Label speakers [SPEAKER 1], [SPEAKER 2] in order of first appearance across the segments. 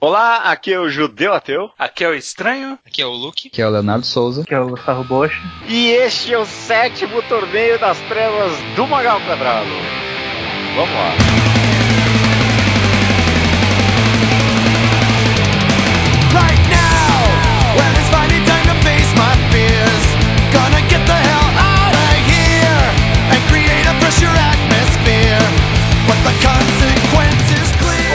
[SPEAKER 1] Olá, aqui é o Judeu Ateu.
[SPEAKER 2] Aqui é o Estranho.
[SPEAKER 3] Aqui é o Luke.
[SPEAKER 4] Que é o Leonardo Souza.
[SPEAKER 5] Que é o Gustavo Bosch.
[SPEAKER 1] E este é o sétimo torneio das trevas do Magal Quadrado. Vamos lá.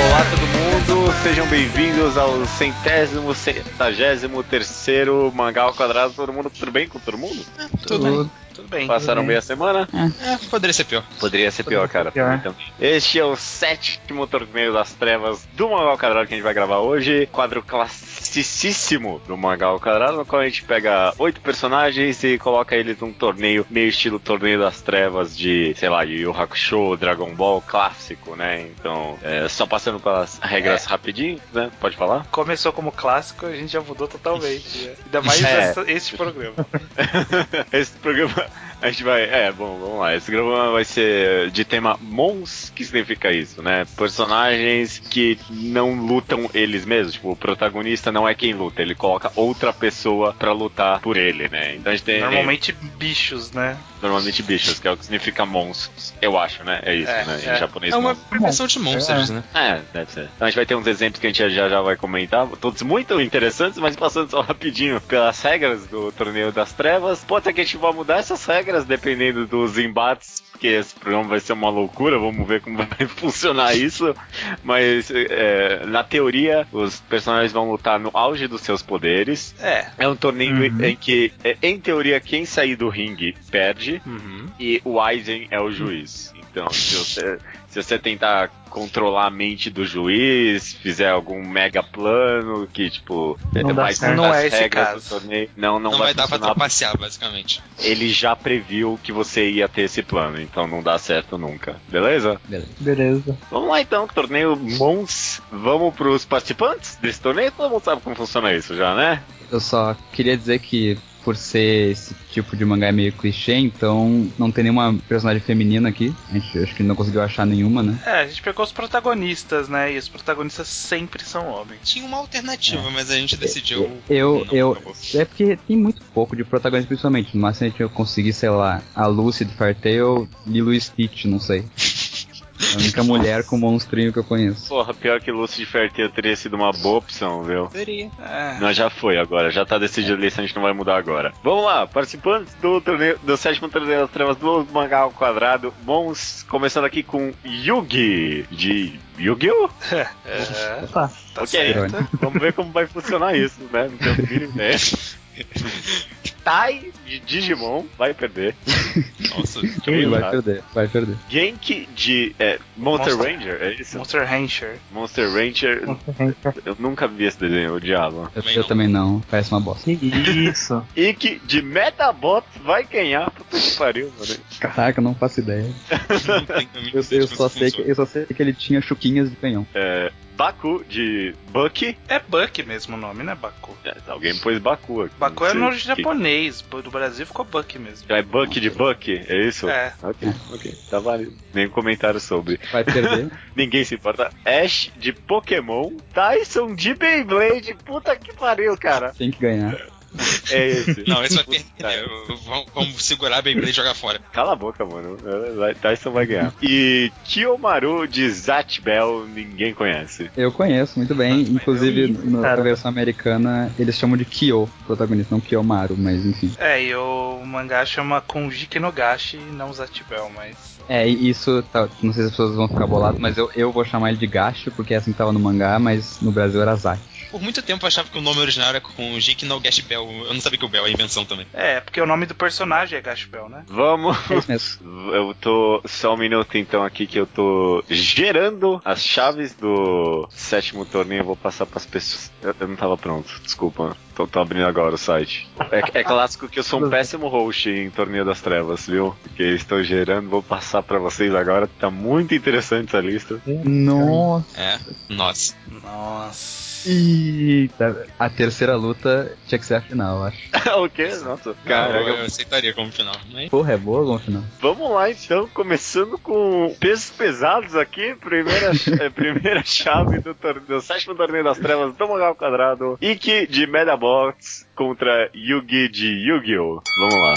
[SPEAKER 1] Olá todo mundo, sejam bem-vindos ao centésimo, centagésimo terceiro Mangal Quadrado. Todo mundo, tudo bem com todo mundo?
[SPEAKER 3] Tudo bem. Tudo bem.
[SPEAKER 1] Passaram bem a semana?
[SPEAKER 3] É, poderia ser pior.
[SPEAKER 1] Poderia ser pior, cara.
[SPEAKER 5] pior.
[SPEAKER 1] Então, este é o sétimo torneio das trevas do Mangal Quadrado que a gente vai gravar hoje. Quadro classicíssimo do Mangal Quadrado, no qual a gente pega oito personagens e coloca eles num torneio, meio estilo torneio das trevas de, sei lá, Yu Yu Hakusho, Dragon Ball clássico, né? Então, é, só passando pelas regras rapidinho, né? Pode falar?
[SPEAKER 2] Começou como clássico, a gente já mudou totalmente. né? Ainda mais
[SPEAKER 1] É.
[SPEAKER 2] essa- esse programa.
[SPEAKER 1] Esse programa a gente vai. É, bom, vamos lá. Esse programa vai ser de tema Mons, que significa isso, né? Personagens que não lutam eles mesmos. Tipo, o protagonista não é quem luta, ele coloca outra pessoa pra lutar por ele, né? Então a gente tem.
[SPEAKER 2] Normalmente bichos, né?
[SPEAKER 1] normalmente bichos, que é o que significa Mons, eu acho, né? É isso,
[SPEAKER 2] É,
[SPEAKER 1] né? Em
[SPEAKER 2] é.
[SPEAKER 1] japonês,
[SPEAKER 3] É uma
[SPEAKER 1] Mons.
[SPEAKER 3] versão de monstros, né?
[SPEAKER 1] É, deve ser. Então a gente vai ter uns exemplos que a gente já já vai comentar, todos muito interessantes, mas passando só rapidinho pelas regras do Torneio das Trevas. Pode ser que a gente vá mudar essas regras dependendo dos embates, porque esse programa vai ser uma loucura, vamos ver como vai funcionar isso. Mas é, na teoria, os personagens vão lutar no auge dos seus poderes.
[SPEAKER 2] É.
[SPEAKER 1] É um torneio em que, é, em teoria, quem sair do ringue perde
[SPEAKER 3] Uhum.
[SPEAKER 1] e o Aizen é o juiz. Então, se você, se você tentar controlar a mente do juiz, fizer algum mega plano que, tipo,
[SPEAKER 5] Não dá
[SPEAKER 1] vai
[SPEAKER 5] certo.
[SPEAKER 1] contra
[SPEAKER 2] Não é
[SPEAKER 1] as
[SPEAKER 2] esse
[SPEAKER 1] regras
[SPEAKER 2] caso.
[SPEAKER 1] do torneio, não, não,
[SPEAKER 3] Não,
[SPEAKER 1] vai,
[SPEAKER 3] vai dar pra
[SPEAKER 1] funcionar.
[SPEAKER 3] trapacear, basicamente.
[SPEAKER 1] Ele já previu que você ia ter esse plano, então não dá certo nunca. Beleza?
[SPEAKER 4] Beleza.
[SPEAKER 5] Beleza.
[SPEAKER 1] Vamos lá então, torneio Mons. Vamos pros participantes desse torneio? Todo mundo sabe como funciona isso já, né?
[SPEAKER 4] Eu só queria dizer que por ser esse tipo de mangá meio clichê, então não tem nenhuma personagem feminina aqui. A gente acho que não conseguiu achar nenhuma, né?
[SPEAKER 2] É, a gente pegou os protagonistas, né? E os protagonistas sempre são homens.
[SPEAKER 3] Tinha uma alternativa, mas a gente decidiu.
[SPEAKER 4] Eu,
[SPEAKER 3] Não,
[SPEAKER 4] eu.
[SPEAKER 3] acabou.
[SPEAKER 4] É porque tem muito pouco de protagonista, principalmente. No máximo a gente ia conseguir, sei lá, a Lucy de Fartail e Louis Stitch, não sei. É a única mulher com monstrinho que eu conheço.
[SPEAKER 1] Porra, pior que Lúcio de Fertil teria sido uma boa opção, viu?
[SPEAKER 3] Poderia.
[SPEAKER 2] É.
[SPEAKER 1] Não, já foi agora, já tá decidido a lista, a gente não vai mudar agora. Vamos lá, participantes do torneio do sétimo torneio das trevas do Mangá ao Quadrado. Bons, começando aqui com Yugi de Yu-Gi-Oh!
[SPEAKER 2] É.
[SPEAKER 5] Opa.
[SPEAKER 2] Tá
[SPEAKER 1] ok, então
[SPEAKER 2] certo.
[SPEAKER 1] vamos ver como vai funcionar isso, né? Não tenho a mínima ideia. Tai de Digimon, vai perder.
[SPEAKER 3] Nossa.
[SPEAKER 1] Sei
[SPEAKER 4] vai
[SPEAKER 1] lá.
[SPEAKER 4] perder, vai perder.
[SPEAKER 1] Genki de é, Monster,
[SPEAKER 2] Monster.
[SPEAKER 1] Ranger, é isso?
[SPEAKER 2] Monster Rancher.
[SPEAKER 1] Monster Ranger, eu nunca vi esse desenho, eu odiava.
[SPEAKER 4] Eu,
[SPEAKER 3] Também
[SPEAKER 4] eu
[SPEAKER 3] não.
[SPEAKER 4] também não, parece uma bosta.
[SPEAKER 5] Que isso?
[SPEAKER 1] Ikki de Metabot vai ganhar, puta que pariu, mano.
[SPEAKER 4] Caraca, eu não faço ideia. Eu, eu só
[SPEAKER 3] tipo
[SPEAKER 4] sei
[SPEAKER 3] assim,
[SPEAKER 4] que, eu só sei que ele tinha chuquinhas de canhão.
[SPEAKER 1] É, Baku de Bucky.
[SPEAKER 2] É Buck mesmo o nome, né? Baku.
[SPEAKER 1] É, alguém pôs Baku aqui.
[SPEAKER 2] Baku
[SPEAKER 1] não
[SPEAKER 2] é
[SPEAKER 1] sei
[SPEAKER 2] no
[SPEAKER 1] que-
[SPEAKER 2] japonês. Do Brasil ficou Buck mesmo.
[SPEAKER 1] É Bucky de Bucky, é isso?
[SPEAKER 2] É.
[SPEAKER 1] Ok, ok. Tá válido. Nenhum comentário sobre.
[SPEAKER 4] Vai perder.
[SPEAKER 1] Ninguém se importa. Ash de Pokémon. Tyson de Beyblade. Puta que pariu, cara.
[SPEAKER 4] Tem que ganhar.
[SPEAKER 1] É esse.
[SPEAKER 3] Não, esse vai
[SPEAKER 1] Tá.
[SPEAKER 3] perder. né? Eu- eu- Vamos, vamos segurar a Beyblade e jogar fora.
[SPEAKER 1] Cala a boca, mano. É, vai- Tyson vai ganhar. E Kiyomaru de Zatch Bell. Ninguém conhece.
[SPEAKER 4] Eu conheço muito bem, inclusive
[SPEAKER 5] isso,
[SPEAKER 4] na
[SPEAKER 5] cara.
[SPEAKER 4] versão americana eles chamam de Kyo, o protagonista, não Kiyomaru, mas enfim.
[SPEAKER 2] É, e o mangá chama Kunji Kenogashi, não Zatibel, mas.
[SPEAKER 4] É, e isso, tá- não sei se as pessoas vão ficar boladas, mas eu, eu vou chamar ele de Gacho, porque é assim que tava no mangá, mas no Brasil era Zaki.
[SPEAKER 3] Por muito tempo eu achava que o nome original era com o Jake no Gash Bell. Eu não sabia que o Bell é invenção também.
[SPEAKER 2] É, porque o nome do personagem é Gashbel, né?
[SPEAKER 1] Vamos.
[SPEAKER 4] É isso mesmo.
[SPEAKER 1] Eu tô. Só um minuto então aqui que eu tô gerando as chaves do sétimo torneio. Eu vou passar pras pessoas. Eu, eu não tava pronto, desculpa. Tô, tô abrindo agora o site. É, é clássico que eu sou um péssimo host em Torneio das Trevas, viu? Porque eu estou gerando, vou passar pra vocês agora. Tá muito interessante essa lista.
[SPEAKER 4] Nossa.
[SPEAKER 3] É. Nossa.
[SPEAKER 2] Nossa.
[SPEAKER 4] Eita, a terceira luta tinha que ser a final, eu acho.
[SPEAKER 1] o quê? Nossa.
[SPEAKER 3] Cara,
[SPEAKER 1] Caraca.
[SPEAKER 3] eu aceitaria como final. Mas...
[SPEAKER 4] Porra, é boa alguma final?
[SPEAKER 1] Vamos lá então, começando com pesos pesados aqui. Primeira, eh, primeira chave do, torne- do sétimo torneio das trevas do Mangal Quadrado. Ikki de Medabots contra Yugi de Yu-Gi-Oh! Vamos lá.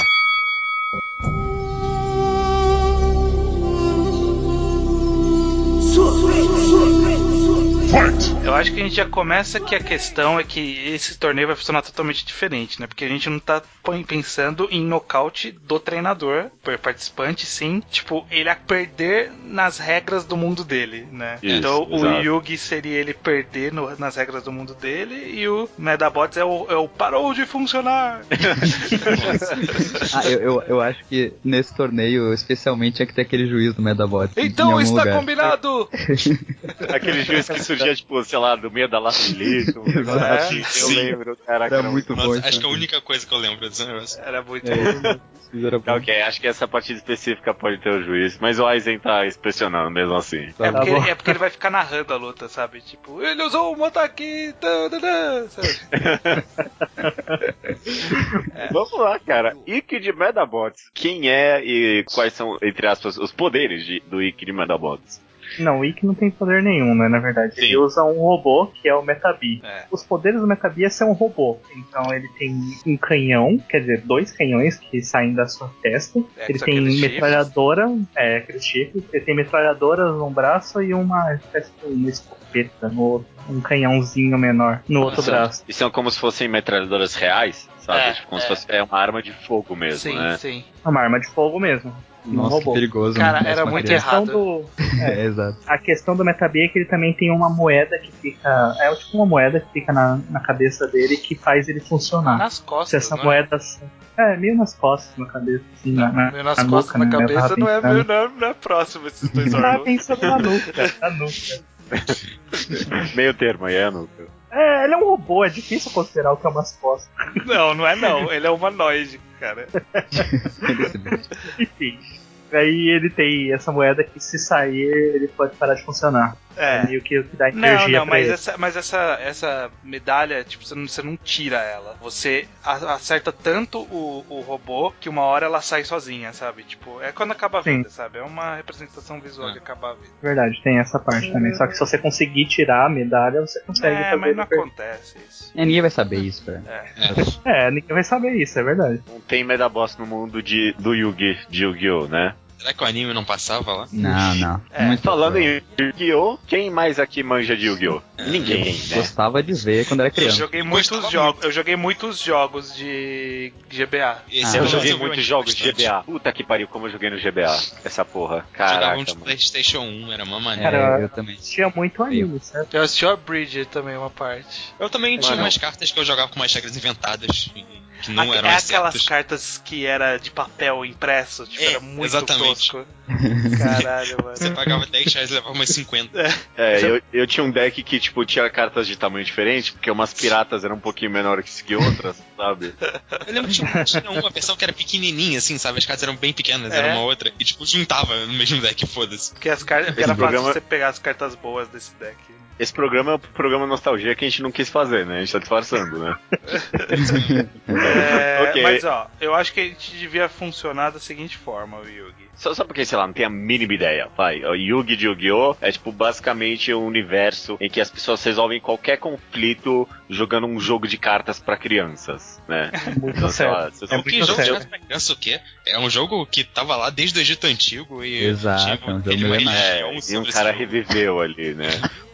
[SPEAKER 2] Eu acho que a gente já começa que a questão é que esse torneio vai funcionar totalmente diferente, né? Porque a gente não tá põe- pensando em nocaute do treinador, por participante, sim. Tipo, ele a perder nas regras do mundo dele, né?
[SPEAKER 1] Isso,
[SPEAKER 2] então o
[SPEAKER 1] exato.
[SPEAKER 2] Yugi seria ele perder no- nas regras do mundo dele e o Medabots é o, é o parou de funcionar.
[SPEAKER 4] Ah, eu, eu, eu acho que nesse torneio, especialmente, tinha que ter aquele juiz do Medabot. em
[SPEAKER 2] então
[SPEAKER 4] algum
[SPEAKER 2] está
[SPEAKER 4] lugar.
[SPEAKER 2] combinado!
[SPEAKER 1] Aquele juiz que surgia, tipo, sei lá, do meio da lata de lixo. um negócio
[SPEAKER 4] Exato.
[SPEAKER 1] assim, eu
[SPEAKER 3] Sim.
[SPEAKER 1] lembro. Caraca,
[SPEAKER 4] Era muito bom.
[SPEAKER 3] Nossa,
[SPEAKER 4] isso,
[SPEAKER 3] acho que é a
[SPEAKER 4] né?
[SPEAKER 3] única coisa que eu lembro desse negócio.
[SPEAKER 2] Era muito.
[SPEAKER 4] É, isso era bom.
[SPEAKER 1] Tá, ok, acho que essa partida específica pode ter o juiz, mas o Aizen tá inspecionando mesmo assim.
[SPEAKER 4] Tá
[SPEAKER 2] É porque,
[SPEAKER 4] bom.
[SPEAKER 2] é porque ele vai ficar narrando a luta, sabe? Tipo, ele usou um ataque. tã, tã, tã", sabe?
[SPEAKER 4] É.
[SPEAKER 1] Vamos lá, cara. Ikki de Medabots. Quem é e quais são, entre aspas, os poderes de- do Ikki de Medabots?
[SPEAKER 5] Não, o Ikki não tem poder nenhum, né? Na verdade,
[SPEAKER 3] Sim.
[SPEAKER 5] ele usa um robô que é o Metabi.
[SPEAKER 2] É.
[SPEAKER 5] Os poderes do Metabi é ser um robô. Então ele tem um canhão, quer dizer, dois canhões que saem da sua testa.
[SPEAKER 2] É,
[SPEAKER 5] ele
[SPEAKER 2] são
[SPEAKER 5] tem
[SPEAKER 2] aqueles
[SPEAKER 5] metralhadora, é, aqueles chifres. Ele tem metralhadora num braço e uma espécie de uma escopeta no outro. Um canhãozinho menor no outro
[SPEAKER 1] Nossa.
[SPEAKER 5] braço.
[SPEAKER 1] E são como se fossem metralhadoras reais, sabe?
[SPEAKER 2] É,
[SPEAKER 1] tipo, como
[SPEAKER 2] é.
[SPEAKER 1] se fosse é uma arma de fogo mesmo,
[SPEAKER 2] sim,
[SPEAKER 1] né?
[SPEAKER 2] sim.
[SPEAKER 5] É Uma arma de fogo mesmo. Um
[SPEAKER 4] Nossa, que
[SPEAKER 5] robô.
[SPEAKER 4] perigoso. né?
[SPEAKER 2] Cara,
[SPEAKER 4] Parece
[SPEAKER 2] era
[SPEAKER 4] uma
[SPEAKER 2] muito
[SPEAKER 4] criança.
[SPEAKER 5] Então,
[SPEAKER 2] errado.
[SPEAKER 5] do,
[SPEAKER 4] É, exato.
[SPEAKER 5] A questão do Metabee é que ele também tem uma moeda que fica. É tipo uma moeda que fica na, na cabeça dele que faz ele funcionar.
[SPEAKER 2] Nas costas.
[SPEAKER 5] Ah, Se essa
[SPEAKER 2] não é?
[SPEAKER 5] moeda. É, meio nas costas, na cabeça, assim, na, na,
[SPEAKER 2] Meio nas
[SPEAKER 5] na
[SPEAKER 2] costas,
[SPEAKER 5] nuca,
[SPEAKER 2] na
[SPEAKER 5] né? Eu
[SPEAKER 2] cabeça, é
[SPEAKER 5] tava
[SPEAKER 2] não é
[SPEAKER 5] pensando-
[SPEAKER 2] meio na, na próxima esses dois
[SPEAKER 5] Eu tava
[SPEAKER 2] órgãos.
[SPEAKER 5] pensando na nuca, na nuca.
[SPEAKER 1] Meio termo, aí é, Nuca?
[SPEAKER 5] É, ele é um robô, é difícil considerar o que é umas costas.
[SPEAKER 2] Não, não é não. Ele é humanoide, cara.
[SPEAKER 5] Enfim. Aí ele tem essa moeda que se sair, ele pode parar de funcionar.
[SPEAKER 2] É.
[SPEAKER 5] Meio que o que dá energia
[SPEAKER 2] Não, não,
[SPEAKER 5] pra
[SPEAKER 2] mas
[SPEAKER 5] ele.
[SPEAKER 2] essa, mas essa essa medalha, tipo, você não, você não tira ela. Você a- acerta tanto o, o robô que uma hora ela sai sozinha, sabe? Tipo, é quando acaba a
[SPEAKER 5] Sim.
[SPEAKER 2] vida, sabe? É uma representação visual
[SPEAKER 3] Ah.
[SPEAKER 2] de acabar a vida.
[SPEAKER 5] Verdade, tem essa parte também. Só que se você conseguir tirar a medalha, você consegue
[SPEAKER 2] É,
[SPEAKER 5] fazer
[SPEAKER 2] mas não
[SPEAKER 5] ele perder.
[SPEAKER 2] acontece isso.
[SPEAKER 4] É, ninguém vai saber isso, cara.
[SPEAKER 3] É.
[SPEAKER 5] É, ninguém vai saber isso, é verdade.
[SPEAKER 1] Não tem Medabots no mundo de, do Yugi, de Yu-Gi-Oh, né?
[SPEAKER 3] Será que o anime não passava lá?
[SPEAKER 4] Não, não.
[SPEAKER 2] É,
[SPEAKER 4] Muito
[SPEAKER 1] Falando
[SPEAKER 4] bom.
[SPEAKER 1] em Yu-Gi-Oh, quem mais aqui manja de Yu-Gi-Oh? Ninguém, né?
[SPEAKER 4] Gostava de ver quando era
[SPEAKER 2] Eu
[SPEAKER 4] criança.
[SPEAKER 2] joguei
[SPEAKER 3] Gostava
[SPEAKER 2] muitos jogos, eu joguei muitos jogos de GBA.
[SPEAKER 1] Eu
[SPEAKER 3] Esse é não
[SPEAKER 4] Ah,
[SPEAKER 1] joguei
[SPEAKER 3] resolveu
[SPEAKER 1] muitos
[SPEAKER 3] muito
[SPEAKER 1] jogos de
[SPEAKER 3] bastante.
[SPEAKER 1] GBA. Puta que pariu, como eu joguei no GBA. Essa porra.
[SPEAKER 3] Jogava um
[SPEAKER 1] Caraca,
[SPEAKER 3] de
[SPEAKER 1] mano.
[SPEAKER 3] PlayStation 1, era uma maneira.
[SPEAKER 5] Cara,
[SPEAKER 4] É, eu também.
[SPEAKER 5] Tinha muito anime, certo?
[SPEAKER 2] Eu assisti a Bridget também, uma parte.
[SPEAKER 3] Eu também tinha
[SPEAKER 1] Mano.
[SPEAKER 3] umas cartas que eu jogava com umas regras inventadas que que não um
[SPEAKER 2] Aque-
[SPEAKER 3] eram
[SPEAKER 2] é aquelas
[SPEAKER 3] certas.
[SPEAKER 2] cartas que era de papel impresso, tipo,
[SPEAKER 3] É,
[SPEAKER 2] era muito
[SPEAKER 3] exatamente.
[SPEAKER 2] tosco. Caralho,
[SPEAKER 3] Você
[SPEAKER 2] mano.
[SPEAKER 3] pagava 10 reais e levava umas 50.
[SPEAKER 1] É, eu, eu tinha um deck que, tipo, tinha cartas de tamanho diferente, porque umas piratas eram um pouquinho menores que outras, sabe?
[SPEAKER 3] Eu lembro que tinha, tinha uma versão que era pequenininha, assim, sabe? As cartas eram bem pequenas,
[SPEAKER 2] É.
[SPEAKER 3] era uma outra. E, tipo, juntava no mesmo deck, foda-se.
[SPEAKER 2] Porque as cartas, porque
[SPEAKER 1] Esse
[SPEAKER 2] era
[SPEAKER 1] programa-
[SPEAKER 2] fácil você pegar as cartas boas desse deck.
[SPEAKER 1] Esse programa é o programa nostalgia que a gente não quis fazer, né? A gente tá disfarçando, né?
[SPEAKER 2] É,
[SPEAKER 1] Ok.
[SPEAKER 2] Mas ó, eu acho que a gente devia funcionar da seguinte forma, o Yugi.
[SPEAKER 1] Só, só porque, sei lá, não tem a mínima ideia, vai. O Yugi de Yu-Gi-Oh! é, tipo, basicamente um universo em que as pessoas resolvem qualquer conflito jogando um jogo de cartas pra crianças, né?
[SPEAKER 5] Muito
[SPEAKER 2] Tá
[SPEAKER 1] sei
[SPEAKER 5] certo.
[SPEAKER 1] lá, se você-
[SPEAKER 5] É
[SPEAKER 3] o que
[SPEAKER 5] muito
[SPEAKER 3] jogo
[SPEAKER 5] sério.
[SPEAKER 3] de pra criança, o quê? É um jogo que tava lá desde o Egito Antigo e
[SPEAKER 4] Exato,
[SPEAKER 3] tinha
[SPEAKER 4] é um jogo
[SPEAKER 3] aquele uma
[SPEAKER 4] milenar.
[SPEAKER 1] É,
[SPEAKER 3] religião
[SPEAKER 1] e um
[SPEAKER 3] sobre
[SPEAKER 1] cara
[SPEAKER 3] esse jogo.
[SPEAKER 1] reviveu ali, né?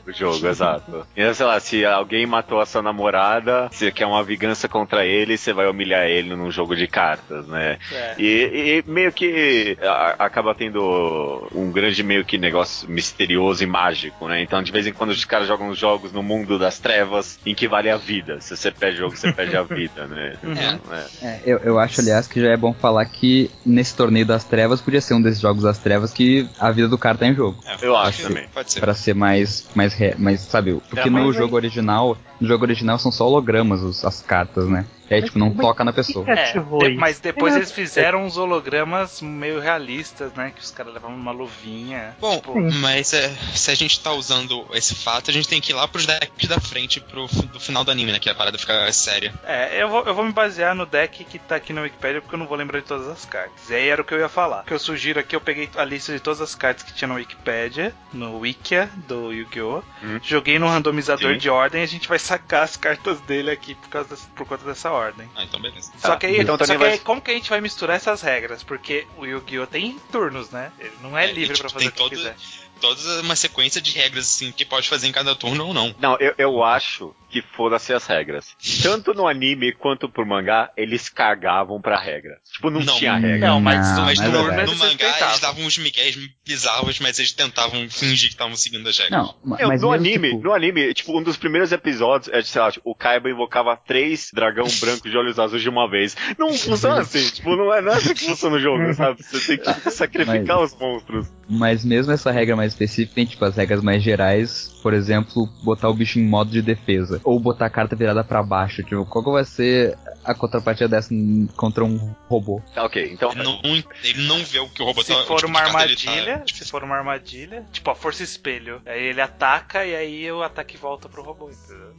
[SPEAKER 1] O jogo, exato. E sei lá, se alguém matou a sua namorada, você quer uma vingança contra ele, você vai humilhar ele num jogo de cartas, né?
[SPEAKER 2] É.
[SPEAKER 1] E, e meio que a- acaba tendo um grande meio que negócio misterioso e mágico, né? Então de vez em quando os caras jogam uns jogos no mundo das trevas em que vale a vida. Se você perde jogo, você perde a vida, né? Então, é.
[SPEAKER 4] É, eu, eu acho, aliás, que já é bom falar que nesse torneio das trevas podia ser um desses jogos das trevas que a vida do cara tá em jogo.
[SPEAKER 3] É,
[SPEAKER 1] Eu
[SPEAKER 3] pode
[SPEAKER 1] acho
[SPEAKER 3] ser,
[SPEAKER 1] também.
[SPEAKER 3] Pode ser.
[SPEAKER 4] Pra ser mais, mais, re- mais sabe? Porque
[SPEAKER 1] É, mas
[SPEAKER 4] no
[SPEAKER 1] aí-
[SPEAKER 4] jogo original, no jogo original são só hologramas os- as cartas, né? É, tipo, não toca na pessoa.
[SPEAKER 5] que ativou
[SPEAKER 2] É, de-
[SPEAKER 5] isso?
[SPEAKER 2] mas depois
[SPEAKER 5] É,
[SPEAKER 2] eles fizeram uns hologramas meio realistas, né? Que os caras levavam uma luvinha.
[SPEAKER 3] Bom,
[SPEAKER 2] tipo,
[SPEAKER 5] Sim.
[SPEAKER 3] mas é, se a gente tá usando esse fato, a gente tem que ir lá pros decks da frente pro f- do final do anime, né? Que a parada fica séria.
[SPEAKER 2] É, eu vou, eu vou me basear no deck que tá aqui na Wikipedia porque eu não vou lembrar de todas as cartas. E aí era o que eu ia falar. O que eu sugiro aqui, eu peguei a lista de todas as cartas que tinha na Wikipedia, no Wikia do Yu-Gi-Oh!
[SPEAKER 1] Hum.
[SPEAKER 2] Joguei no randomizador
[SPEAKER 1] Sim.
[SPEAKER 2] de ordem e a gente vai sacar as cartas dele aqui por, causa dessa- por conta dessa ordem.
[SPEAKER 3] Ah, então beleza.
[SPEAKER 1] Tá.
[SPEAKER 2] Só que, aí,
[SPEAKER 1] Então
[SPEAKER 2] só
[SPEAKER 1] também
[SPEAKER 2] que aí,
[SPEAKER 1] vai-
[SPEAKER 2] como que a gente vai misturar essas regras? Porque o Yu-Gi-Oh! tem turnos, né? Ele não é,
[SPEAKER 3] É,
[SPEAKER 2] livre
[SPEAKER 3] e,
[SPEAKER 2] pra
[SPEAKER 3] tipo,
[SPEAKER 2] fazer o
[SPEAKER 3] tem
[SPEAKER 2] que
[SPEAKER 3] todo-
[SPEAKER 2] quiser.
[SPEAKER 3] Todas uma sequência de regras, assim, que pode fazer em cada turno ou não.
[SPEAKER 1] Não, eu, eu acho que foda-se as regras. Tanto no anime quanto pro mangá, eles cagavam pra regra. Tipo, não,
[SPEAKER 3] Não,
[SPEAKER 1] tinha regra.
[SPEAKER 2] Não, mas-
[SPEAKER 4] não,
[SPEAKER 2] mas
[SPEAKER 4] não é
[SPEAKER 2] turno
[SPEAKER 4] verdade.
[SPEAKER 2] é-
[SPEAKER 3] No
[SPEAKER 2] eles
[SPEAKER 3] mangá,
[SPEAKER 2] respeitavam.
[SPEAKER 3] eles davam uns migués bizarros, mas eles tentavam fingir que estavam seguindo as regras.
[SPEAKER 4] Não, ma-
[SPEAKER 1] Meu,
[SPEAKER 4] mas
[SPEAKER 1] É, no
[SPEAKER 4] mesmo,
[SPEAKER 1] anime,
[SPEAKER 4] tipo,
[SPEAKER 1] no anime, tipo, um dos primeiros episódios, é, sei lá, tipo, o Kaiba invocava três dragão branco de olhos azuis de uma vez. Não funciona assim, tipo, não é, não é assim que funciona o jogo, sabe? Você tem que sacrificar os monstros.
[SPEAKER 4] Mas mesmo essa regra mais específica tem tipo as regras mais gerais, por exemplo, botar o bicho em modo de defesa ou botar a carta virada pra baixo, tipo, qual que vai ser a contrapartida dessa n- contra um robô?
[SPEAKER 1] Tá, ok, então...
[SPEAKER 3] Ele não, ele não vê o que o robô tá
[SPEAKER 2] Se for
[SPEAKER 3] tipo,
[SPEAKER 2] uma
[SPEAKER 3] de cada ele tá-
[SPEAKER 2] armadilha, se for uma armadilha, tipo a força espelho, aí ele ataca e aí o ataque volta pro robô.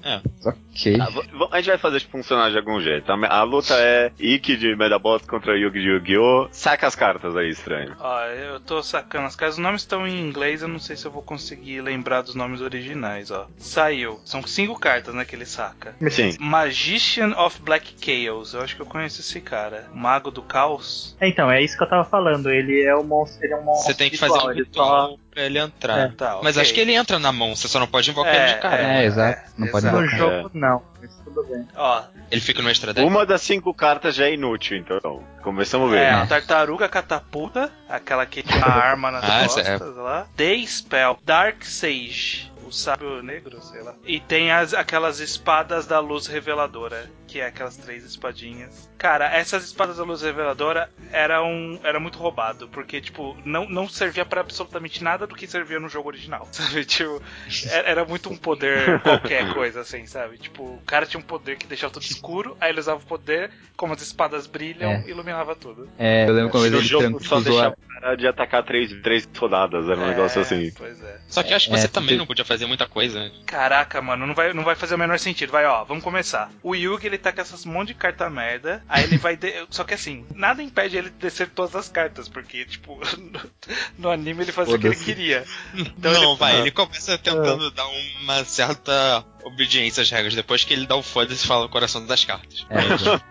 [SPEAKER 2] entendeu?
[SPEAKER 4] OK.
[SPEAKER 1] Ah, v- v- a gente vai fazer tipo, funcionar de algum jeito. A, me- a luta é Ikki de Medabot contra Yugi de Yu-Gi-Oh! Saca as cartas aí, estranho.
[SPEAKER 2] Ó, eu tô sacando as casas, os nomes estão em inglês, eu não sei se eu vou conseguir lembrar dos nomes originais, ó. Saiu. São cinco cartas, né, que ele saca.
[SPEAKER 1] Sim.
[SPEAKER 2] Magician of Black Chaos, eu acho que eu conheço esse cara. Mago do Caos.
[SPEAKER 5] É, Então, é isso que eu tava falando. Ele é um monstro. Ele é um monstro
[SPEAKER 3] Você tem que fazer um
[SPEAKER 5] ele só...
[SPEAKER 3] ritual pra ele entrar.
[SPEAKER 2] Tá,
[SPEAKER 3] É. Mas
[SPEAKER 2] ok.
[SPEAKER 3] acho que ele entra na mão, você só não pode invocar ele de cara. né?
[SPEAKER 4] É, exato. Não pode
[SPEAKER 2] exato.
[SPEAKER 5] No
[SPEAKER 4] invocar.
[SPEAKER 5] jogo, não. Mas tudo bem.
[SPEAKER 2] Ó,
[SPEAKER 3] Ele fica numa estratégia.
[SPEAKER 1] Uma das cinco cartas já é inútil, então. Começamos bem.
[SPEAKER 2] É, a
[SPEAKER 4] Nossa.
[SPEAKER 2] tartaruga catapulta, aquela que tem a arma nas
[SPEAKER 3] Ah, essa
[SPEAKER 2] costas lá. Day Spell, Dark Sage, o sábio negro, sei lá. E tem as, aquelas espadas da luz reveladora, que é aquelas três espadinhas. Cara, essas espadas da luz reveladora era, um, era muito roubado, porque, tipo, não, não servia pra absolutamente nada do que servia no jogo original. Sabe, tipo, era, era muito um poder qualquer coisa, assim, sabe? Tipo, o cara tinha um poder que deixava tudo escuro, aí ele usava o poder, como as espadas brilham,
[SPEAKER 4] É.
[SPEAKER 2] iluminava tudo.
[SPEAKER 4] É, eu lembro que uma vez
[SPEAKER 1] No
[SPEAKER 4] ele
[SPEAKER 1] jogo só
[SPEAKER 4] usou a-
[SPEAKER 1] deixa parar de atacar três, três rodadas, era um
[SPEAKER 2] É,
[SPEAKER 1] negócio assim.
[SPEAKER 2] Pois é.
[SPEAKER 3] Só que eu acho que
[SPEAKER 4] É,
[SPEAKER 3] você
[SPEAKER 4] é,
[SPEAKER 3] também
[SPEAKER 4] porque-
[SPEAKER 3] não podia fazer muita coisa. né?
[SPEAKER 2] Caraca, mano, não vai, não vai fazer o menor sentido. Vai, ó, vamos começar. O Yugi, ele tá com essas monte de carta merda. Aí ele vai. de- Só que assim, nada impede ele de descer todas as cartas, porque, tipo, no anime ele fazia o que ele
[SPEAKER 4] Foda-se.
[SPEAKER 2] queria.
[SPEAKER 3] não,
[SPEAKER 2] ele- É.
[SPEAKER 3] vai,
[SPEAKER 2] Ah.
[SPEAKER 3] ele começa tentando dar uma certa obediência às regras. Depois que ele dá o foda-se e fala o coração das cartas.
[SPEAKER 4] É, exato.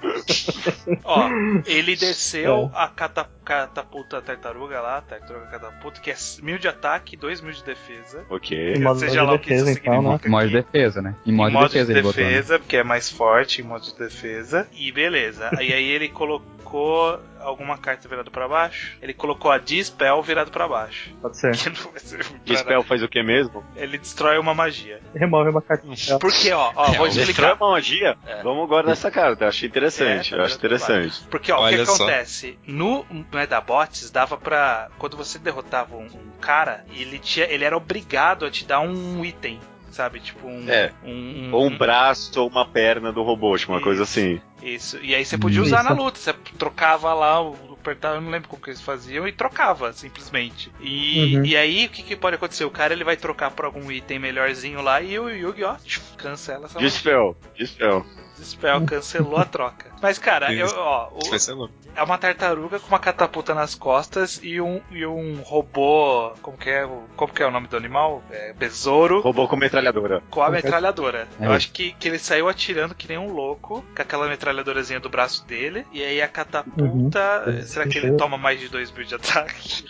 [SPEAKER 2] Ó, ele desceu
[SPEAKER 5] É.
[SPEAKER 2] a cata- catapulta tartaruga lá, tartaruga catapulta, que é mil de ataque, dois mil de defesa.
[SPEAKER 5] Em
[SPEAKER 1] Ok.
[SPEAKER 5] modo
[SPEAKER 2] Seja lá o que isso
[SPEAKER 5] defesa, então, né?
[SPEAKER 4] em modo de
[SPEAKER 2] que-
[SPEAKER 4] defesa, né? Em modo,
[SPEAKER 2] em modo
[SPEAKER 4] de defesa,
[SPEAKER 2] de
[SPEAKER 4] ele botou. né?
[SPEAKER 2] defesa, porque é mais forte em modo de defesa. E beleza. e aí ele colocou alguma carta virada pra baixo. Ele colocou a Dispel virada pra baixo.
[SPEAKER 5] Pode ser.
[SPEAKER 2] Que não vai servir pra nada.
[SPEAKER 1] Dispel faz o que mesmo?
[SPEAKER 2] Ele destrói uma magia.
[SPEAKER 5] Remove uma
[SPEAKER 3] Hum.
[SPEAKER 5] carta.
[SPEAKER 2] Porque, ó, ó, vou
[SPEAKER 3] É, o
[SPEAKER 1] Dispel é
[SPEAKER 2] explicar.
[SPEAKER 1] uma magia? Vamos guardar essa carta, acho interessante,
[SPEAKER 2] É, tá
[SPEAKER 1] acho interessante.
[SPEAKER 2] Porque, ó, o que
[SPEAKER 3] Olha só.
[SPEAKER 2] acontece? No Medabots dava pra. Quando você derrotava um, um cara, ele, tinha, ele era obrigado a te dar um item. Sabe? Tipo um.
[SPEAKER 1] É.
[SPEAKER 2] um,
[SPEAKER 1] Ou um braço ou uma perna do robô, tipo uma coisa assim.
[SPEAKER 2] Isso. E aí você podia usar
[SPEAKER 4] Isso.
[SPEAKER 2] na luta. Você trocava lá, o- apertava, eu não lembro como que eles faziam, e trocava, simplesmente. E,
[SPEAKER 5] Uhum.
[SPEAKER 2] e aí o que, que pode acontecer? O cara ele vai trocar por algum item melhorzinho lá e o Yugi, ó, tchuf, cancela
[SPEAKER 1] Então-
[SPEAKER 2] essa
[SPEAKER 1] Dispel, dispel.
[SPEAKER 2] Dispel, cancelou a troca. Mas, cara, eu, ó, o-
[SPEAKER 3] Vai ser louco.
[SPEAKER 2] é uma tartaruga com uma catapulta nas costas e um, e um robô. Como que é? o- Como que é o nome do animal? É, besouro
[SPEAKER 1] Robô com metralhadora.
[SPEAKER 2] com a metralhadora.
[SPEAKER 4] É.
[SPEAKER 2] Eu acho que, que ele saiu atirando que nem um louco, com aquela metralhadorazinha do braço dele, e aí a catapulta. eh,
[SPEAKER 5] Uhum.
[SPEAKER 2] Será que ele
[SPEAKER 5] Uhum.
[SPEAKER 2] toma mais de 2 mil de ataque?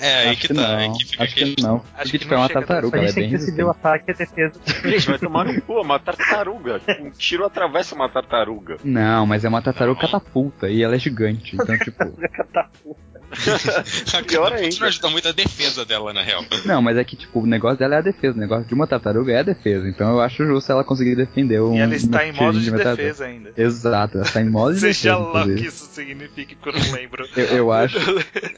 [SPEAKER 3] É, aí
[SPEAKER 4] Acho
[SPEAKER 3] que
[SPEAKER 4] que
[SPEAKER 3] tá.
[SPEAKER 4] não,
[SPEAKER 3] aí que fica
[SPEAKER 4] acho
[SPEAKER 3] aquele-
[SPEAKER 4] que não.
[SPEAKER 2] Acho
[SPEAKER 4] Porque,
[SPEAKER 2] que
[SPEAKER 4] tipo,
[SPEAKER 2] não
[SPEAKER 4] é uma
[SPEAKER 2] chega a
[SPEAKER 4] tartaruga,
[SPEAKER 5] A
[SPEAKER 4] ela é
[SPEAKER 5] gente
[SPEAKER 4] bem
[SPEAKER 5] tem que decidir o
[SPEAKER 4] resistente.
[SPEAKER 5] ataque e a defesa.
[SPEAKER 1] Gente, vai tomar no cu, é uma tartaruga. Um tiro atravessa uma tartaruga.
[SPEAKER 4] Não, mas é uma tartaruga catapulta e ela é gigante. Então, tipo,
[SPEAKER 3] A
[SPEAKER 1] Pior
[SPEAKER 3] Cana
[SPEAKER 1] ainda.
[SPEAKER 3] não ajuda muito a defesa dela, na real.
[SPEAKER 4] Não, mas é que, tipo, o negócio dela é a defesa. O negócio de uma tartaruga é a defesa. Então eu acho justo ela conseguir defender um.
[SPEAKER 2] E ela está
[SPEAKER 4] uma
[SPEAKER 2] em modo
[SPEAKER 4] tirinha
[SPEAKER 2] de
[SPEAKER 4] uma tartaruga.
[SPEAKER 2] defesa ainda.
[SPEAKER 4] Exato, ela está em modo de
[SPEAKER 2] Seja
[SPEAKER 4] defesa.
[SPEAKER 2] lá o que
[SPEAKER 4] inclusive.
[SPEAKER 2] isso signifique, que eu não lembro.
[SPEAKER 4] Eu, eu acho.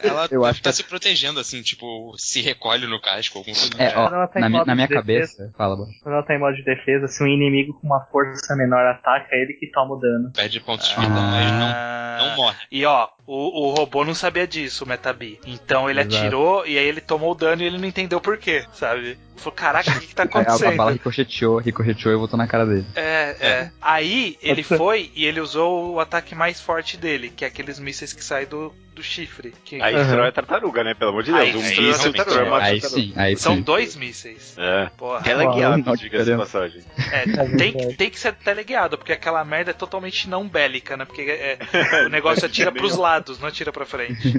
[SPEAKER 3] Ela
[SPEAKER 4] Eu acho que
[SPEAKER 3] tá se protegendo, assim, tipo, se recolhe no casco, algum
[SPEAKER 2] Ah.
[SPEAKER 3] coisa do
[SPEAKER 4] É, ó,
[SPEAKER 5] Quando ela tá em
[SPEAKER 4] na, mi-
[SPEAKER 5] modo
[SPEAKER 4] na minha
[SPEAKER 5] de defesa.
[SPEAKER 4] cabeça. Fala, Bob.
[SPEAKER 5] Quando ela tá em modo de defesa, se um inimigo com uma força menor ataca, é ele que toma o dano.
[SPEAKER 3] Perde pontos de vida, mas não,
[SPEAKER 2] Ah.
[SPEAKER 3] não morre.
[SPEAKER 2] E ó, o, o robô não sabia disso, o Metabi. Então ele
[SPEAKER 4] Exato.
[SPEAKER 2] atirou e aí ele tomou o dano e ele não entendeu por quê, sabe? Falou, caraca, o que, que tá
[SPEAKER 4] É, A, a bala
[SPEAKER 2] acontecendo?
[SPEAKER 4] ricocheteou, ricocheteou e voltou na cara dele.
[SPEAKER 2] É, é. Aí ele foi e ele usou o ataque mais forte dele, que é aqueles mísseis que saem do, do chifre. Que
[SPEAKER 1] Aí destrói a tartaruga, né? Pelo amor de
[SPEAKER 2] Aí
[SPEAKER 1] Deus. Um
[SPEAKER 3] destruiu a
[SPEAKER 1] míssil
[SPEAKER 3] tartaruga.
[SPEAKER 1] destrói uma
[SPEAKER 4] aí
[SPEAKER 1] tartaruga.
[SPEAKER 4] sim, aí
[SPEAKER 2] é São
[SPEAKER 4] sim.
[SPEAKER 2] dois mísseis.
[SPEAKER 1] É.
[SPEAKER 2] Porra.
[SPEAKER 1] Teleguiado,
[SPEAKER 4] não,
[SPEAKER 1] diga-se de
[SPEAKER 4] caramba.
[SPEAKER 1] passagem.
[SPEAKER 2] É, tem, que- tem que ser teleguiado, porque aquela merda é totalmente não bélica, né? Porque é- é- o negócio atira pros lados, não atira pra frente.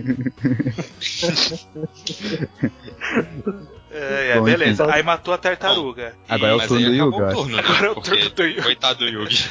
[SPEAKER 2] É, é,
[SPEAKER 4] Bom,
[SPEAKER 2] beleza.
[SPEAKER 4] enfim.
[SPEAKER 2] aí matou a tartaruga.
[SPEAKER 4] Agora é o
[SPEAKER 3] Mas
[SPEAKER 4] turno
[SPEAKER 3] aí
[SPEAKER 4] do
[SPEAKER 3] acabou
[SPEAKER 4] Yuga, eu
[SPEAKER 3] o
[SPEAKER 4] acho.
[SPEAKER 3] turno, né?
[SPEAKER 2] Agora é o
[SPEAKER 3] Porque,
[SPEAKER 2] turno do Yugi.
[SPEAKER 3] Coitado do Yugi.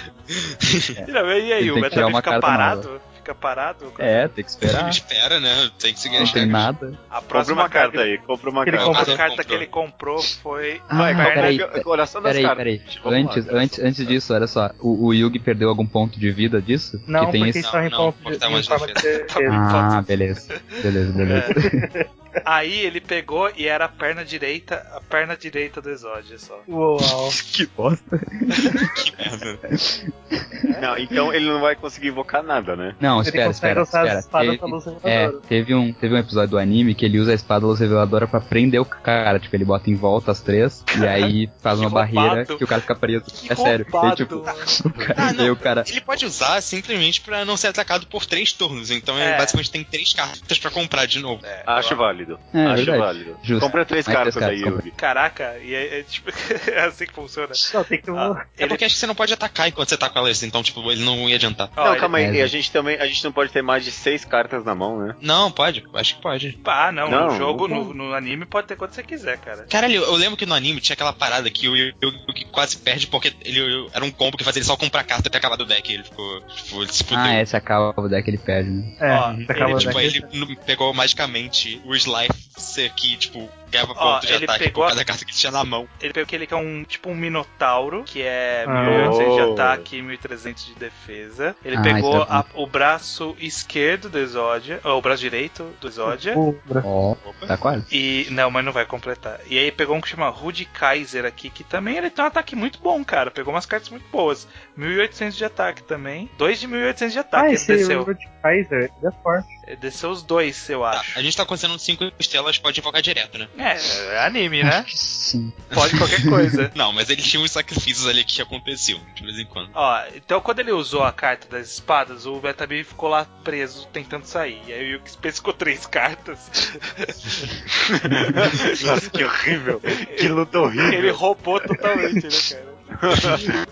[SPEAKER 2] E, não, e aí,
[SPEAKER 4] Ele
[SPEAKER 2] o
[SPEAKER 4] tem que tirar
[SPEAKER 2] Metal
[SPEAKER 4] uma
[SPEAKER 2] fica
[SPEAKER 4] carta
[SPEAKER 2] parado? Fica parado?
[SPEAKER 4] É, tem que
[SPEAKER 3] Ele
[SPEAKER 2] Ah.
[SPEAKER 4] esperar.
[SPEAKER 3] espera, né? Tem que seguir
[SPEAKER 4] Não
[SPEAKER 3] as
[SPEAKER 4] tem
[SPEAKER 3] regras.
[SPEAKER 4] nada.
[SPEAKER 2] A
[SPEAKER 1] Compra
[SPEAKER 2] próxima
[SPEAKER 1] uma carta aí, compra uma
[SPEAKER 5] Ele
[SPEAKER 1] carta.
[SPEAKER 5] compra-
[SPEAKER 2] A
[SPEAKER 3] Ele
[SPEAKER 2] carta
[SPEAKER 3] comprou.
[SPEAKER 2] que ele comprou foi.
[SPEAKER 4] Ah,
[SPEAKER 1] Vai,
[SPEAKER 4] peraí,
[SPEAKER 1] pega
[SPEAKER 4] peraí.
[SPEAKER 1] o coração das
[SPEAKER 4] Peraí,
[SPEAKER 1] cartas.
[SPEAKER 4] peraí.
[SPEAKER 1] Vamos lá,
[SPEAKER 4] Antes,
[SPEAKER 1] coração
[SPEAKER 4] antes,
[SPEAKER 1] das
[SPEAKER 4] antes disso, olha só. O, o Yugi perdeu algum ponto de vida disso?
[SPEAKER 5] Não,
[SPEAKER 4] que tem
[SPEAKER 5] porque
[SPEAKER 4] esse...
[SPEAKER 5] isso é um
[SPEAKER 3] Não, não,
[SPEAKER 5] encontro
[SPEAKER 3] porque
[SPEAKER 5] de
[SPEAKER 3] tá mais
[SPEAKER 5] forma de defesa.
[SPEAKER 4] Ah, beleza. Beleza, beleza.
[SPEAKER 2] Aí ele pegou e era a perna direita, a perna direita do Exódio só.
[SPEAKER 5] Uau.
[SPEAKER 4] que bosta.
[SPEAKER 1] cartas. Não, então ele não vai conseguir invocar nada, né?
[SPEAKER 4] Não,
[SPEAKER 5] Ele
[SPEAKER 4] espera,
[SPEAKER 5] consegue
[SPEAKER 4] espera.
[SPEAKER 5] usar
[SPEAKER 4] espera.
[SPEAKER 5] a espada
[SPEAKER 4] Teve-
[SPEAKER 5] pra luz
[SPEAKER 4] É,
[SPEAKER 5] reveladora.
[SPEAKER 4] teve um, teve um episódio do anime que ele usa a espada luz reveladora pra prender o cara. Tipo, ele bota em volta as três e aí faz
[SPEAKER 2] que
[SPEAKER 4] uma
[SPEAKER 2] roubado.
[SPEAKER 4] barreira que o cara fica preso.
[SPEAKER 2] Que
[SPEAKER 4] é sério. Aí,
[SPEAKER 2] roubado,
[SPEAKER 4] tipo,
[SPEAKER 2] mano.
[SPEAKER 4] o cara,
[SPEAKER 3] Ah, não.
[SPEAKER 4] aí o cara.
[SPEAKER 3] Ele pode usar simplesmente pra não ser atacado por três turnos. Então ele
[SPEAKER 2] É.
[SPEAKER 3] basicamente tem três cartas pra comprar de novo.
[SPEAKER 2] É,
[SPEAKER 1] Acho
[SPEAKER 2] eu-
[SPEAKER 1] válido.
[SPEAKER 4] É, é
[SPEAKER 1] Acho
[SPEAKER 4] verdade.
[SPEAKER 1] válido.
[SPEAKER 4] Justo.
[SPEAKER 1] Compra três
[SPEAKER 4] Mais
[SPEAKER 1] cartas
[SPEAKER 4] três
[SPEAKER 1] aí,
[SPEAKER 4] cartas, compra.
[SPEAKER 1] Yugi.
[SPEAKER 2] Caraca, e é, é tipo é assim que funciona.
[SPEAKER 5] Não, tem que. um-
[SPEAKER 2] Ah,
[SPEAKER 3] É porque acho que você não pode atacar enquanto você tá com elas, então, tipo, ele não ia adiantar.
[SPEAKER 2] Ó,
[SPEAKER 1] não,
[SPEAKER 2] ele-
[SPEAKER 5] É,
[SPEAKER 1] calma aí.
[SPEAKER 4] Mas-
[SPEAKER 1] E a gente também. A gente não pode ter mais de seis cartas na mão, né?
[SPEAKER 3] Não, pode, acho que pode.
[SPEAKER 2] Ah, não, no
[SPEAKER 1] Não,
[SPEAKER 2] jogo,
[SPEAKER 1] não
[SPEAKER 2] no, no anime, pode ter quanto você quiser, cara.
[SPEAKER 3] Caralho, eu lembro que no anime tinha aquela parada que o Yugi quase perde porque ele eu- era um combo que fazia ele só comprar carta até acabar do deck. Ele ficou, tipo, ele se fudeu.
[SPEAKER 4] Ah, é, se acaba o deck, ele perde, né?
[SPEAKER 5] É,
[SPEAKER 2] Ó,
[SPEAKER 5] você
[SPEAKER 2] ele,
[SPEAKER 5] acaba
[SPEAKER 3] Tipo, aí
[SPEAKER 5] daqui.
[SPEAKER 3] ele n- pegou magicamente o Slife ser que, tipo, ganhava
[SPEAKER 2] Ó,
[SPEAKER 3] ponto de
[SPEAKER 2] ele
[SPEAKER 3] ataque
[SPEAKER 2] pegou
[SPEAKER 3] por
[SPEAKER 2] a-
[SPEAKER 3] cada carta que ele tinha na mão.
[SPEAKER 2] Ele pegou aquele que é um tipo um minotauro, que é
[SPEAKER 5] Ah.
[SPEAKER 2] 1800 de
[SPEAKER 1] Oh.
[SPEAKER 2] ataque e 1300 de defesa. Ele
[SPEAKER 4] Ah,
[SPEAKER 2] pegou
[SPEAKER 4] isso é bom.
[SPEAKER 2] a- o braço esquerdo do Exodia, ou o braço direito do Exodia.
[SPEAKER 5] O braço
[SPEAKER 4] Ó,
[SPEAKER 3] Opa.
[SPEAKER 4] tá quase.
[SPEAKER 2] E. Não, mas não vai completar. E aí pegou um que chama Rude Kaiser aqui, que também ele tem um ataque muito bom, cara. Pegou umas cartas muito boas. 1800 de ataque também. 2 de 1800 de ataque.
[SPEAKER 5] ah,
[SPEAKER 2] ele
[SPEAKER 5] esse
[SPEAKER 2] desceu.
[SPEAKER 5] Rude Kaiser ele é forte.
[SPEAKER 2] Ele desceu os dois, eu
[SPEAKER 3] Tá,
[SPEAKER 2] acho.
[SPEAKER 3] a gente tá acontecendo cinco estrelas, pode invocar direto, né?
[SPEAKER 2] É, é anime, né?
[SPEAKER 4] Acho que sim.
[SPEAKER 2] Pode qualquer coisa.
[SPEAKER 3] Não, mas ele tinha uns sacrifícios ali que aconteciam, de vez em quando.
[SPEAKER 2] Ó, então quando ele usou a carta das espadas, o Betabi ficou lá preso tentando sair. E aí o Yuki pescou três cartas.
[SPEAKER 1] Nossa, que horrível. Que luta horrível.
[SPEAKER 2] Ele roubou totalmente, né, cara?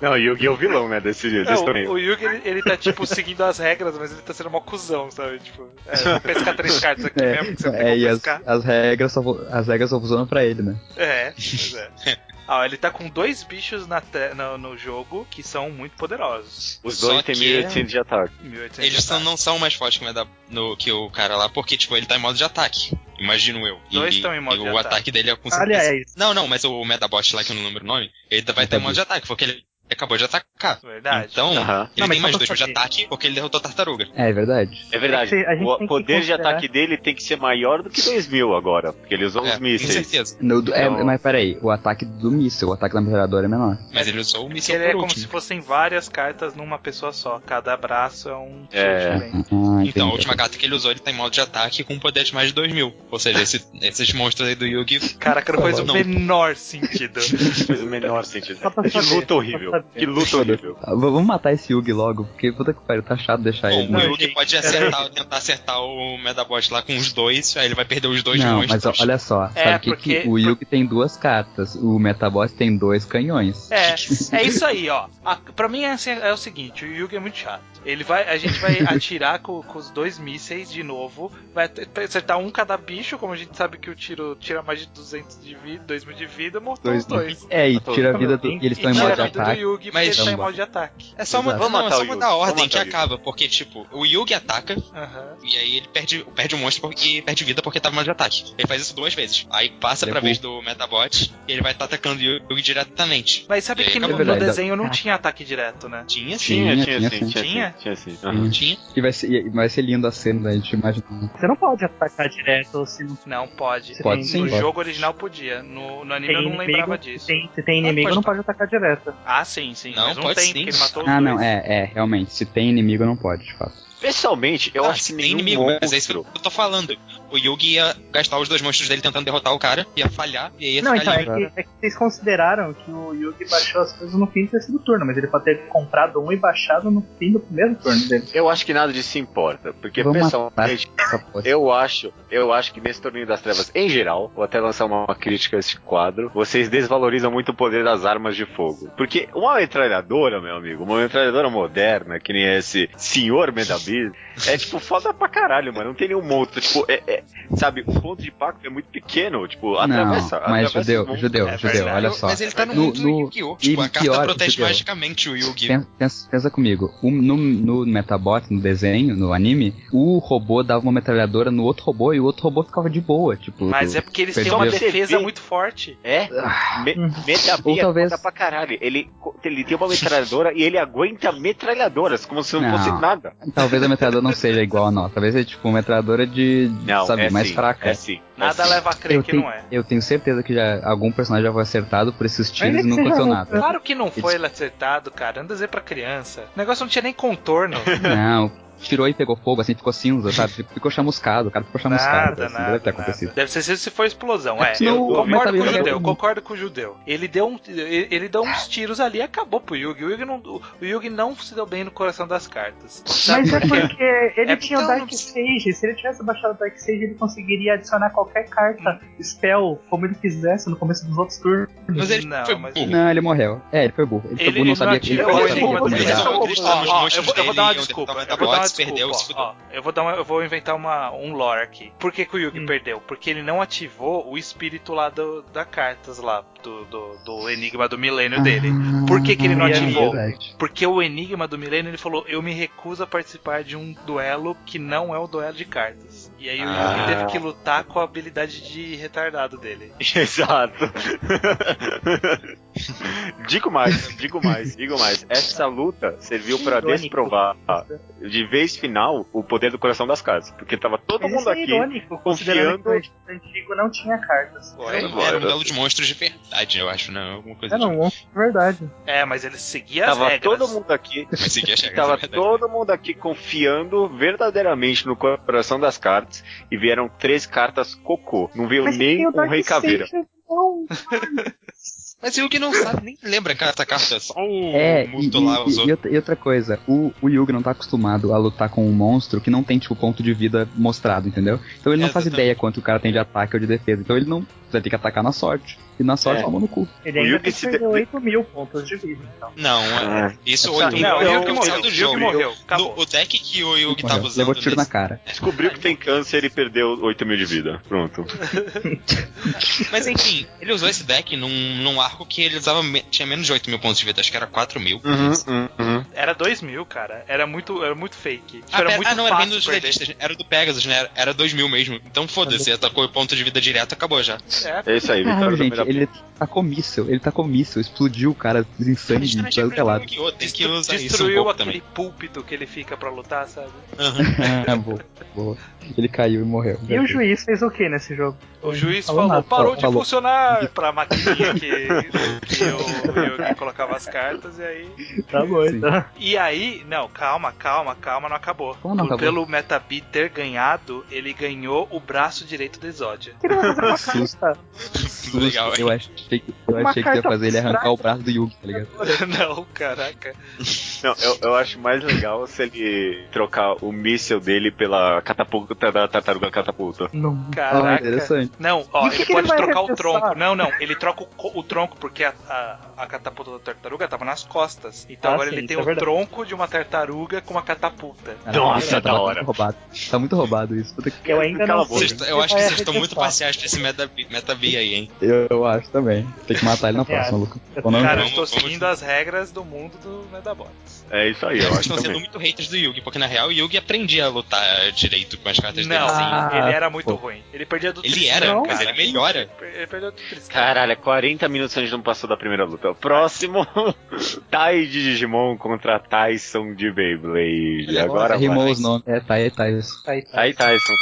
[SPEAKER 1] Não, Yugi é o vilão, né? Desse, desse
[SPEAKER 2] Não,
[SPEAKER 1] torneio.
[SPEAKER 2] o Yugi, ele, ele tá, tipo, seguindo as regras, mas ele tá sendo mó cuzão, sabe? Tipo, é, vou pescar três cartas aqui
[SPEAKER 4] É,
[SPEAKER 2] mesmo, que você não
[SPEAKER 4] é,
[SPEAKER 2] tem
[SPEAKER 4] e
[SPEAKER 2] como
[SPEAKER 4] as,
[SPEAKER 2] pescar.
[SPEAKER 4] as regras só, fu- as regras só funcionam pra ele, né?
[SPEAKER 2] É, pois é. Ah, ele tá com dois bichos na te- no, no jogo que são muito poderosos.
[SPEAKER 1] Os
[SPEAKER 3] Só
[SPEAKER 1] dois têm
[SPEAKER 3] que-
[SPEAKER 1] 1800 de ataque.
[SPEAKER 2] 1800
[SPEAKER 3] Eles são-
[SPEAKER 2] ataque.
[SPEAKER 3] não são mais fortes que, o Meda- no- que o cara lá, porque, tipo, ele tá em modo de ataque. Imagino eu.
[SPEAKER 2] Dois
[SPEAKER 3] E-
[SPEAKER 2] estão em modo
[SPEAKER 3] e
[SPEAKER 2] de
[SPEAKER 3] o
[SPEAKER 2] ataque.
[SPEAKER 3] ataque. dele é com certeza.
[SPEAKER 5] Aliás,
[SPEAKER 3] Não, não, mas o Medabot lá, que eu não lembro o nome, ele tá, vai estar em modo de ataque, porque ele acabou de atacar.
[SPEAKER 2] é Verdade.
[SPEAKER 3] Então,
[SPEAKER 1] Aham.
[SPEAKER 3] ele
[SPEAKER 5] Não, mas
[SPEAKER 3] tem
[SPEAKER 5] só
[SPEAKER 3] mais
[SPEAKER 5] pra
[SPEAKER 3] dois de
[SPEAKER 5] saber.
[SPEAKER 3] ataque, porque ele derrotou a tartaruga.
[SPEAKER 4] É verdade.
[SPEAKER 1] É verdade.
[SPEAKER 5] É que a gente tem
[SPEAKER 1] o
[SPEAKER 5] que
[SPEAKER 1] poder de
[SPEAKER 5] considerar-
[SPEAKER 1] ataque dele tem que ser maior do que 2000 agora. Porque ele usou os
[SPEAKER 3] É, com
[SPEAKER 1] mísseis.
[SPEAKER 3] certeza.
[SPEAKER 4] No- do- é,
[SPEAKER 1] Então-
[SPEAKER 4] mas peraí, o ataque do míssil, o ataque da metralhadora é menor.
[SPEAKER 3] Mas ele usou o
[SPEAKER 2] Porque
[SPEAKER 3] míssil
[SPEAKER 2] ele
[SPEAKER 3] por
[SPEAKER 2] é como
[SPEAKER 3] último.
[SPEAKER 2] se fossem várias cartas numa pessoa só. Cada braço é um tiro
[SPEAKER 1] É.
[SPEAKER 2] diferente.
[SPEAKER 4] Ah,
[SPEAKER 3] Então, a
[SPEAKER 4] entendi.
[SPEAKER 3] última carta que ele usou, ele tá em modo de ataque com um poder de mais de 2000. Ou seja, esse- esses monstros aí do Yugi.
[SPEAKER 2] Caraca,
[SPEAKER 4] Tá
[SPEAKER 2] não faz o
[SPEAKER 3] Não.
[SPEAKER 2] menor sentido.
[SPEAKER 1] Faz o menor sentido.
[SPEAKER 5] Só pra
[SPEAKER 1] Que
[SPEAKER 5] saber,
[SPEAKER 1] luta horrível.
[SPEAKER 5] só pra saber.
[SPEAKER 1] Que luta horrível.
[SPEAKER 4] Ah, v- Vamos matar esse Yugi logo, porque puta que pariu, tá chato deixar
[SPEAKER 3] Bom,
[SPEAKER 4] ele. né?
[SPEAKER 3] o Yugi
[SPEAKER 5] gente,
[SPEAKER 3] pode acertar, tentar acertar o Medabot lá com os dois, aí ele vai perder os dois
[SPEAKER 4] Não,
[SPEAKER 3] monstros.
[SPEAKER 4] mas ó, olha só,
[SPEAKER 2] É,
[SPEAKER 4] sabe o que,
[SPEAKER 2] porque-
[SPEAKER 4] que o Yugi tem duas cartas, o Metabot tem dois canhões.
[SPEAKER 2] É, é isso aí, ó. A, pra mim é, assim- é o seguinte, o Yugi é muito chato. Ele vai, a gente vai atirar com, com os dois mísseis de novo, vai at- acertar um cada bicho, como a gente sabe que o tiro tira mais de 200 de vida, 2 mil de vida, mortou os dois.
[SPEAKER 4] É, e tira a vida do.
[SPEAKER 5] E
[SPEAKER 4] E eles estão em
[SPEAKER 2] tira
[SPEAKER 4] modo de
[SPEAKER 2] a vida do
[SPEAKER 4] ataque.
[SPEAKER 2] Yugi porque
[SPEAKER 3] Mas-
[SPEAKER 2] ele tá em
[SPEAKER 4] Caramba.
[SPEAKER 2] modo de ataque.
[SPEAKER 3] É só,
[SPEAKER 4] Exato.
[SPEAKER 3] uma,
[SPEAKER 1] Vamos
[SPEAKER 3] não, é
[SPEAKER 1] matar
[SPEAKER 3] só
[SPEAKER 1] o
[SPEAKER 3] mudar a
[SPEAKER 1] Yugi, vamos
[SPEAKER 3] ordem que
[SPEAKER 1] matar o Yugi.
[SPEAKER 3] acaba, porque, tipo, o Yugi ataca,
[SPEAKER 2] Aham.
[SPEAKER 3] e aí ele perde, perde o monstro e perde vida porque tava no de ataque. Ele faz isso duas vezes. Aí passa pra
[SPEAKER 4] Deku.
[SPEAKER 3] vez do Metabot, e ele vai estar atacando o Yugi diretamente.
[SPEAKER 2] Mas sabe
[SPEAKER 3] E aí
[SPEAKER 2] que no,
[SPEAKER 3] acabou.
[SPEAKER 2] no
[SPEAKER 4] É verdade.
[SPEAKER 2] desenho não tinha ataque direto, né?
[SPEAKER 3] Tinha sim.
[SPEAKER 1] Tinha,
[SPEAKER 4] Tinha,
[SPEAKER 1] tinha,
[SPEAKER 4] tinha
[SPEAKER 1] sim,
[SPEAKER 4] sim.
[SPEAKER 1] tinha,
[SPEAKER 2] Tinha?
[SPEAKER 1] sim. Tinha sim.
[SPEAKER 4] Tinha.
[SPEAKER 3] Tinha.
[SPEAKER 4] E vai ser, e vai ser lindo a cena da gente imaginar.
[SPEAKER 5] Você não pode atacar direto se não
[SPEAKER 2] Não pode.
[SPEAKER 4] Pode
[SPEAKER 5] Sim,
[SPEAKER 4] sim,
[SPEAKER 2] no
[SPEAKER 4] pode.
[SPEAKER 2] jogo original podia. No, no anime
[SPEAKER 5] tem
[SPEAKER 2] eu não lembrava
[SPEAKER 5] inimigo.
[SPEAKER 2] disso.
[SPEAKER 5] Se tem, se tem
[SPEAKER 2] Ah,
[SPEAKER 5] inimigo,
[SPEAKER 2] pode
[SPEAKER 5] não pode atacar direto.
[SPEAKER 2] Ah, sim, sim.
[SPEAKER 3] Não,
[SPEAKER 2] mas não
[SPEAKER 3] pode
[SPEAKER 2] tem,
[SPEAKER 3] sim.
[SPEAKER 2] porque ele matou os
[SPEAKER 4] Ah,
[SPEAKER 2] dois.
[SPEAKER 4] não, é, é, realmente. Se tem inimigo, não pode, de fato.
[SPEAKER 1] Pessoalmente, eu
[SPEAKER 3] Não,
[SPEAKER 1] acho que
[SPEAKER 3] Ah, tem
[SPEAKER 1] nenhum
[SPEAKER 3] inimigo, mas é isso
[SPEAKER 1] monstro...
[SPEAKER 3] que eu tô falando. O Yugi ia gastar os dois monstros dele tentando derrotar o cara, ia falhar, e aí ia
[SPEAKER 5] Não,
[SPEAKER 3] ficar
[SPEAKER 5] então é
[SPEAKER 3] livre.
[SPEAKER 4] livre.
[SPEAKER 5] que, é que vocês consideraram que o Yugi baixou as coisas no fim do terceiro turno, mas ele pode ter comprado um e baixado no fim do primeiro turno dele.
[SPEAKER 1] Eu acho que nada disso importa, porque
[SPEAKER 4] Vamos
[SPEAKER 1] pessoalmente
[SPEAKER 4] Essa porra.
[SPEAKER 1] eu acho, eu acho que nesse torneio das trevas em geral, vou até lançar uma, uma crítica a este quadro, vocês desvalorizam muito o poder das armas de fogo. Porque uma metralhadora, meu amigo, uma metralhadora moderna, que nem esse senhor Medabir, é tipo foda pra caralho, mano. Não tem nenhum monstro, tipo, é, é- sabe, o ponto de impacto é muito pequeno, tipo, atravessa.
[SPEAKER 4] não, mas
[SPEAKER 1] atravessa os
[SPEAKER 4] judeu,
[SPEAKER 1] monstros.
[SPEAKER 4] judeu,
[SPEAKER 2] É
[SPEAKER 4] judeu,
[SPEAKER 2] verdade.
[SPEAKER 4] olha só.
[SPEAKER 3] Mas ele tá no,
[SPEAKER 4] No-
[SPEAKER 3] mundo
[SPEAKER 4] no-
[SPEAKER 3] do Yu-Gi-Oh! Tipo, a
[SPEAKER 4] e
[SPEAKER 3] carta
[SPEAKER 4] pior,
[SPEAKER 3] protege
[SPEAKER 4] Yu-Gi-Oh!
[SPEAKER 3] magicamente o Yugi.
[SPEAKER 4] Pensa, pensa- pensa comigo, o- no, no Metabot, no desenho, no anime, o robô dava uma metralhadora no outro robô e o outro robô ficava de boa, tipo.
[SPEAKER 2] Mas é porque eles têm
[SPEAKER 4] Perdeu.
[SPEAKER 2] uma defesa
[SPEAKER 1] Percebi.
[SPEAKER 2] muito forte.
[SPEAKER 1] É? Me,
[SPEAKER 5] Hum.
[SPEAKER 1] metralhadora
[SPEAKER 4] Ou talvez-
[SPEAKER 1] pra caralho. Ele, ele tem uma metralhadora e ele aguenta metralhadoras, como se não,
[SPEAKER 4] Não.
[SPEAKER 1] fosse nada.
[SPEAKER 4] Talvez a metralhadora não seja igual a nossa, talvez seja tipo uma metralhadora de,
[SPEAKER 1] Não,
[SPEAKER 4] sabe,
[SPEAKER 1] é
[SPEAKER 4] mais
[SPEAKER 1] sim,
[SPEAKER 2] assim,
[SPEAKER 4] fraca.
[SPEAKER 1] É sim.
[SPEAKER 2] Nada
[SPEAKER 1] é sim.
[SPEAKER 2] leva a crer
[SPEAKER 4] eu,
[SPEAKER 2] que
[SPEAKER 4] tenho,
[SPEAKER 2] não é.
[SPEAKER 4] eu tenho certeza que já algum personagem já foi acertado por esses tiros
[SPEAKER 5] Ainda
[SPEAKER 4] e não
[SPEAKER 5] que seja
[SPEAKER 4] aconteceu
[SPEAKER 5] um-
[SPEAKER 4] nada.
[SPEAKER 2] Claro que não foi ele acertado, cara. Anda dizer pra criança. O negócio não tinha nem contorno.
[SPEAKER 4] Não, tirou e pegou fogo, assim, ficou cinza, sabe? Ficou chamuscado, o cara ficou chamuscado.
[SPEAKER 2] nada,
[SPEAKER 4] assim, deve
[SPEAKER 2] nada,
[SPEAKER 4] ter acontecido.
[SPEAKER 2] nada. Deve ser se for explosão. É,
[SPEAKER 4] Não,
[SPEAKER 2] eu
[SPEAKER 4] mas
[SPEAKER 2] concordo
[SPEAKER 4] também
[SPEAKER 2] com o
[SPEAKER 4] eu-
[SPEAKER 2] judeu, eu concordo com o judeu. Ele deu, um, ele, ele deu uns tiros ali e acabou pro Yugi. O Yugi, não, o Yugi não se deu bem no coração das cartas. Sabe
[SPEAKER 5] Mas é
[SPEAKER 2] por quê?
[SPEAKER 5] porque ele
[SPEAKER 2] É
[SPEAKER 5] tinha o
[SPEAKER 3] porque eu
[SPEAKER 5] Dark
[SPEAKER 3] não-
[SPEAKER 5] Sage. Se ele tivesse baixado o Dark Sage, ele conseguiria adicionar qualquer carta, spell, como ele quisesse no começo dos outros turnos.
[SPEAKER 3] Mas ele
[SPEAKER 2] Não,
[SPEAKER 3] foi
[SPEAKER 2] mas-
[SPEAKER 3] burro.
[SPEAKER 4] Não, ele morreu. É, ele foi burro. Ele, foi burro, não sabia que ele
[SPEAKER 1] atirou,
[SPEAKER 4] não
[SPEAKER 1] ele
[SPEAKER 4] sabia como
[SPEAKER 1] mandou-
[SPEAKER 3] ele
[SPEAKER 4] ligar.
[SPEAKER 3] só-
[SPEAKER 2] Ó, ó, eu vou- eu vou dar uma desculpa. Eu vou dar uma
[SPEAKER 3] Perdeu,
[SPEAKER 2] desculpa.
[SPEAKER 3] se fudeu.
[SPEAKER 2] ó, ó. Eu vou dar uma- eu vou inventar uma- um lore aqui. Por que, que o Yugi
[SPEAKER 5] Hum.
[SPEAKER 2] perdeu? Porque ele não ativou o espírito lá do, da cartas lá, do, do- do enigma do milênio dele. Por que que ele não
[SPEAKER 4] Ah,
[SPEAKER 2] ativou?
[SPEAKER 4] verdade.
[SPEAKER 2] Porque o enigma do milênio, ele falou, eu me recuso a participar de um duelo que não é o duelo de cartas. E aí o
[SPEAKER 1] Ah.
[SPEAKER 2] Yugi teve que lutar com a habilidade de retardado dele.
[SPEAKER 1] Exato. digo mais, digo mais, digo mais. Essa luta serviu pra
[SPEAKER 5] Irônico.
[SPEAKER 1] desprovar de vez final o poder do coração das cartas. Porque tava todo
[SPEAKER 5] Mas
[SPEAKER 1] mundo
[SPEAKER 5] isso é
[SPEAKER 1] aqui.
[SPEAKER 5] irônico, considerando que o
[SPEAKER 1] confiando-
[SPEAKER 5] Egito antigo não tinha cartas.
[SPEAKER 3] Era um- Era um duelo de monstros de verdade, eu acho, né? Alguma coisa
[SPEAKER 5] Era um monstro de verdade.
[SPEAKER 2] É, mas ele seguia as
[SPEAKER 1] Tava
[SPEAKER 2] regras.
[SPEAKER 1] todo mundo aqui.
[SPEAKER 3] Mas seguia a regra,
[SPEAKER 1] Tava
[SPEAKER 3] é verdade.
[SPEAKER 1] todo mundo aqui confiando verdadeiramente no coração das cartas e vieram três cartas cocô. Não veio
[SPEAKER 5] Mas
[SPEAKER 1] nem
[SPEAKER 5] tem o
[SPEAKER 1] um
[SPEAKER 5] Dark
[SPEAKER 1] rei caveira.
[SPEAKER 5] Sage, não.
[SPEAKER 3] Mas o Yugi não sabe, nem lembra cara, essa carta, só o
[SPEAKER 4] É, e,
[SPEAKER 3] Muto lá
[SPEAKER 4] e- e
[SPEAKER 3] usou.
[SPEAKER 4] outra- e outra coisa, o, o Yugi não tá acostumado a lutar com um monstro que não tem, tipo, ponto de vida mostrado, entendeu? Então ele não
[SPEAKER 3] É,
[SPEAKER 4] faz
[SPEAKER 3] exatamente.
[SPEAKER 4] ideia quanto o cara tem de ataque ou de defesa. Então ele não vai ter que atacar na sorte. E na sorte
[SPEAKER 1] É.
[SPEAKER 4] toma no cu.
[SPEAKER 5] Ele
[SPEAKER 1] O
[SPEAKER 5] ainda
[SPEAKER 1] Yugi
[SPEAKER 5] tem que
[SPEAKER 1] se
[SPEAKER 5] perder
[SPEAKER 1] de-
[SPEAKER 5] 8 mil pontos de vida. Então.
[SPEAKER 3] Não, é- isso ou então
[SPEAKER 2] Não,
[SPEAKER 1] Então,
[SPEAKER 2] o Yugi
[SPEAKER 1] eu-
[SPEAKER 2] morreu,
[SPEAKER 1] eu-
[SPEAKER 2] o
[SPEAKER 3] do
[SPEAKER 2] Yugi
[SPEAKER 3] jogo.
[SPEAKER 2] morreu, acabou.
[SPEAKER 3] No- o deck que o Yugi
[SPEAKER 4] Morreu.
[SPEAKER 3] tava usando.
[SPEAKER 4] Levou tiro na
[SPEAKER 3] nesse-
[SPEAKER 4] cara.
[SPEAKER 1] Descobriu que tem câncer e perdeu 8 mil de vida. Pronto.
[SPEAKER 3] Mas enfim, ele usou esse deck num, num arco que ele usava me- tinha menos de 8 mil pontos de vida, acho que era 4 mil. uhum,
[SPEAKER 2] Era 2 mil, cara. Era muito, era muito fake. Tipo,
[SPEAKER 3] Ah,
[SPEAKER 2] era
[SPEAKER 3] pera-
[SPEAKER 2] muito
[SPEAKER 3] ah, não, era bem
[SPEAKER 2] fácil
[SPEAKER 3] dos
[SPEAKER 2] perder.
[SPEAKER 3] duelistas, era do Pegasus, né? Era- Era 2 mil mesmo. Então foda-se, atacou o ponto de vida direto, acabou já.
[SPEAKER 2] É,
[SPEAKER 1] É isso aí, vitória do
[SPEAKER 4] Caralho, gente,
[SPEAKER 1] Mirapol.
[SPEAKER 4] ele tá com míssel, ele tá com míssel, explodiu o cara insane de
[SPEAKER 3] Justamente é
[SPEAKER 4] todo
[SPEAKER 3] pra
[SPEAKER 4] lado.
[SPEAKER 3] Yu-Gi-Oh! Tem que
[SPEAKER 2] destru-
[SPEAKER 3] usar isso um
[SPEAKER 2] destruiu
[SPEAKER 3] pouco
[SPEAKER 2] aquele
[SPEAKER 3] também.
[SPEAKER 2] púlpito que ele fica pra lutar, sabe?
[SPEAKER 3] Aham.
[SPEAKER 4] Ah, boa, boa. Ele caiu e morreu.
[SPEAKER 5] E o juiz fez o que nesse jogo?
[SPEAKER 2] O juiz
[SPEAKER 5] Falou
[SPEAKER 2] falou,
[SPEAKER 5] nada,
[SPEAKER 2] parou
[SPEAKER 4] falou,
[SPEAKER 2] de
[SPEAKER 4] falou.
[SPEAKER 2] funcionar pra maquininha que, que o o Yugi colocava as cartas e aí.
[SPEAKER 5] Tá bom,
[SPEAKER 4] Sim.
[SPEAKER 5] então.
[SPEAKER 2] E aí, não, calma, calma, calma, não acabou.
[SPEAKER 4] Como não
[SPEAKER 2] Por-
[SPEAKER 4] acabou?
[SPEAKER 2] Pelo Metabee ter ganhado, ele ganhou o braço direito do Exodia.
[SPEAKER 4] Que susto,
[SPEAKER 5] Tá.
[SPEAKER 4] susto.
[SPEAKER 3] Legal, hein?
[SPEAKER 4] eu achei que, eu
[SPEAKER 5] Uma
[SPEAKER 4] achei que ia
[SPEAKER 5] carta
[SPEAKER 4] fazer ele arrancar
[SPEAKER 5] abstrata.
[SPEAKER 4] o braço do Yugi, tá ligado?
[SPEAKER 2] não, caraca.
[SPEAKER 1] Não, eu, eu acho mais legal se ele trocar o míssil dele pela catapulta da tartaruga catapulta.
[SPEAKER 5] Não.
[SPEAKER 4] Ah,
[SPEAKER 2] Caraca.
[SPEAKER 4] interessante.
[SPEAKER 2] Não, ó,
[SPEAKER 5] E o que
[SPEAKER 2] ele
[SPEAKER 5] que ele
[SPEAKER 2] pode
[SPEAKER 5] vai
[SPEAKER 2] trocar o
[SPEAKER 5] repensar?
[SPEAKER 2] tronco. Não, não, ele troca o, co- o tronco, porque a, a- a catapulta da tartaruga tava nas costas. Então
[SPEAKER 5] Ah,
[SPEAKER 2] agora
[SPEAKER 5] sim,
[SPEAKER 2] ele tem
[SPEAKER 5] isso é
[SPEAKER 2] o
[SPEAKER 5] verdade.
[SPEAKER 2] tronco de uma tartaruga com uma catapulta.
[SPEAKER 4] Caralho,
[SPEAKER 1] Nossa,
[SPEAKER 4] tá
[SPEAKER 1] da
[SPEAKER 4] muito
[SPEAKER 1] hora.
[SPEAKER 4] roubado. Tá muito roubado isso. Puta que-
[SPEAKER 5] Eu ainda
[SPEAKER 1] Cala
[SPEAKER 5] não
[SPEAKER 1] a boca.
[SPEAKER 5] sei.
[SPEAKER 1] Vocês
[SPEAKER 5] se
[SPEAKER 3] Vocês- eu
[SPEAKER 5] ele
[SPEAKER 3] acho que
[SPEAKER 5] vai
[SPEAKER 3] vocês estão muito
[SPEAKER 5] arrebentar.
[SPEAKER 3] parciais pra esse meta, meta B aí, hein?
[SPEAKER 4] Eu, eu acho também. Tem que matar ele na
[SPEAKER 5] Também
[SPEAKER 4] próxima,
[SPEAKER 5] acho.
[SPEAKER 4] Luca. Ou não,
[SPEAKER 2] Cara, eu
[SPEAKER 4] então.
[SPEAKER 2] estou
[SPEAKER 3] Vamos- vamos
[SPEAKER 2] seguindo
[SPEAKER 3] junto.
[SPEAKER 2] as regras do mundo do Medabots.
[SPEAKER 1] É isso aí, eu
[SPEAKER 3] Vocês
[SPEAKER 1] acho
[SPEAKER 3] estão sendo
[SPEAKER 1] também.
[SPEAKER 3] muito haters do Yugi, porque na real o Yugi aprendia a lutar direito com as cartas
[SPEAKER 2] Não,
[SPEAKER 3] dele assim.
[SPEAKER 4] Ah,
[SPEAKER 2] ele era muito
[SPEAKER 4] pô.
[SPEAKER 2] ruim. Ele perdia do
[SPEAKER 3] Ele
[SPEAKER 2] Tristan,
[SPEAKER 3] era,
[SPEAKER 5] Não,
[SPEAKER 3] mas
[SPEAKER 2] cara.
[SPEAKER 4] é
[SPEAKER 3] ele melhora.
[SPEAKER 2] Ele perdeu do Tristan.
[SPEAKER 1] Caralho, é 40 minutos a gente não passou da primeira luta. É Próximo, Tai de Digimon contra Tyson de Beyblade.
[SPEAKER 3] Olha,
[SPEAKER 1] Agora vai.
[SPEAKER 4] rimou os nomes. É, tá, é, tá isso.
[SPEAKER 5] Tá aí, tá.
[SPEAKER 1] Aí, Tyson.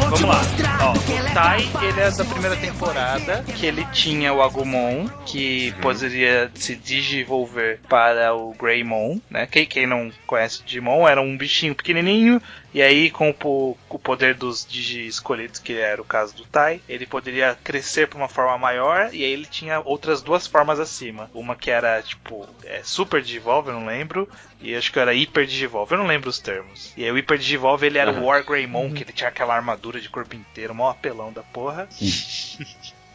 [SPEAKER 2] Vamos lá. Ó, o Tai, ele é da primeira temporada, que ele tinha o Agumon, que poderia se desenvolver para o Greymon, né? Quem, quem não conhece o Digimon, era um bichinho pequenininho, e aí com o, po- com o poder dos Digi escolhidos, que era o caso do Tai, ele poderia crescer para uma forma maior, e aí ele tinha outras duas formas acima. Uma que era, tipo, é, Super Digivolve, eu não lembro, e acho que era Hiper Digivolve, eu não lembro os termos. E aí o Hiper Digivolve, ele era o
[SPEAKER 1] Aham.
[SPEAKER 2] War Greymon, que ele tinha aquela armadura de corpo inteiro, mó apelão da porra.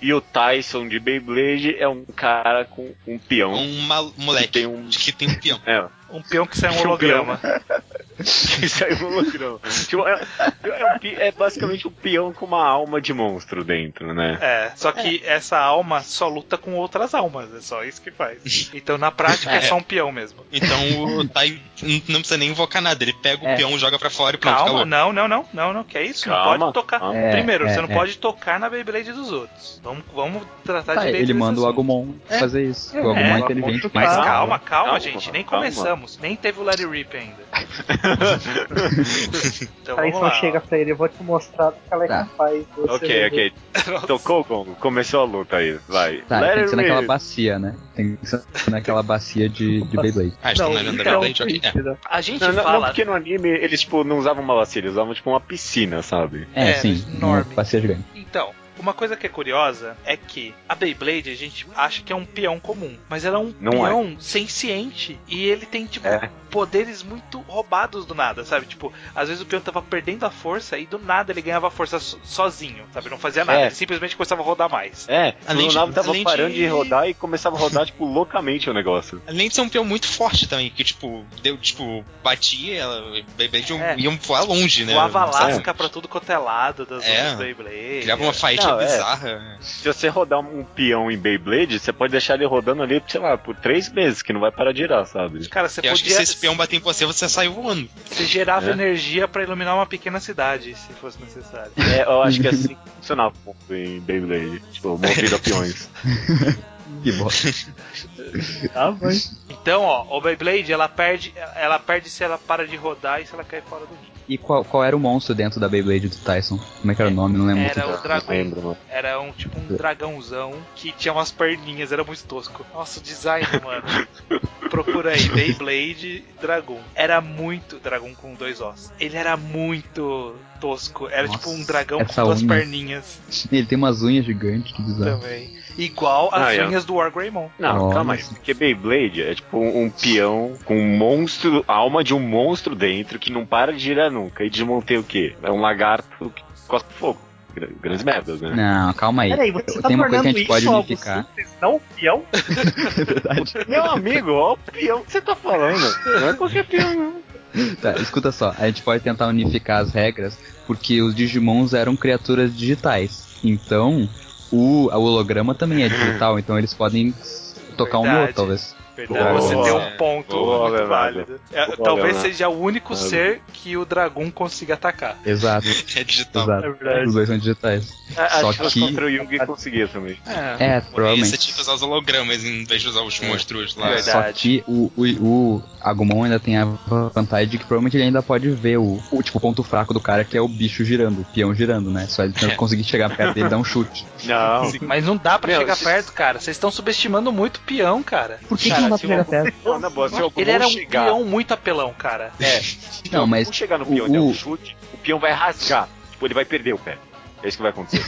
[SPEAKER 1] E o Tyson de Beyblade é um cara com um peão.
[SPEAKER 3] Um mal- moleque
[SPEAKER 1] Tem um-
[SPEAKER 3] que tem um peão.
[SPEAKER 1] É,
[SPEAKER 2] Um peão que sai um
[SPEAKER 1] Um
[SPEAKER 2] holograma.
[SPEAKER 1] isso aí é um holograma. Tipo, é, é um pi- é basicamente um peão com uma alma de monstro dentro, né?
[SPEAKER 2] É, só que essa alma só luta com outras almas, é só isso que faz. Então na prática é,
[SPEAKER 3] É.
[SPEAKER 2] só um peão mesmo.
[SPEAKER 3] Então o Tai n- não precisa nem invocar nada. Ele pega o
[SPEAKER 4] É.
[SPEAKER 3] peão, joga pra fora e pronto,
[SPEAKER 2] Calma,
[SPEAKER 3] acabou.
[SPEAKER 2] não, não, não, não, não, que é isso?
[SPEAKER 1] Calma,
[SPEAKER 2] não pode tocar.
[SPEAKER 1] calma.
[SPEAKER 4] É,
[SPEAKER 2] Primeiro,
[SPEAKER 4] é,
[SPEAKER 2] você não
[SPEAKER 4] é.
[SPEAKER 2] pode tocar na Beyblade dos outros. Vamos, vamos tratar
[SPEAKER 4] Tá,
[SPEAKER 2] direito.
[SPEAKER 4] ele
[SPEAKER 2] desse
[SPEAKER 4] manda o
[SPEAKER 2] assunto.
[SPEAKER 4] Agumon
[SPEAKER 3] É.
[SPEAKER 4] fazer isso.
[SPEAKER 5] É,
[SPEAKER 4] o Agumon é
[SPEAKER 2] é,
[SPEAKER 4] inteligente.
[SPEAKER 5] mas
[SPEAKER 4] mas
[SPEAKER 2] Mas
[SPEAKER 5] Calma,
[SPEAKER 2] calma, calma,
[SPEAKER 1] calma,
[SPEAKER 2] gente, nem
[SPEAKER 1] calma.
[SPEAKER 2] começamos. Nem teve o Larry Rip ainda. então
[SPEAKER 5] Aí
[SPEAKER 2] vamos
[SPEAKER 5] só
[SPEAKER 2] lá.
[SPEAKER 5] chega pra ele, eu vou te mostrar o que ela é
[SPEAKER 4] Tá.
[SPEAKER 5] capaz. você
[SPEAKER 1] Ok,
[SPEAKER 5] vai ver.
[SPEAKER 1] ok. Tocou o gongo, começou a luta aí. Vai.
[SPEAKER 4] Tá,
[SPEAKER 1] Let
[SPEAKER 4] tem que
[SPEAKER 1] it
[SPEAKER 4] ser naquela
[SPEAKER 1] rip.
[SPEAKER 4] bacia, né? Tem que ser naquela bacia de, de Beyblade.
[SPEAKER 3] Ah, estão
[SPEAKER 2] Não,
[SPEAKER 3] na agenda
[SPEAKER 2] então,
[SPEAKER 3] da Blade? Ok. É.
[SPEAKER 2] A gente
[SPEAKER 1] Não, não, não,
[SPEAKER 2] fala.
[SPEAKER 1] porque no anime eles tipo, não usavam uma bacia, eles usavam tipo uma piscina, sabe?
[SPEAKER 4] É,
[SPEAKER 2] É,
[SPEAKER 4] sim.
[SPEAKER 2] enorme.
[SPEAKER 4] Uma bacia gigante.
[SPEAKER 2] Então, uma coisa que é curiosa é que a Beyblade a gente acha que é um peão comum, mas ela é um
[SPEAKER 1] Não
[SPEAKER 2] peão senciente e ele tem tipo
[SPEAKER 1] É.
[SPEAKER 2] poderes muito roubados do nada, sabe? Tipo, às vezes o peão tava perdendo a força e do nada ele ganhava força so- sozinho, sabe? Não fazia nada,
[SPEAKER 1] É.
[SPEAKER 2] ele simplesmente começava a rodar mais.
[SPEAKER 1] É,
[SPEAKER 3] Além
[SPEAKER 1] o
[SPEAKER 3] de-
[SPEAKER 1] Nabo tava
[SPEAKER 3] além de-
[SPEAKER 1] parando de... rodar e começava a rodar, tipo, loucamente o negócio.
[SPEAKER 3] Além de ser um peão muito forte também, que tipo, deu, tipo, batia, ela, Beyblade iam,
[SPEAKER 2] É.
[SPEAKER 3] iam voar longe, né?
[SPEAKER 2] Voava
[SPEAKER 3] Não sei.
[SPEAKER 2] lasca pra tudo quanto é lado das
[SPEAKER 3] É.
[SPEAKER 2] outras Beyblade.
[SPEAKER 3] Criava uma faísca
[SPEAKER 1] Não, é.
[SPEAKER 3] bizarra.
[SPEAKER 1] Se você rodar um peão em Beyblade, você pode deixar ele rodando ali, sei lá, por três meses, que não vai parar de girar, sabe?
[SPEAKER 2] Cara, você
[SPEAKER 3] Eu acho que
[SPEAKER 2] podia
[SPEAKER 3] se esse peão bater em você, você sai voando.
[SPEAKER 2] você gerava
[SPEAKER 1] É.
[SPEAKER 2] energia pra iluminar uma pequena cidade, se fosse necessário.
[SPEAKER 1] É, eu acho que é assim que funcionava em Beyblade, tipo, movido a peões.
[SPEAKER 4] Que bosta.
[SPEAKER 5] Ah, mas...
[SPEAKER 2] Então, ó, o Beyblade, ela perde, ela perde se ela para de rodar e se ela cai fora do ringue.
[SPEAKER 4] E qual, qual era o monstro dentro da Beyblade do Tyson? Como é que era o nome? Não lembro.
[SPEAKER 2] Era o
[SPEAKER 1] Não
[SPEAKER 2] dragão.
[SPEAKER 1] lembro, mano.
[SPEAKER 2] Era um tipo
[SPEAKER 4] É.
[SPEAKER 2] um dragãozão que tinha umas perninhas, era muito tosco. Nossa, o design, mano. Procura aí, Beyblade Dragon. Era muito dragão com dois ossos. Ele era muito tosco. Era
[SPEAKER 4] Nossa,
[SPEAKER 2] tipo um dragão com
[SPEAKER 4] essa
[SPEAKER 2] duas
[SPEAKER 4] unha. Né.
[SPEAKER 2] perninhas
[SPEAKER 4] Ele tem umas unhas gigantes, que bizarro.
[SPEAKER 2] também. Igual as
[SPEAKER 1] Ah, é.
[SPEAKER 2] unhas do War Greymon.
[SPEAKER 1] Não,
[SPEAKER 4] Olha.
[SPEAKER 1] calma aí. Porque Beyblade é tipo um, um peão com um monstro, a alma de um monstro dentro que não para de girar nunca. E Digimon tem o quê? É um lagarto que cospe fogo. Gra- Grandes merdas, né?
[SPEAKER 4] Não, calma aí.
[SPEAKER 5] Peraí, você tá
[SPEAKER 4] Tem uma coisa
[SPEAKER 5] tornando
[SPEAKER 4] que a gente
[SPEAKER 5] isso
[SPEAKER 4] pode
[SPEAKER 5] algo
[SPEAKER 4] unificar.
[SPEAKER 5] simples, não, um peão?
[SPEAKER 4] É verdade.
[SPEAKER 1] Meu amigo, ó o peão que você tá falando. Não é qualquer peão, não.
[SPEAKER 4] Tá, escuta só, a gente pode tentar unificar as regras, porque os Digimons eram criaturas digitais. Então, o, o holograma também é digital, então eles podem tocar um no outro,
[SPEAKER 2] Verdade.
[SPEAKER 4] talvez.
[SPEAKER 2] Verdade,
[SPEAKER 1] Boa. É.
[SPEAKER 2] você deu um ponto
[SPEAKER 1] Boa,
[SPEAKER 2] muito
[SPEAKER 1] Leonardo.
[SPEAKER 2] válido. É,
[SPEAKER 1] Boa,
[SPEAKER 2] talvez
[SPEAKER 1] Leonardo.
[SPEAKER 2] seja o único
[SPEAKER 1] Leonardo.
[SPEAKER 2] ser que o dragão consiga atacar.
[SPEAKER 4] Exato,
[SPEAKER 3] É digital.
[SPEAKER 4] exato.
[SPEAKER 5] É verdade.
[SPEAKER 4] Os dois são digitais.
[SPEAKER 1] A-
[SPEAKER 4] Só
[SPEAKER 1] Acho que
[SPEAKER 4] que-
[SPEAKER 1] contra o Jung conseguia também.
[SPEAKER 2] É,
[SPEAKER 3] Por aí
[SPEAKER 4] É,
[SPEAKER 3] você
[SPEAKER 4] provavelmente.
[SPEAKER 3] tinha que tipo usar os hologramas em vez de usar
[SPEAKER 1] É.
[SPEAKER 3] os monstros lá.
[SPEAKER 2] Verdade.
[SPEAKER 4] Só que o, o, o Agumon ainda tem a vantagem de que provavelmente ele ainda pode ver o, o tipo, ponto fraco do cara, que é o bicho girando, o peão girando, né? Só ele não conseguir chegar perto dele e dar um chute.
[SPEAKER 1] Não.
[SPEAKER 2] mas não dá pra
[SPEAKER 1] Meu,
[SPEAKER 2] chegar
[SPEAKER 1] se-
[SPEAKER 2] perto, cara. Vocês estão subestimando muito o peão, cara.
[SPEAKER 4] Por que,
[SPEAKER 2] Cara,
[SPEAKER 4] que não dá
[SPEAKER 2] se
[SPEAKER 4] pra chegar
[SPEAKER 2] o-
[SPEAKER 4] perto?
[SPEAKER 1] Não, na boa, se o
[SPEAKER 2] Ele era um
[SPEAKER 1] chegar,
[SPEAKER 2] peão muito apelão, cara.
[SPEAKER 1] É,
[SPEAKER 4] Não, mas
[SPEAKER 1] se o chegar no
[SPEAKER 4] o-
[SPEAKER 1] peão e der um
[SPEAKER 4] o-
[SPEAKER 1] chute, o peão vai rasgar. Tipo, ele vai perder o pé. É isso que vai acontecer.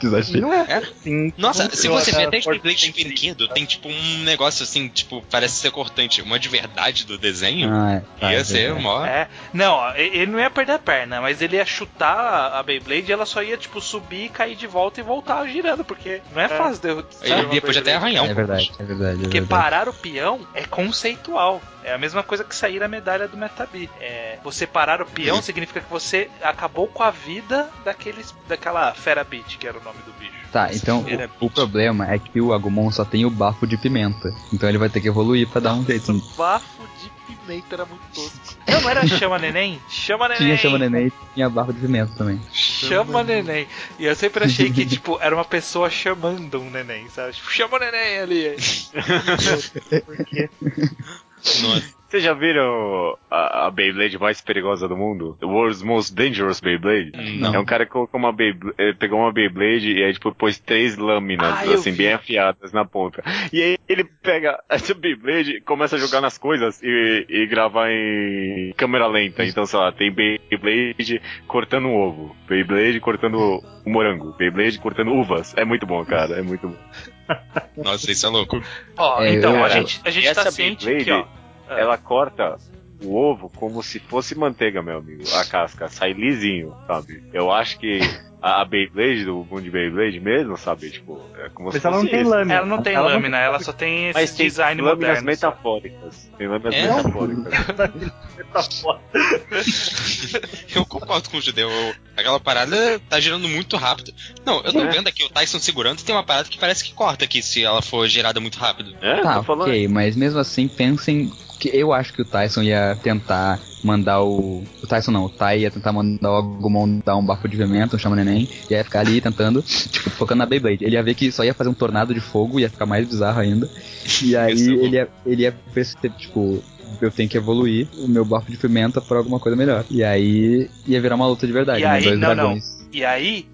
[SPEAKER 4] Desachei.
[SPEAKER 5] Não é
[SPEAKER 3] É?
[SPEAKER 5] assim.
[SPEAKER 3] Nossa, se você
[SPEAKER 5] vê
[SPEAKER 3] vê até os templates de brinquedo, tem tipo um negócio assim, tipo, parece ser cortante, uma de verdade do desenho.
[SPEAKER 4] Ah, é. Tá,
[SPEAKER 3] ia
[SPEAKER 4] é
[SPEAKER 3] ser
[SPEAKER 4] verdade.
[SPEAKER 3] mó.
[SPEAKER 2] É. Não, ó, e- ele não ia perder a perna, mas ele ia chutar a- a Beyblade e ela só ia, tipo, subir, cair de volta e voltar girando, porque não é fácil de derrotar
[SPEAKER 3] Ele
[SPEAKER 2] uma
[SPEAKER 3] depois até
[SPEAKER 2] Beyblade.
[SPEAKER 3] arranhar um
[SPEAKER 4] É
[SPEAKER 3] pouco.
[SPEAKER 4] verdade, é verdade. É
[SPEAKER 2] Porque
[SPEAKER 4] verdade.
[SPEAKER 2] parar o peão é conceitual. É a mesma coisa que sair a medalha do Metabi. É, você parar o peão significa que você acabou com a vida daqueles, daquela fera beat, que era o nome do bicho.
[SPEAKER 4] Tá, então
[SPEAKER 3] Feira
[SPEAKER 4] o, o problema é que o Agumon só tem o bafo de pimenta. Então ele vai ter que evoluir pra dar um jeito.
[SPEAKER 2] Bafo de pimenta era muito tosco. Não, não era chama neném? Chama neném.
[SPEAKER 4] Tinha chama neném e tinha bafo de pimenta também.
[SPEAKER 2] Chama neném. E eu sempre achei que, tipo, era uma pessoa chamando um neném, sabe? Tipo, chama o neném ali.
[SPEAKER 3] Nossa.
[SPEAKER 1] Vocês já viram a, a Beyblade mais perigosa do mundo? The World's Most Dangerous Beyblade?
[SPEAKER 4] Não.
[SPEAKER 1] É um cara que colocou uma Beyblade, eh, pegou uma Beyblade e aí tipo pôs três lâminas,
[SPEAKER 2] Ah, eu
[SPEAKER 1] assim,
[SPEAKER 2] vi.
[SPEAKER 1] bem afiadas na ponta. E aí ele pega essa Beyblade e começa a jogar nas coisas e, e gravar em câmera lenta. Então, sei lá, tem Beyblade cortando um ovo, Beyblade cortando um morango, Beyblade cortando uvas. É muito bom, cara, é muito bom.
[SPEAKER 3] Nossa, isso é louco.
[SPEAKER 2] Ó,
[SPEAKER 4] É,
[SPEAKER 2] então,
[SPEAKER 4] eu-
[SPEAKER 2] a gente, a gente tá
[SPEAKER 1] essa
[SPEAKER 2] ciente
[SPEAKER 1] Beyblade,
[SPEAKER 2] que, ó. Ah.
[SPEAKER 1] ela corta o ovo como se fosse manteiga, meu amigo. A casca sai lisinho, sabe? Eu acho que a, a Beyblade, do mundo de Beyblade mesmo, sabe? Tipo, é como se
[SPEAKER 5] Mas ela não
[SPEAKER 1] fosse
[SPEAKER 5] tem
[SPEAKER 1] isso.
[SPEAKER 5] lâmina.
[SPEAKER 2] né? Ela não tem lâmina, ela só tem esse
[SPEAKER 1] Mas tem
[SPEAKER 2] design
[SPEAKER 1] lâminas
[SPEAKER 2] moderno. sabe?
[SPEAKER 1] metafóricas. Tem lâminas
[SPEAKER 3] É?
[SPEAKER 1] metafóricas.
[SPEAKER 3] Eu concordo com o judeu. eu- Aquela parada tá girando muito rápido. Não, eu tô
[SPEAKER 1] É.
[SPEAKER 3] vendo aqui o Tyson segurando tem uma parada que parece que corta aqui se ela for girada muito rápido.
[SPEAKER 1] É,
[SPEAKER 4] Tá,
[SPEAKER 1] tô falando.
[SPEAKER 4] ok, mas mesmo assim, pensem que eu acho que o Tyson ia tentar mandar o. O Tyson não, o Tai ia tentar mandar o Agumon dar um bafo de pimenta, um chama neném, e ia ficar ali tentando, tipo, focando na Beyblade. Ele ia ver que só ia fazer um tornado de fogo, ia ficar mais bizarro ainda. E aí
[SPEAKER 3] Isso é bom.
[SPEAKER 4] ele ia, ele ia perceber, tipo, eu tenho que evoluir o meu bafo de pimenta pra alguma coisa melhor. E aí ia virar uma luta de verdade,
[SPEAKER 2] E
[SPEAKER 4] né?
[SPEAKER 2] aí-
[SPEAKER 4] Dois
[SPEAKER 2] não, não.
[SPEAKER 4] dragões.
[SPEAKER 2] E aí.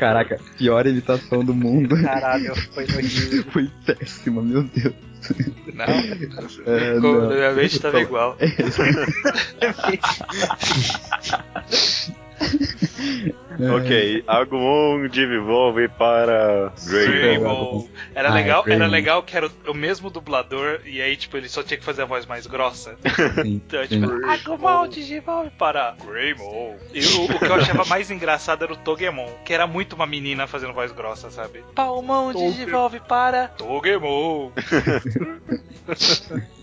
[SPEAKER 4] Caraca, pior imitação do mundo.
[SPEAKER 5] Caralho, foi doido.
[SPEAKER 4] Foi péssima, meu Deus.
[SPEAKER 2] Não,
[SPEAKER 4] É,
[SPEAKER 2] como
[SPEAKER 4] não.
[SPEAKER 2] minha mente tava
[SPEAKER 4] Então,
[SPEAKER 2] igual.
[SPEAKER 1] Ok, Agumon devolve para Dragon.
[SPEAKER 2] Dreamon. Era
[SPEAKER 4] Ah,
[SPEAKER 2] legal, era
[SPEAKER 4] Dreamon.
[SPEAKER 2] legal que era o, o mesmo dublador e aí tipo ele só tinha que fazer a voz mais grossa.
[SPEAKER 4] Sim.
[SPEAKER 2] Então, é tipo, Agumon, Digimon para Greymon. E o, o que eu achava mais engraçado era o Togemon, que era muito uma menina fazendo voz grossa, sabe? Palmão desenvolve para Togemon.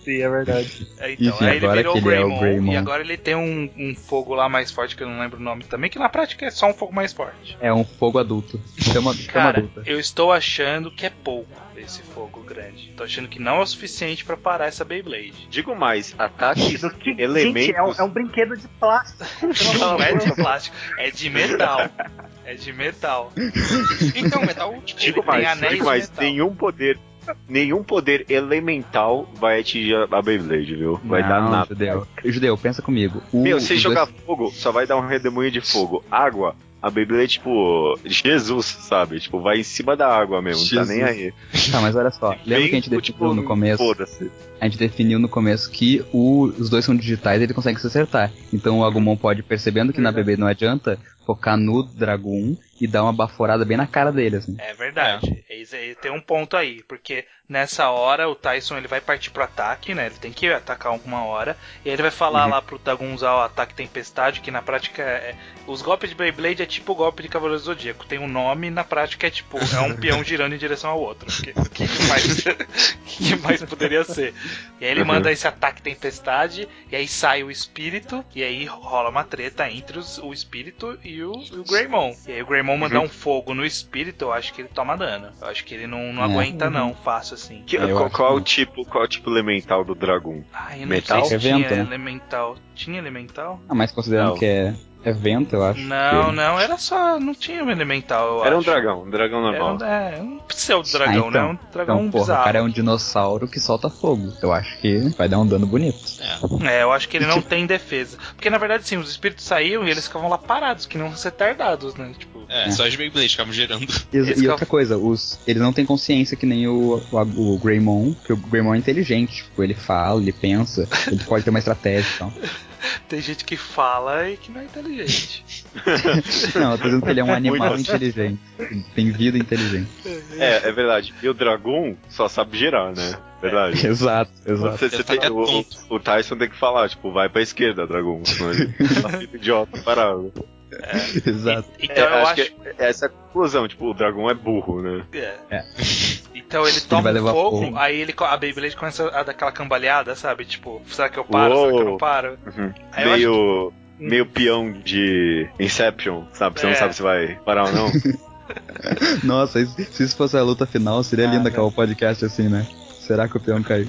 [SPEAKER 5] Sim, é verdade.
[SPEAKER 2] É, Então,
[SPEAKER 4] Enfim,
[SPEAKER 2] aí ele
[SPEAKER 4] agora
[SPEAKER 2] virou
[SPEAKER 4] que
[SPEAKER 2] o
[SPEAKER 4] ele é o
[SPEAKER 2] Greymon,
[SPEAKER 4] Greymon.
[SPEAKER 2] e agora ele tem um, um fogo lá mais forte que eu não lembro o nome também, que na prática é só um fogo mais forte.
[SPEAKER 4] É um fogo adulto. Chama, chama
[SPEAKER 2] Cara,
[SPEAKER 4] adulta.
[SPEAKER 2] eu estou achando que é pouco esse fogo grande. Tô achando que não é o suficiente pra parar essa Beyblade.
[SPEAKER 1] Digo mais, ataques elementos.
[SPEAKER 5] Gente, é um, é um brinquedo de plástico.
[SPEAKER 2] Não é de plástico, é de metal. É de metal.
[SPEAKER 3] Então, metal, tipo,
[SPEAKER 1] Digo
[SPEAKER 2] Ele tem
[SPEAKER 1] mais,
[SPEAKER 2] anéis
[SPEAKER 1] digo
[SPEAKER 2] de
[SPEAKER 1] mais,
[SPEAKER 2] metal.
[SPEAKER 1] nenhum poder, nenhum poder elemental vai atingir a- a Beyblade, viu? Vai
[SPEAKER 4] não,
[SPEAKER 1] dar nada.
[SPEAKER 4] Judeu. Judeu, pensa comigo. O-
[SPEAKER 1] Meu,
[SPEAKER 4] os
[SPEAKER 1] se
[SPEAKER 4] dois-
[SPEAKER 1] jogar fogo, só vai dar um redemoinho de fogo. Água, a Beyblade é tipo Jesus, sabe? Tipo, vai em cima da água mesmo, não
[SPEAKER 4] Jesus.
[SPEAKER 1] tá nem aí.
[SPEAKER 4] Tá, mas olha só. Lembra que a gente
[SPEAKER 1] Vento,
[SPEAKER 4] definiu no começo?
[SPEAKER 1] Foda-se.
[SPEAKER 4] A gente definiu no começo que o- os dois são digitais e ele consegue se acertar. Então o Agumon pode, percebendo que na BB não adianta, focar no Dragoon e dar uma baforada bem na cara dele, assim.
[SPEAKER 2] É verdade. É isso aí, Tem um ponto aí, porque nessa hora o Tyson ele vai partir pro ataque, né? Ele tem que atacar alguma hora. E aí ele vai falar lá pro Dagon usar o ataque tempestade, que na prática é. Os golpes de Beyblade é tipo o golpe de Cavaleiro do Zodíaco. Tem um nome e na prática é tipo, é um peão girando em direção ao outro. O que, o que que mais, o que que mais poderia ser? E aí ele
[SPEAKER 1] Uhum.
[SPEAKER 2] manda esse ataque tempestade, e aí sai o espírito, e aí rola uma treta entre os- o espírito e o, e o Greymon. E aí o Greymon mandar
[SPEAKER 4] Uhum.
[SPEAKER 2] um fogo no espírito, eu acho que ele toma dano. Eu acho que ele não, não
[SPEAKER 4] É.
[SPEAKER 2] aguenta, não, fácil assim.
[SPEAKER 1] Que-
[SPEAKER 4] É, eu
[SPEAKER 1] qual
[SPEAKER 4] acho
[SPEAKER 1] qual
[SPEAKER 4] que
[SPEAKER 1] o
[SPEAKER 4] não.
[SPEAKER 1] tipo, qual o tipo elemental do dragão?
[SPEAKER 2] Ai, eu não
[SPEAKER 1] Metal?
[SPEAKER 2] sei se
[SPEAKER 4] É
[SPEAKER 2] tinha
[SPEAKER 4] vento, né?
[SPEAKER 2] elemental. Tinha elemental?
[SPEAKER 4] Ah, mas considerando
[SPEAKER 1] Não.
[SPEAKER 4] que é, é vento, eu acho.
[SPEAKER 2] Não, é
[SPEAKER 4] que...
[SPEAKER 2] não, era só. Não tinha um elemental, eu
[SPEAKER 1] Era um
[SPEAKER 2] acho.
[SPEAKER 1] dragão, um dragão
[SPEAKER 2] Era
[SPEAKER 1] normal.
[SPEAKER 2] um, é, um pseudo-dragão,
[SPEAKER 4] Ah,
[SPEAKER 2] né?
[SPEAKER 4] então.
[SPEAKER 2] Um dragão
[SPEAKER 4] Então, porra,
[SPEAKER 2] bizarro.
[SPEAKER 4] o cara é um dinossauro que solta fogo. Eu acho que vai dar um dano bonito.
[SPEAKER 2] É, eu acho que ele não tem defesa. Porque na verdade, sim, os espíritos saíam e eles ficavam lá parados, que não ser tardados, né? Tipo,
[SPEAKER 3] É, só as Beyblades ficavam girando.
[SPEAKER 4] E,
[SPEAKER 2] Esse que
[SPEAKER 4] e
[SPEAKER 2] é o-
[SPEAKER 4] outra coisa, os, eles não têm consciência que nem o, o, o Greymon, porque o Greymon é inteligente, tipo, ele fala, ele pensa, ele pode ter uma estratégia e tal.
[SPEAKER 2] Tem gente que fala e que não é inteligente.
[SPEAKER 4] Não, eu tô dizendo que ele é um animal
[SPEAKER 1] Muito.
[SPEAKER 4] inteligente, ele tem vida inteligente.
[SPEAKER 1] É, é verdade. E o dragão só sabe girar, né? Verdade.
[SPEAKER 4] Exato, exato.
[SPEAKER 1] Você, você
[SPEAKER 3] Ele tá
[SPEAKER 1] tem, o,
[SPEAKER 3] tonto.
[SPEAKER 1] o Tyson tem que falar, tipo, vai pra esquerda, dragão. senão ele fica Tá idiota, parado.
[SPEAKER 4] Exato.
[SPEAKER 2] Então
[SPEAKER 1] É,
[SPEAKER 2] eu
[SPEAKER 1] acho
[SPEAKER 2] acho.
[SPEAKER 1] Essa é a conclusão, tipo, o dragão é burro, né?
[SPEAKER 2] é.
[SPEAKER 4] É.
[SPEAKER 2] Então ele toma
[SPEAKER 4] vai
[SPEAKER 2] um
[SPEAKER 4] levar
[SPEAKER 2] fogo,
[SPEAKER 4] fogo.
[SPEAKER 2] aí ele, co- a Beyblade começa a dar aquela cambaleada, sabe? Tipo, será que eu paro? Será que eu não
[SPEAKER 1] Uou.
[SPEAKER 2] paro? Aí eu
[SPEAKER 1] Meio. Meio peão de Inception, sabe? Você
[SPEAKER 2] É.
[SPEAKER 1] não sabe se vai parar ou não.
[SPEAKER 4] Nossa, e se se isso fosse a luta final, seria
[SPEAKER 2] Ah,
[SPEAKER 4] lindo
[SPEAKER 2] não.
[SPEAKER 4] acabar o podcast assim, né? Será que o peão caiu?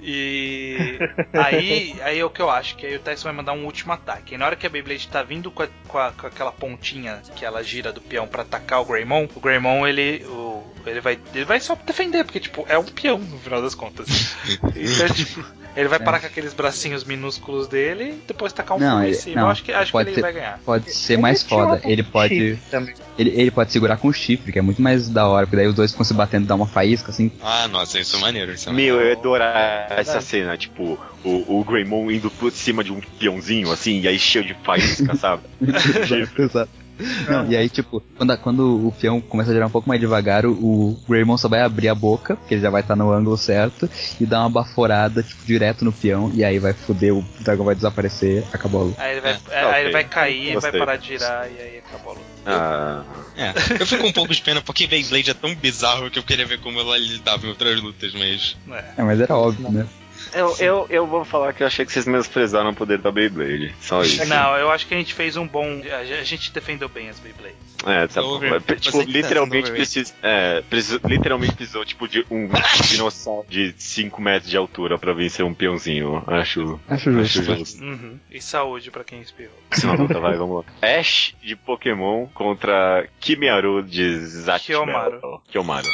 [SPEAKER 2] E aí, aí é o que eu acho, que aí o Tyson vai mandar um último ataque. E na hora que a Beyblade tá vindo com, a- com a- com aquela pontinha que ela gira do peão pra atacar o Greymon, o Greymon ele o- ele vai ele vai só defender, porque tipo, é um peão no final das contas. Então, tipo, ele vai parar com aqueles bracinhos minúsculos dele e depois tacar um
[SPEAKER 4] Não,
[SPEAKER 2] fogo em
[SPEAKER 4] ele-
[SPEAKER 2] cima.
[SPEAKER 4] não,
[SPEAKER 2] eu acho que acho que
[SPEAKER 4] pode
[SPEAKER 2] ele
[SPEAKER 4] ser-
[SPEAKER 2] vai ganhar.
[SPEAKER 4] Pode ser mais foda, ele pode.
[SPEAKER 5] Também.
[SPEAKER 4] Ele, ele pode segurar com o chifre, que é muito mais da hora, porque daí os dois ficam se batendo e dá uma faísca, assim.
[SPEAKER 3] Ah, nossa, isso é maneiro. Isso é maneiro.
[SPEAKER 1] Meu, eu ia adorar essa cena, tipo, o, o Greymon indo por cima de um peãozinho, assim, e aí cheio de faísca, sabe?
[SPEAKER 4] exato, exato. Não, e aí, tipo, quando, a- quando o peão começa a girar um pouco mais devagar, o, o Greymon só vai abrir a boca, porque ele já vai estar no ângulo certo, e dar uma baforada, tipo, direto no peão, e aí vai foder, o dragão vai desaparecer, acabou a luta.
[SPEAKER 2] Aí ele vai,
[SPEAKER 1] É,
[SPEAKER 2] aí
[SPEAKER 1] ok.
[SPEAKER 2] ele vai cair, vai
[SPEAKER 1] Gostei.
[SPEAKER 2] parar de girar e aí acabou a luta.
[SPEAKER 1] Ah,
[SPEAKER 3] É, eu fico um pouco de pena porque Beyblade é tão bizarro que eu queria ver como ela lidava em outras lutas, mas.
[SPEAKER 2] É.
[SPEAKER 4] É, mas era óbvio, né?
[SPEAKER 1] eu, eu, eu vou falar que eu achei que vocês menosprezaram o poder da Beyblade. Só isso.
[SPEAKER 2] Não, eu acho que a gente fez um bom. A gente- a gente defendeu bem as Beyblades.
[SPEAKER 1] É, tá bom.
[SPEAKER 3] Over-
[SPEAKER 1] Pe- Tipo,
[SPEAKER 3] você que tá
[SPEAKER 1] literalmente
[SPEAKER 3] sendo
[SPEAKER 1] precisa, é, precisa- Literalmente precisou, tipo, de um dinossauro de 5 metros de altura pra vencer um peãozinho. Acho,
[SPEAKER 4] Acho justo.
[SPEAKER 1] acho justo.
[SPEAKER 2] Uhum. E saúde pra quem espirrou.
[SPEAKER 1] Próxima luta, vai, vamos lá. Ash de Pokémon contra Kimiaru de Zatch
[SPEAKER 2] Kiyomaru.
[SPEAKER 1] Metal. Kiyomaru.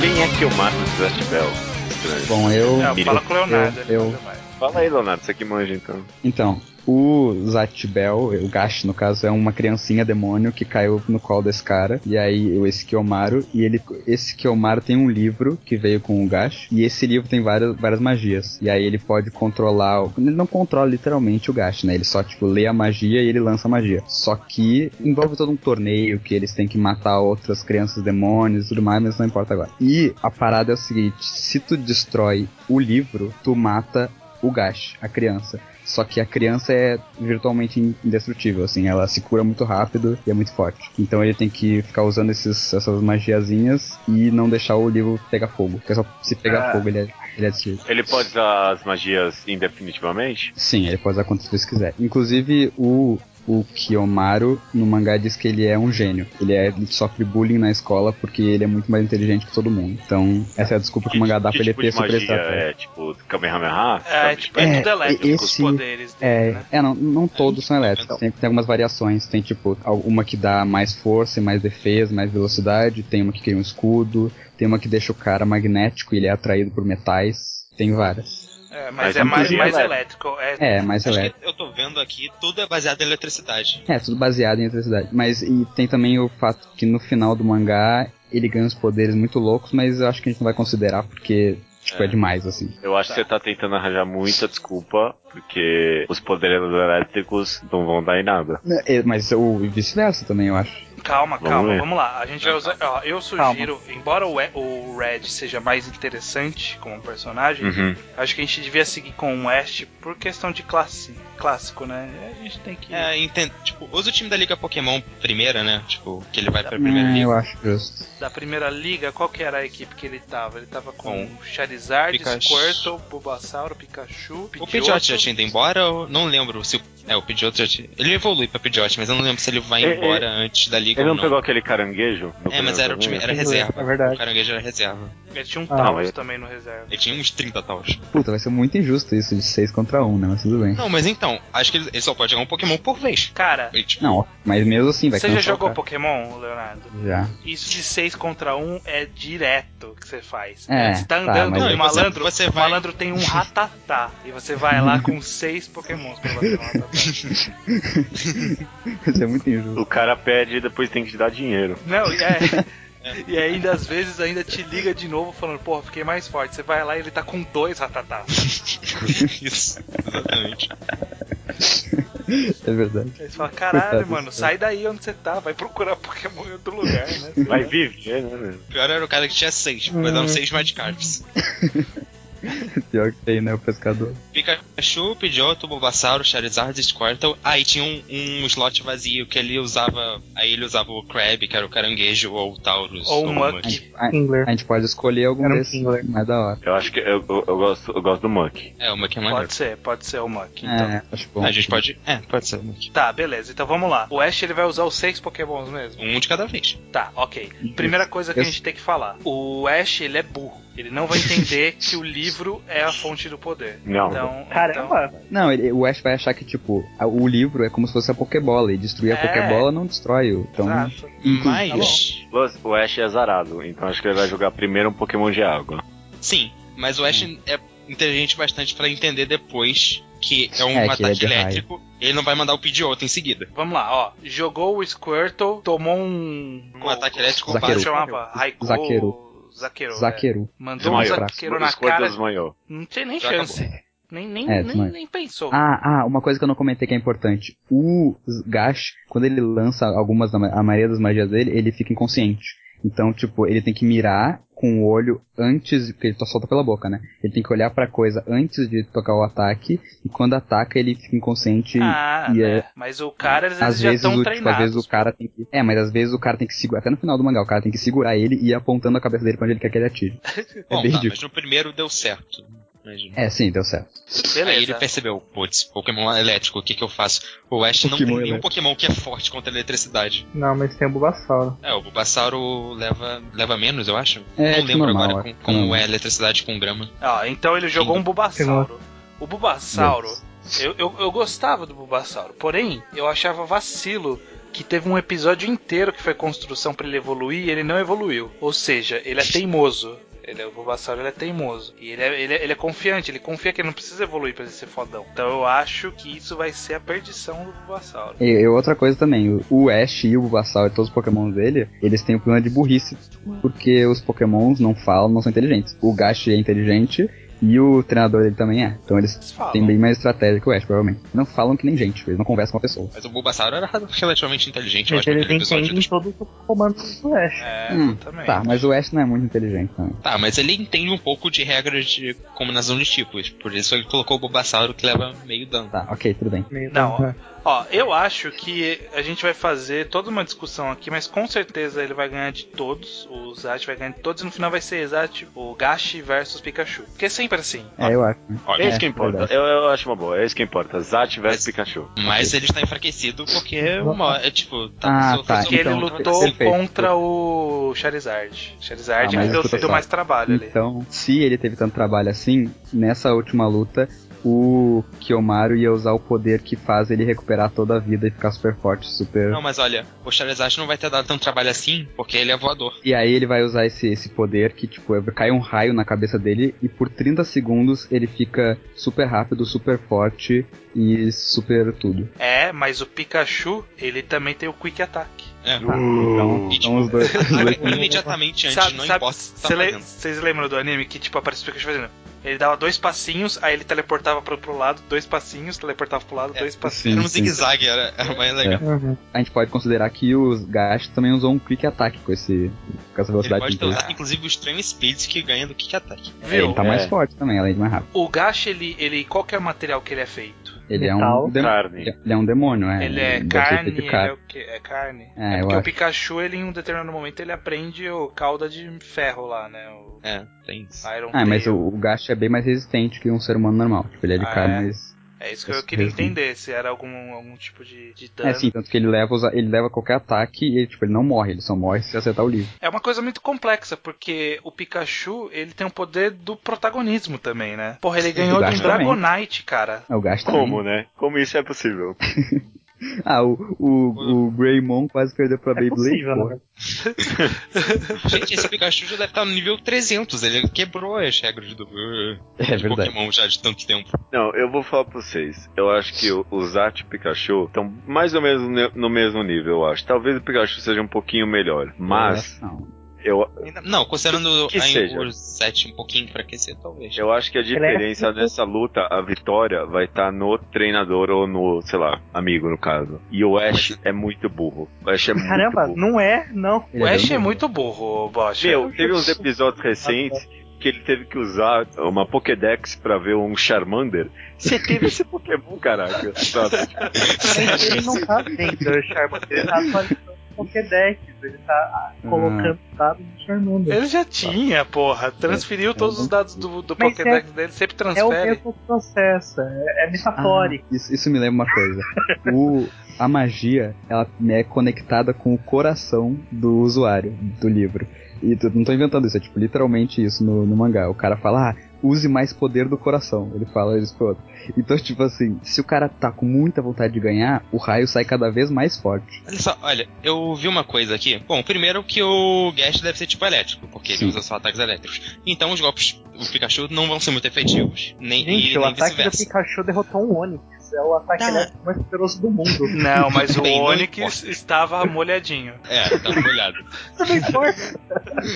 [SPEAKER 1] Quem é Kiyomaru de Zatch Bell? Estranho.
[SPEAKER 4] Bom, eu.
[SPEAKER 2] Não, É, fala com o Leonardo.
[SPEAKER 4] eu-
[SPEAKER 2] ele manda mais.
[SPEAKER 1] Fala aí, Leonardo, você que manja então.
[SPEAKER 4] Então, o Zatibel, o Gash no caso, é uma criancinha demônio que caiu no colo desse cara. E aí o Esquiomaru, e ele. Esse Kiomaru tem um livro que veio com o Gash. E esse livro tem várias, várias magias. E aí ele pode controlar. o- Ele não controla literalmente o Gash, né? Ele só, tipo, lê a magia e ele lança a magia. Só que envolve todo um torneio que eles têm que matar outras crianças demônios e tudo mais, mas não importa agora. E a parada é o seguinte: se tu destrói o livro, tu mata o Gash, a criança. Só que a criança é virtualmente indestrutível, assim, ela se cura muito rápido e é muito forte. Então ele tem que ficar usando esses, essas magiazinhas e não deixar o livro pegar fogo. Porque só se pegar
[SPEAKER 5] Ah.
[SPEAKER 4] fogo ele é, ele é destruído.
[SPEAKER 1] Ele pode usar as magias indefinitivamente?
[SPEAKER 4] Sim, ele pode usar quantas vezes quiser. Inclusive, o, o Kiyomaru no mangá diz que ele é um gênio. Ele, é, ele sofre bullying na escola porque ele é muito mais inteligente que todo mundo. Então, essa é a desculpa que o mangá dá pra ele
[SPEAKER 1] tipo
[SPEAKER 4] ter
[SPEAKER 1] de
[SPEAKER 4] super né?
[SPEAKER 1] magia
[SPEAKER 4] estratégia.
[SPEAKER 1] é tipo Kamehameha?
[SPEAKER 2] É,
[SPEAKER 1] sabe?
[SPEAKER 2] tipo, é tudo
[SPEAKER 4] É,
[SPEAKER 2] elétrico os
[SPEAKER 4] esse-
[SPEAKER 2] poderes dele,
[SPEAKER 4] É,
[SPEAKER 2] né?
[SPEAKER 4] é não, não todos são elétricos. Tem, tem algumas variações. Tem, tipo, uma que dá mais força e mais defesa, mais velocidade. Tem uma que cria um escudo. Tem uma que deixa o cara magnético e ele é atraído por metais. Tem várias.
[SPEAKER 2] É, mas,
[SPEAKER 1] mas
[SPEAKER 2] é mais,
[SPEAKER 1] inclusive
[SPEAKER 2] mais
[SPEAKER 1] é
[SPEAKER 2] elétrico. É,
[SPEAKER 4] É, mais
[SPEAKER 3] Acho
[SPEAKER 4] elétrico.
[SPEAKER 3] que eu tô vendo aqui, tudo é baseado em eletricidade.
[SPEAKER 4] É, tudo baseado em eletricidade. Mas e tem também o fato que no final do mangá ele ganha os poderes muito loucos, mas eu acho que a gente não vai considerar porque tipo, é, demais, assim.
[SPEAKER 1] Eu acho que você tá tentando arranjar muita desculpa, porque os poderes elétricos não vão dar em nada.
[SPEAKER 4] É, Mas o e vice-versa também, eu acho.
[SPEAKER 2] é, Calma,
[SPEAKER 1] Vamos
[SPEAKER 2] calma,
[SPEAKER 1] ver.
[SPEAKER 2] vamos lá. A gente vai usar. Ó, eu sugiro, embora o, E- o Red seja mais interessante como
[SPEAKER 1] Hum.
[SPEAKER 2] personagem,
[SPEAKER 4] Uhum.
[SPEAKER 2] acho que a gente devia seguir com o West por questão de classe. Clássico, né? A gente tem que.
[SPEAKER 3] É, entendo. Tipo, usa o time da Liga Pokémon primeira, né? Tipo, que ele vai pra primeira
[SPEAKER 4] É,
[SPEAKER 3] liga.
[SPEAKER 4] eu acho justo.
[SPEAKER 2] Da primeira liga, qual que era a equipe que ele tava? Ele tava com Charizard,
[SPEAKER 3] Hum. Pikachu.
[SPEAKER 2] Squirtle, Bulbasauro, Pikachu,
[SPEAKER 3] O
[SPEAKER 2] Pidgeotto.
[SPEAKER 3] Pidgeot já tinha ido embora ou não lembro se o. É, o Pidgeot já tinha. Ele evolui pra Pidgeot, mas eu não lembro se ele vai
[SPEAKER 1] Ele-
[SPEAKER 3] embora antes da liga
[SPEAKER 1] Ele
[SPEAKER 3] ou
[SPEAKER 1] não
[SPEAKER 3] não.
[SPEAKER 1] pegou aquele caranguejo? no
[SPEAKER 3] É, mas
[SPEAKER 1] primeiro
[SPEAKER 3] era o time,
[SPEAKER 1] torneio?
[SPEAKER 3] era reserva.
[SPEAKER 5] É
[SPEAKER 3] O
[SPEAKER 5] verdade.
[SPEAKER 3] caranguejo era reserva.
[SPEAKER 2] Ele tinha um
[SPEAKER 5] Ah,
[SPEAKER 2] Taos
[SPEAKER 1] mas-
[SPEAKER 2] também no reserva.
[SPEAKER 3] Ele tinha uns 30 taus.
[SPEAKER 4] Puta, vai ser muito injusto isso de 6 contra 1, né? Mas tudo bem.
[SPEAKER 3] Não, mas então, acho que ele, ele só pode jogar um Pokémon por vez.
[SPEAKER 2] Cara,
[SPEAKER 3] Ele, tipo,
[SPEAKER 4] Não, mas mesmo assim vai
[SPEAKER 2] você já
[SPEAKER 4] cansar o
[SPEAKER 2] jogou
[SPEAKER 4] cara.
[SPEAKER 2] Pokémon, Leonardo?
[SPEAKER 4] Já.
[SPEAKER 2] Isso de 6 contra 1 é direto que você faz.
[SPEAKER 4] É,
[SPEAKER 2] você tá
[SPEAKER 4] tá,
[SPEAKER 2] andando
[SPEAKER 4] mas
[SPEAKER 2] com
[SPEAKER 4] aí
[SPEAKER 2] o
[SPEAKER 3] você-
[SPEAKER 2] malandro,
[SPEAKER 3] você
[SPEAKER 2] o
[SPEAKER 3] vai-
[SPEAKER 2] malandro tem um ratatá. e você vai lá com 6 pokémons pra bater no ratatá.
[SPEAKER 4] Isso é muito injusto.
[SPEAKER 1] O cara pede e depois tem que te dar dinheiro.
[SPEAKER 2] Não, e, é- e ainda às vezes ainda te liga de novo falando, porra, fiquei mais forte. Você vai lá e ele tá com dois ratatás.
[SPEAKER 3] Isso, exatamente.
[SPEAKER 4] É verdade.
[SPEAKER 2] Aí você fala, caralho,
[SPEAKER 4] Coitado,
[SPEAKER 2] mano,
[SPEAKER 4] isso.
[SPEAKER 2] sai daí onde você tá, vai procurar Pokémon em outro lugar, né?
[SPEAKER 1] Vai viver, né? meu?
[SPEAKER 3] O pior era o cara que tinha seis, mas eram seis Magikarps.
[SPEAKER 4] Pior que tem, né? O pescador.
[SPEAKER 3] Pikachu, Pidgeotto, Bulbasauro, Charizard, Squirtle. Aí tinha um, um slot vazio que ele usava. Aí ele usava o Crab, que era o caranguejo, ou o Taurus.
[SPEAKER 2] Ou o
[SPEAKER 3] o
[SPEAKER 2] Muck.
[SPEAKER 4] A gente, a-
[SPEAKER 5] Kingler.
[SPEAKER 4] a gente pode escolher algum
[SPEAKER 5] Era um
[SPEAKER 4] desses
[SPEAKER 5] Kingler.
[SPEAKER 4] mais da hora.
[SPEAKER 1] Eu acho que eu, eu, eu gosto, eu gosto do Monkey.
[SPEAKER 3] É, o Muck é maneiro.
[SPEAKER 2] Pode ser, pode ser o Muck, então.
[SPEAKER 4] É, acho bom.
[SPEAKER 3] A gente pode. É, pode ser o Muck.
[SPEAKER 2] Tá, beleza, então vamos lá. O Ash ele vai usar os seis pokémons mesmo?
[SPEAKER 3] Um de cada vez.
[SPEAKER 2] Tá, ok. Primeira coisa que a gente tem que falar: o Ash ele é burro. Ele não vai entender que o livro é a fonte do poder.
[SPEAKER 1] Não.
[SPEAKER 2] Então, então-
[SPEAKER 5] Caramba,
[SPEAKER 4] Não, ele- o Ash vai achar que, tipo, a- o livro é como se fosse a Pokébola. E destruir a
[SPEAKER 2] É.
[SPEAKER 4] Pokébola não destrói. o- Então,
[SPEAKER 2] Exato.
[SPEAKER 4] tá
[SPEAKER 3] Mas.
[SPEAKER 1] Plus, o Ash é azarado, então acho que ele vai jogar primeiro um Pokémon de água.
[SPEAKER 3] Sim, mas o Ash
[SPEAKER 4] Hum.
[SPEAKER 3] é inteligente bastante pra entender depois que é um
[SPEAKER 4] É, que ele é
[SPEAKER 3] ataque
[SPEAKER 4] de raio.
[SPEAKER 3] elétrico. Ele não vai mandar o Pidgeotto em seguida.
[SPEAKER 2] Vamos lá, ó. Jogou o Squirtle, tomou um.
[SPEAKER 3] Um ataque elétrico
[SPEAKER 4] Zaqueiro.
[SPEAKER 2] Como
[SPEAKER 3] básico.
[SPEAKER 2] chamava? Raikou.
[SPEAKER 4] Zaqueiro.
[SPEAKER 2] Zaqueiro. é.
[SPEAKER 4] Zaqueiro.
[SPEAKER 2] Mandou um
[SPEAKER 1] Desmaiou.
[SPEAKER 2] zaqueiro
[SPEAKER 1] o
[SPEAKER 2] na
[SPEAKER 1] Squirtle
[SPEAKER 2] cara.
[SPEAKER 1] desmaiou.
[SPEAKER 2] Não tem nem
[SPEAKER 3] Já
[SPEAKER 2] chance. Nem, nem,
[SPEAKER 4] É,
[SPEAKER 2] nem,
[SPEAKER 4] desmaiou.
[SPEAKER 2] nem pensou.
[SPEAKER 4] Ah, ah, uma coisa que eu não comentei que é importante. O Gash, quando ele lança algumas, da ma- a maioria das magias dele, ele fica inconsciente. Então, tipo, ele tem que mirar com o olho antes, porque ele só solta pela boca, né? Ele tem que olhar pra coisa antes de tocar o ataque, e quando ataca ele fica inconsciente. e-
[SPEAKER 2] Ah,
[SPEAKER 4] e
[SPEAKER 2] né.
[SPEAKER 4] é-
[SPEAKER 2] Mas o cara, eles,
[SPEAKER 4] às
[SPEAKER 2] já
[SPEAKER 4] vezes,
[SPEAKER 2] estão
[SPEAKER 4] o, tipo, às
[SPEAKER 2] treinados.
[SPEAKER 4] vezes o cara tem que. É, mas às vezes o cara tem que segurar. Até no final do mangá, o cara tem que segurar ele e ir apontando a cabeça dele pra onde ele quer que ele atire.
[SPEAKER 2] É
[SPEAKER 4] É
[SPEAKER 3] Bom,
[SPEAKER 4] bem
[SPEAKER 3] tá,
[SPEAKER 4] ridículo.
[SPEAKER 3] mas no primeiro deu certo. Imagina.
[SPEAKER 4] É, sim, deu certo.
[SPEAKER 3] Aí ele
[SPEAKER 2] Beleza.
[SPEAKER 3] percebeu, putz, Pokémon elétrico, o que que eu faço? O Ash não tem
[SPEAKER 4] Pokémon
[SPEAKER 3] nenhum
[SPEAKER 4] elétrico.
[SPEAKER 3] Pokémon que é forte contra a eletricidade.
[SPEAKER 5] não, mas tem o Bulbasauro.
[SPEAKER 3] É, o Bulbasauro leva, leva menos, eu acho.
[SPEAKER 4] É,
[SPEAKER 3] não
[SPEAKER 4] tipo,
[SPEAKER 3] lembro
[SPEAKER 4] normal,
[SPEAKER 3] agora
[SPEAKER 4] é.
[SPEAKER 3] com, como
[SPEAKER 4] Normal.
[SPEAKER 3] é a eletricidade com grama.
[SPEAKER 2] Ó, então ele jogou um Bulbasauro. O Bulbasauro,
[SPEAKER 4] Yes.
[SPEAKER 2] eu, eu, eu gostava do Bulbasauro, porém, eu achava vacilo que teve um episódio inteiro que foi construção pra ele evoluir e ele não evoluiu. Ou seja, ele é teimoso. Ele é, o Bulbasauro ele é teimoso. E ele é, ele, é, ele é confiante, ele confia que ele não precisa evoluir pra ele ser fodão. Então eu acho que isso vai ser a perdição do Bulbasauro.
[SPEAKER 4] E, e outra coisa também, o- o Ash e o Bulbasaur e todos os Pokémon dele, eles têm o problema de burrice, porque os Pokémons não falam, não são inteligentes. O Gash é inteligente e o treinador dele também é. Então eles
[SPEAKER 2] Eles falam.
[SPEAKER 4] têm bem mais estratégia que o Ash, provavelmente. Não falam que nem gente, eles não conversam com a pessoa.
[SPEAKER 3] Mas o Bulbasauro era relativamente inteligente, eu
[SPEAKER 5] Mas
[SPEAKER 3] acho,
[SPEAKER 5] ele
[SPEAKER 3] naquele
[SPEAKER 5] vem
[SPEAKER 3] um episódio.
[SPEAKER 5] em todos os comandos do Ash.
[SPEAKER 2] É,
[SPEAKER 4] Hum,
[SPEAKER 2] exatamente.
[SPEAKER 4] Tá, mas o Ash não é muito inteligente também.
[SPEAKER 3] Tá, mas ele entende um pouco de regras de combinação de tipos. Por isso ele colocou o Bulbasauro que leva meio dano.
[SPEAKER 4] Tá, ok, tudo bem.
[SPEAKER 5] Meio
[SPEAKER 2] Não,
[SPEAKER 5] da-
[SPEAKER 2] Ó, eu acho que a gente vai fazer toda uma discussão aqui, mas com certeza ele vai ganhar de todos. O Zat vai ganhar de todos e no final vai ser exato o Gashi versus Pikachu. Porque é sempre assim.
[SPEAKER 4] É, eu acho. né?
[SPEAKER 1] É isso que
[SPEAKER 4] É,
[SPEAKER 1] importa.
[SPEAKER 4] verdade.
[SPEAKER 1] Eu, eu acho uma boa, é isso que importa. Zat versus
[SPEAKER 3] Mas-
[SPEAKER 1] Pikachu.
[SPEAKER 3] Mas ele está enfraquecido porque uma hora, é tipo,
[SPEAKER 4] Ah,
[SPEAKER 3] sofre- sofre-
[SPEAKER 4] tá,
[SPEAKER 2] Porque ele
[SPEAKER 4] então,
[SPEAKER 2] lutou
[SPEAKER 4] perfeito.
[SPEAKER 2] contra o Charizard. Charizard é
[SPEAKER 4] Ah, mas
[SPEAKER 2] ele deu,
[SPEAKER 4] eu tô
[SPEAKER 2] deu mais trabalho ali.
[SPEAKER 4] Então, se ele teve tanto trabalho assim, nessa última luta, o Kiyomaru ia usar o poder que faz ele recuperar toda a vida e ficar super forte, super.
[SPEAKER 3] Não, mas olha, o Charizard não vai ter dado tanto trabalho assim, porque ele é voador.
[SPEAKER 4] E aí ele vai usar esse, esse poder que, tipo, é- cai um raio na cabeça dele e por 30 segundos ele fica super rápido, super forte e super tudo.
[SPEAKER 2] É, mas o Pikachu, ele também tem o Quick Attack.
[SPEAKER 3] É.
[SPEAKER 4] Tá, então, então os dois. os dois-
[SPEAKER 3] Imediatamente antes, não importa o que tá
[SPEAKER 2] cê le-
[SPEAKER 3] fazendo.
[SPEAKER 2] Vocês lembram do anime que, tipo, aparece o Pikachu fazendo... Ele dava dois passinhos, aí ele teleportava pro, pro lado, dois passinhos, teleportava pro lado,
[SPEAKER 3] É,
[SPEAKER 2] dois passinhos.
[SPEAKER 3] Era um
[SPEAKER 4] Sim, sim.
[SPEAKER 3] zigue-zague, era, era mais legal.
[SPEAKER 5] Uhum.
[SPEAKER 4] A gente pode considerar que os Gash também usou um quick attack com, esse, com essa
[SPEAKER 3] Ele
[SPEAKER 4] velocidade
[SPEAKER 3] pode ter
[SPEAKER 4] dele.
[SPEAKER 3] usado, inclusive, o Stream Speed que ganha do Kick Attack.
[SPEAKER 4] É, ele tá mais
[SPEAKER 1] É.
[SPEAKER 4] forte também, além de mais rápido.
[SPEAKER 2] O Gash, ele, ele. Qual que é o material que ele é feito?
[SPEAKER 4] Ele é
[SPEAKER 5] Metal.
[SPEAKER 4] um demônio.
[SPEAKER 1] Carne.
[SPEAKER 4] Ele é um demônio, é.
[SPEAKER 2] ele é
[SPEAKER 4] deve ser
[SPEAKER 2] carne,
[SPEAKER 4] feito de
[SPEAKER 2] ele é o que? É carne?
[SPEAKER 4] É, eu
[SPEAKER 2] Porque o
[SPEAKER 4] acho.
[SPEAKER 2] Pikachu, ele em um determinado momento, ele aprende o cauda de ferro lá, né? O
[SPEAKER 3] É, tem isso.
[SPEAKER 2] Iron
[SPEAKER 4] Ah, mas
[SPEAKER 2] Tail.
[SPEAKER 4] o, o Gash é bem mais resistente que um ser um humano normal. Tipo, ele é de
[SPEAKER 2] Ah,
[SPEAKER 4] carne,
[SPEAKER 2] é?
[SPEAKER 4] mas.
[SPEAKER 2] É isso que eu queria entender, se era algum, algum tipo de, de dano.
[SPEAKER 4] É sim, tanto que ele leva, os- ele leva qualquer ataque e ele, tipo, ele não morre, ele só morre se acertar o livro.
[SPEAKER 2] É uma coisa muito complexa, porque o Pikachu, ele tem o poder do protagonismo também, né? Porra, ele ganhou de um
[SPEAKER 4] Gacha também.
[SPEAKER 2] Dragonite, cara.
[SPEAKER 4] É o gasto
[SPEAKER 1] Como, né? Como isso é possível?
[SPEAKER 4] também. Ah, o, o, o Greymon quase perdeu pra
[SPEAKER 5] É
[SPEAKER 4] Beyblade.
[SPEAKER 5] possível,
[SPEAKER 4] porra.
[SPEAKER 5] né?
[SPEAKER 3] Gente, esse Pikachu já deve estar no nível 300. Ele quebrou as regras do uh,
[SPEAKER 4] É
[SPEAKER 3] de
[SPEAKER 4] verdade.
[SPEAKER 3] Pokémon já de tanto tempo.
[SPEAKER 1] Não, eu vou falar pra vocês. Eu acho que o, o Zat e o Pikachu estão mais ou menos ne- no mesmo nível, eu acho. Talvez o Pikachu seja um pouquinho melhor. Mas
[SPEAKER 4] Não.
[SPEAKER 1] eu,
[SPEAKER 3] Ainda- Não, considerando
[SPEAKER 1] Que seja.
[SPEAKER 3] a, o 7 um pouquinho enfraquecido, talvez.
[SPEAKER 1] eu acho que a
[SPEAKER 5] é
[SPEAKER 1] diferença
[SPEAKER 5] muito-
[SPEAKER 1] nessa luta, a vitória, vai estar no treinador ou no, sei lá, amigo no caso. E o Ash é muito burro. O Ash é
[SPEAKER 5] Caramba,
[SPEAKER 1] muito burro.
[SPEAKER 5] não é, não.
[SPEAKER 4] Ele
[SPEAKER 2] o Ash
[SPEAKER 4] bem
[SPEAKER 2] é
[SPEAKER 4] bom.
[SPEAKER 2] muito burro, Bosch.
[SPEAKER 1] Meu, teve uns episódios
[SPEAKER 5] tá
[SPEAKER 1] recentes que ele teve que usar uma Pokédex pra ver um Charmander. Você teve esse Pokémon, caraca. Sabe?
[SPEAKER 5] Ele não tá vendo o Charmander, ele tá atualizando o Pokédex, ele tá ah, colocando dados no Charmander.
[SPEAKER 2] Ele já tinha, porra.
[SPEAKER 4] É,
[SPEAKER 2] Transferiu todos os dados do, do
[SPEAKER 5] Mas
[SPEAKER 2] Pokédex dele, sempre
[SPEAKER 5] É o
[SPEAKER 2] transfere.
[SPEAKER 5] mesmo processo, é, é
[SPEAKER 4] Ah,
[SPEAKER 5] metafórico.
[SPEAKER 4] isso, isso me lembra uma coisa. O, a magia, ela é conectada com o coração do usuário do livro. E tu- não tô inventando isso, é tipo literalmente isso no, no mangá. O cara fala, ah, use mais poder do coração. Ele fala isso pro outro. Então, tipo assim, se o cara tá com muita vontade de ganhar, o raio sai cada vez mais forte.
[SPEAKER 3] Olha só, olha, eu vi uma coisa aqui. Bom, primeiro que o Gash deve ser tipo elétrico, porque
[SPEAKER 4] Sim.
[SPEAKER 3] ele usa só ataques elétricos. Então os golpes do Pikachu não vão ser muito efetivos. Nem,
[SPEAKER 5] Gente,
[SPEAKER 3] Ah. e
[SPEAKER 5] o
[SPEAKER 3] nem
[SPEAKER 5] ataque do
[SPEAKER 3] vice-versa.
[SPEAKER 5] Pikachu derrotou um Onix. É o ataque
[SPEAKER 3] Tá.
[SPEAKER 5] elétrico mais poderoso do mundo.
[SPEAKER 2] Não, mas o
[SPEAKER 3] Bem, não
[SPEAKER 2] Onix estava molhadinho.
[SPEAKER 3] É, tá molhado.
[SPEAKER 5] Também forte.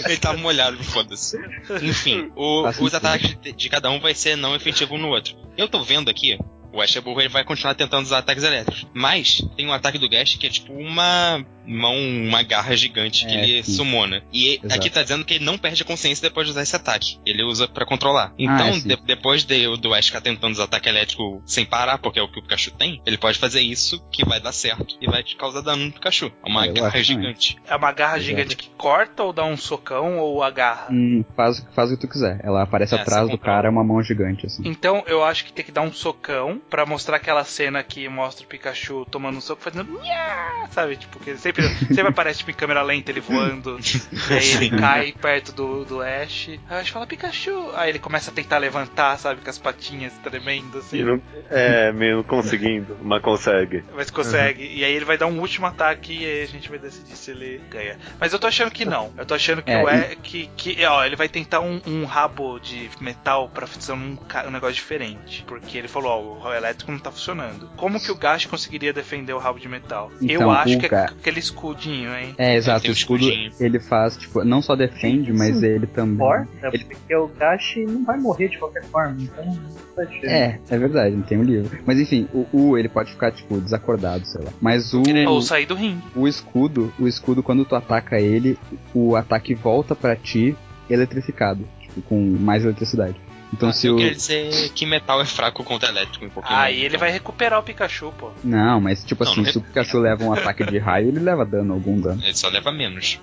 [SPEAKER 3] Ele tá molhado, foda-se. Enfim, o-
[SPEAKER 4] Faz
[SPEAKER 3] os
[SPEAKER 4] sentido.
[SPEAKER 3] ataques de, de cada um vai ser não efetivo um no outro. Eu tô vendo aqui, o Ash é burro, ele vai continuar tentando usar ataques elétricos. Mas tem um ataque do Gash que é tipo uma mão, uma garra gigante que
[SPEAKER 4] É,
[SPEAKER 3] ele
[SPEAKER 4] sim.
[SPEAKER 3] sumona. E
[SPEAKER 4] Exato.
[SPEAKER 3] aqui tá dizendo que ele não perde a consciência depois de usar esse ataque. Ele usa pra controlar.
[SPEAKER 4] Ah,
[SPEAKER 3] Então,
[SPEAKER 4] é, sim.
[SPEAKER 3] de- depois de, do Ash ficar tentando usar ataque elétrico sem parar, porque é o que o Pikachu tem, ele pode fazer isso que vai dar certo e vai te causar dano no Pikachu. É uma
[SPEAKER 4] Eu acho
[SPEAKER 3] garra
[SPEAKER 4] também.
[SPEAKER 3] gigante.
[SPEAKER 2] É uma garra
[SPEAKER 4] Exato.
[SPEAKER 2] gigante que corta ou dá um socão ou agarra.
[SPEAKER 4] Hum, faz, faz o que tu quiser. Ela aparece
[SPEAKER 3] É,
[SPEAKER 4] atrás
[SPEAKER 3] você
[SPEAKER 4] do
[SPEAKER 3] controla.
[SPEAKER 4] cara, é uma mão gigante, assim.
[SPEAKER 2] Então eu acho que tem que dar um socão pra mostrar aquela cena que mostra o Pikachu tomando um soco fazendo "Nhá", sabe? Tipo, que ele sempre, sempre aparece tipo, em câmera lenta ele voando. e aí ele cai perto do, do Ash. Aí o Ash fala, Pikachu! Aí ele começa a tentar levantar, sabe, com as patinhas tremendo, assim.
[SPEAKER 1] E não- é, meio conseguindo, mas consegue.
[SPEAKER 2] Mas consegue. E aí ele vai dar um último ataque e aí a gente vai decidir se ele ganha. Mas eu tô achando que não. Eu tô achando que
[SPEAKER 4] É,
[SPEAKER 2] o e... que, que ó, ele vai tentar um, um rabo de metal pra fazer um, ca- um negócio diferente. Porque ele falou, ó, o raio elétrico não tá funcionando. Como que o Gash conseguiria defender o rabo de metal? eu
[SPEAKER 4] Então,
[SPEAKER 2] acho
[SPEAKER 4] o
[SPEAKER 2] que é
[SPEAKER 4] Ga-
[SPEAKER 2] com aquele escudinho, hein?
[SPEAKER 4] É, exato.
[SPEAKER 3] tem
[SPEAKER 4] O
[SPEAKER 3] um
[SPEAKER 4] escudo,
[SPEAKER 3] escudinho.
[SPEAKER 4] ele faz, tipo, não só defende, mas ele também...
[SPEAKER 5] Porta,
[SPEAKER 4] Ele-
[SPEAKER 5] porque o Gashi não vai morrer de qualquer forma. Então, não vai chegar.
[SPEAKER 4] É, é verdade, não tem o livro. Mas enfim, o U ele pode ficar, tipo, desacordado, sei lá. Mas o,
[SPEAKER 2] Ou sair do ringue.
[SPEAKER 4] o escudo, o escudo, quando tu ataca ele, o ataque volta pra ti eletrificado, tipo, com mais eletricidade. Então
[SPEAKER 3] Ah,
[SPEAKER 4] se
[SPEAKER 3] eu
[SPEAKER 4] o.
[SPEAKER 3] queria dizer que metal é fraco contra elétrico um em Pokémon.
[SPEAKER 4] é
[SPEAKER 2] Aí Ah, ele vai recuperar o Pikachu, pô.
[SPEAKER 4] Não, mas tipo
[SPEAKER 3] Não,
[SPEAKER 4] assim,
[SPEAKER 3] não
[SPEAKER 4] se o Pikachu leva um ataque de raio, ele leva dano, algum dano.
[SPEAKER 3] Ele só leva menos.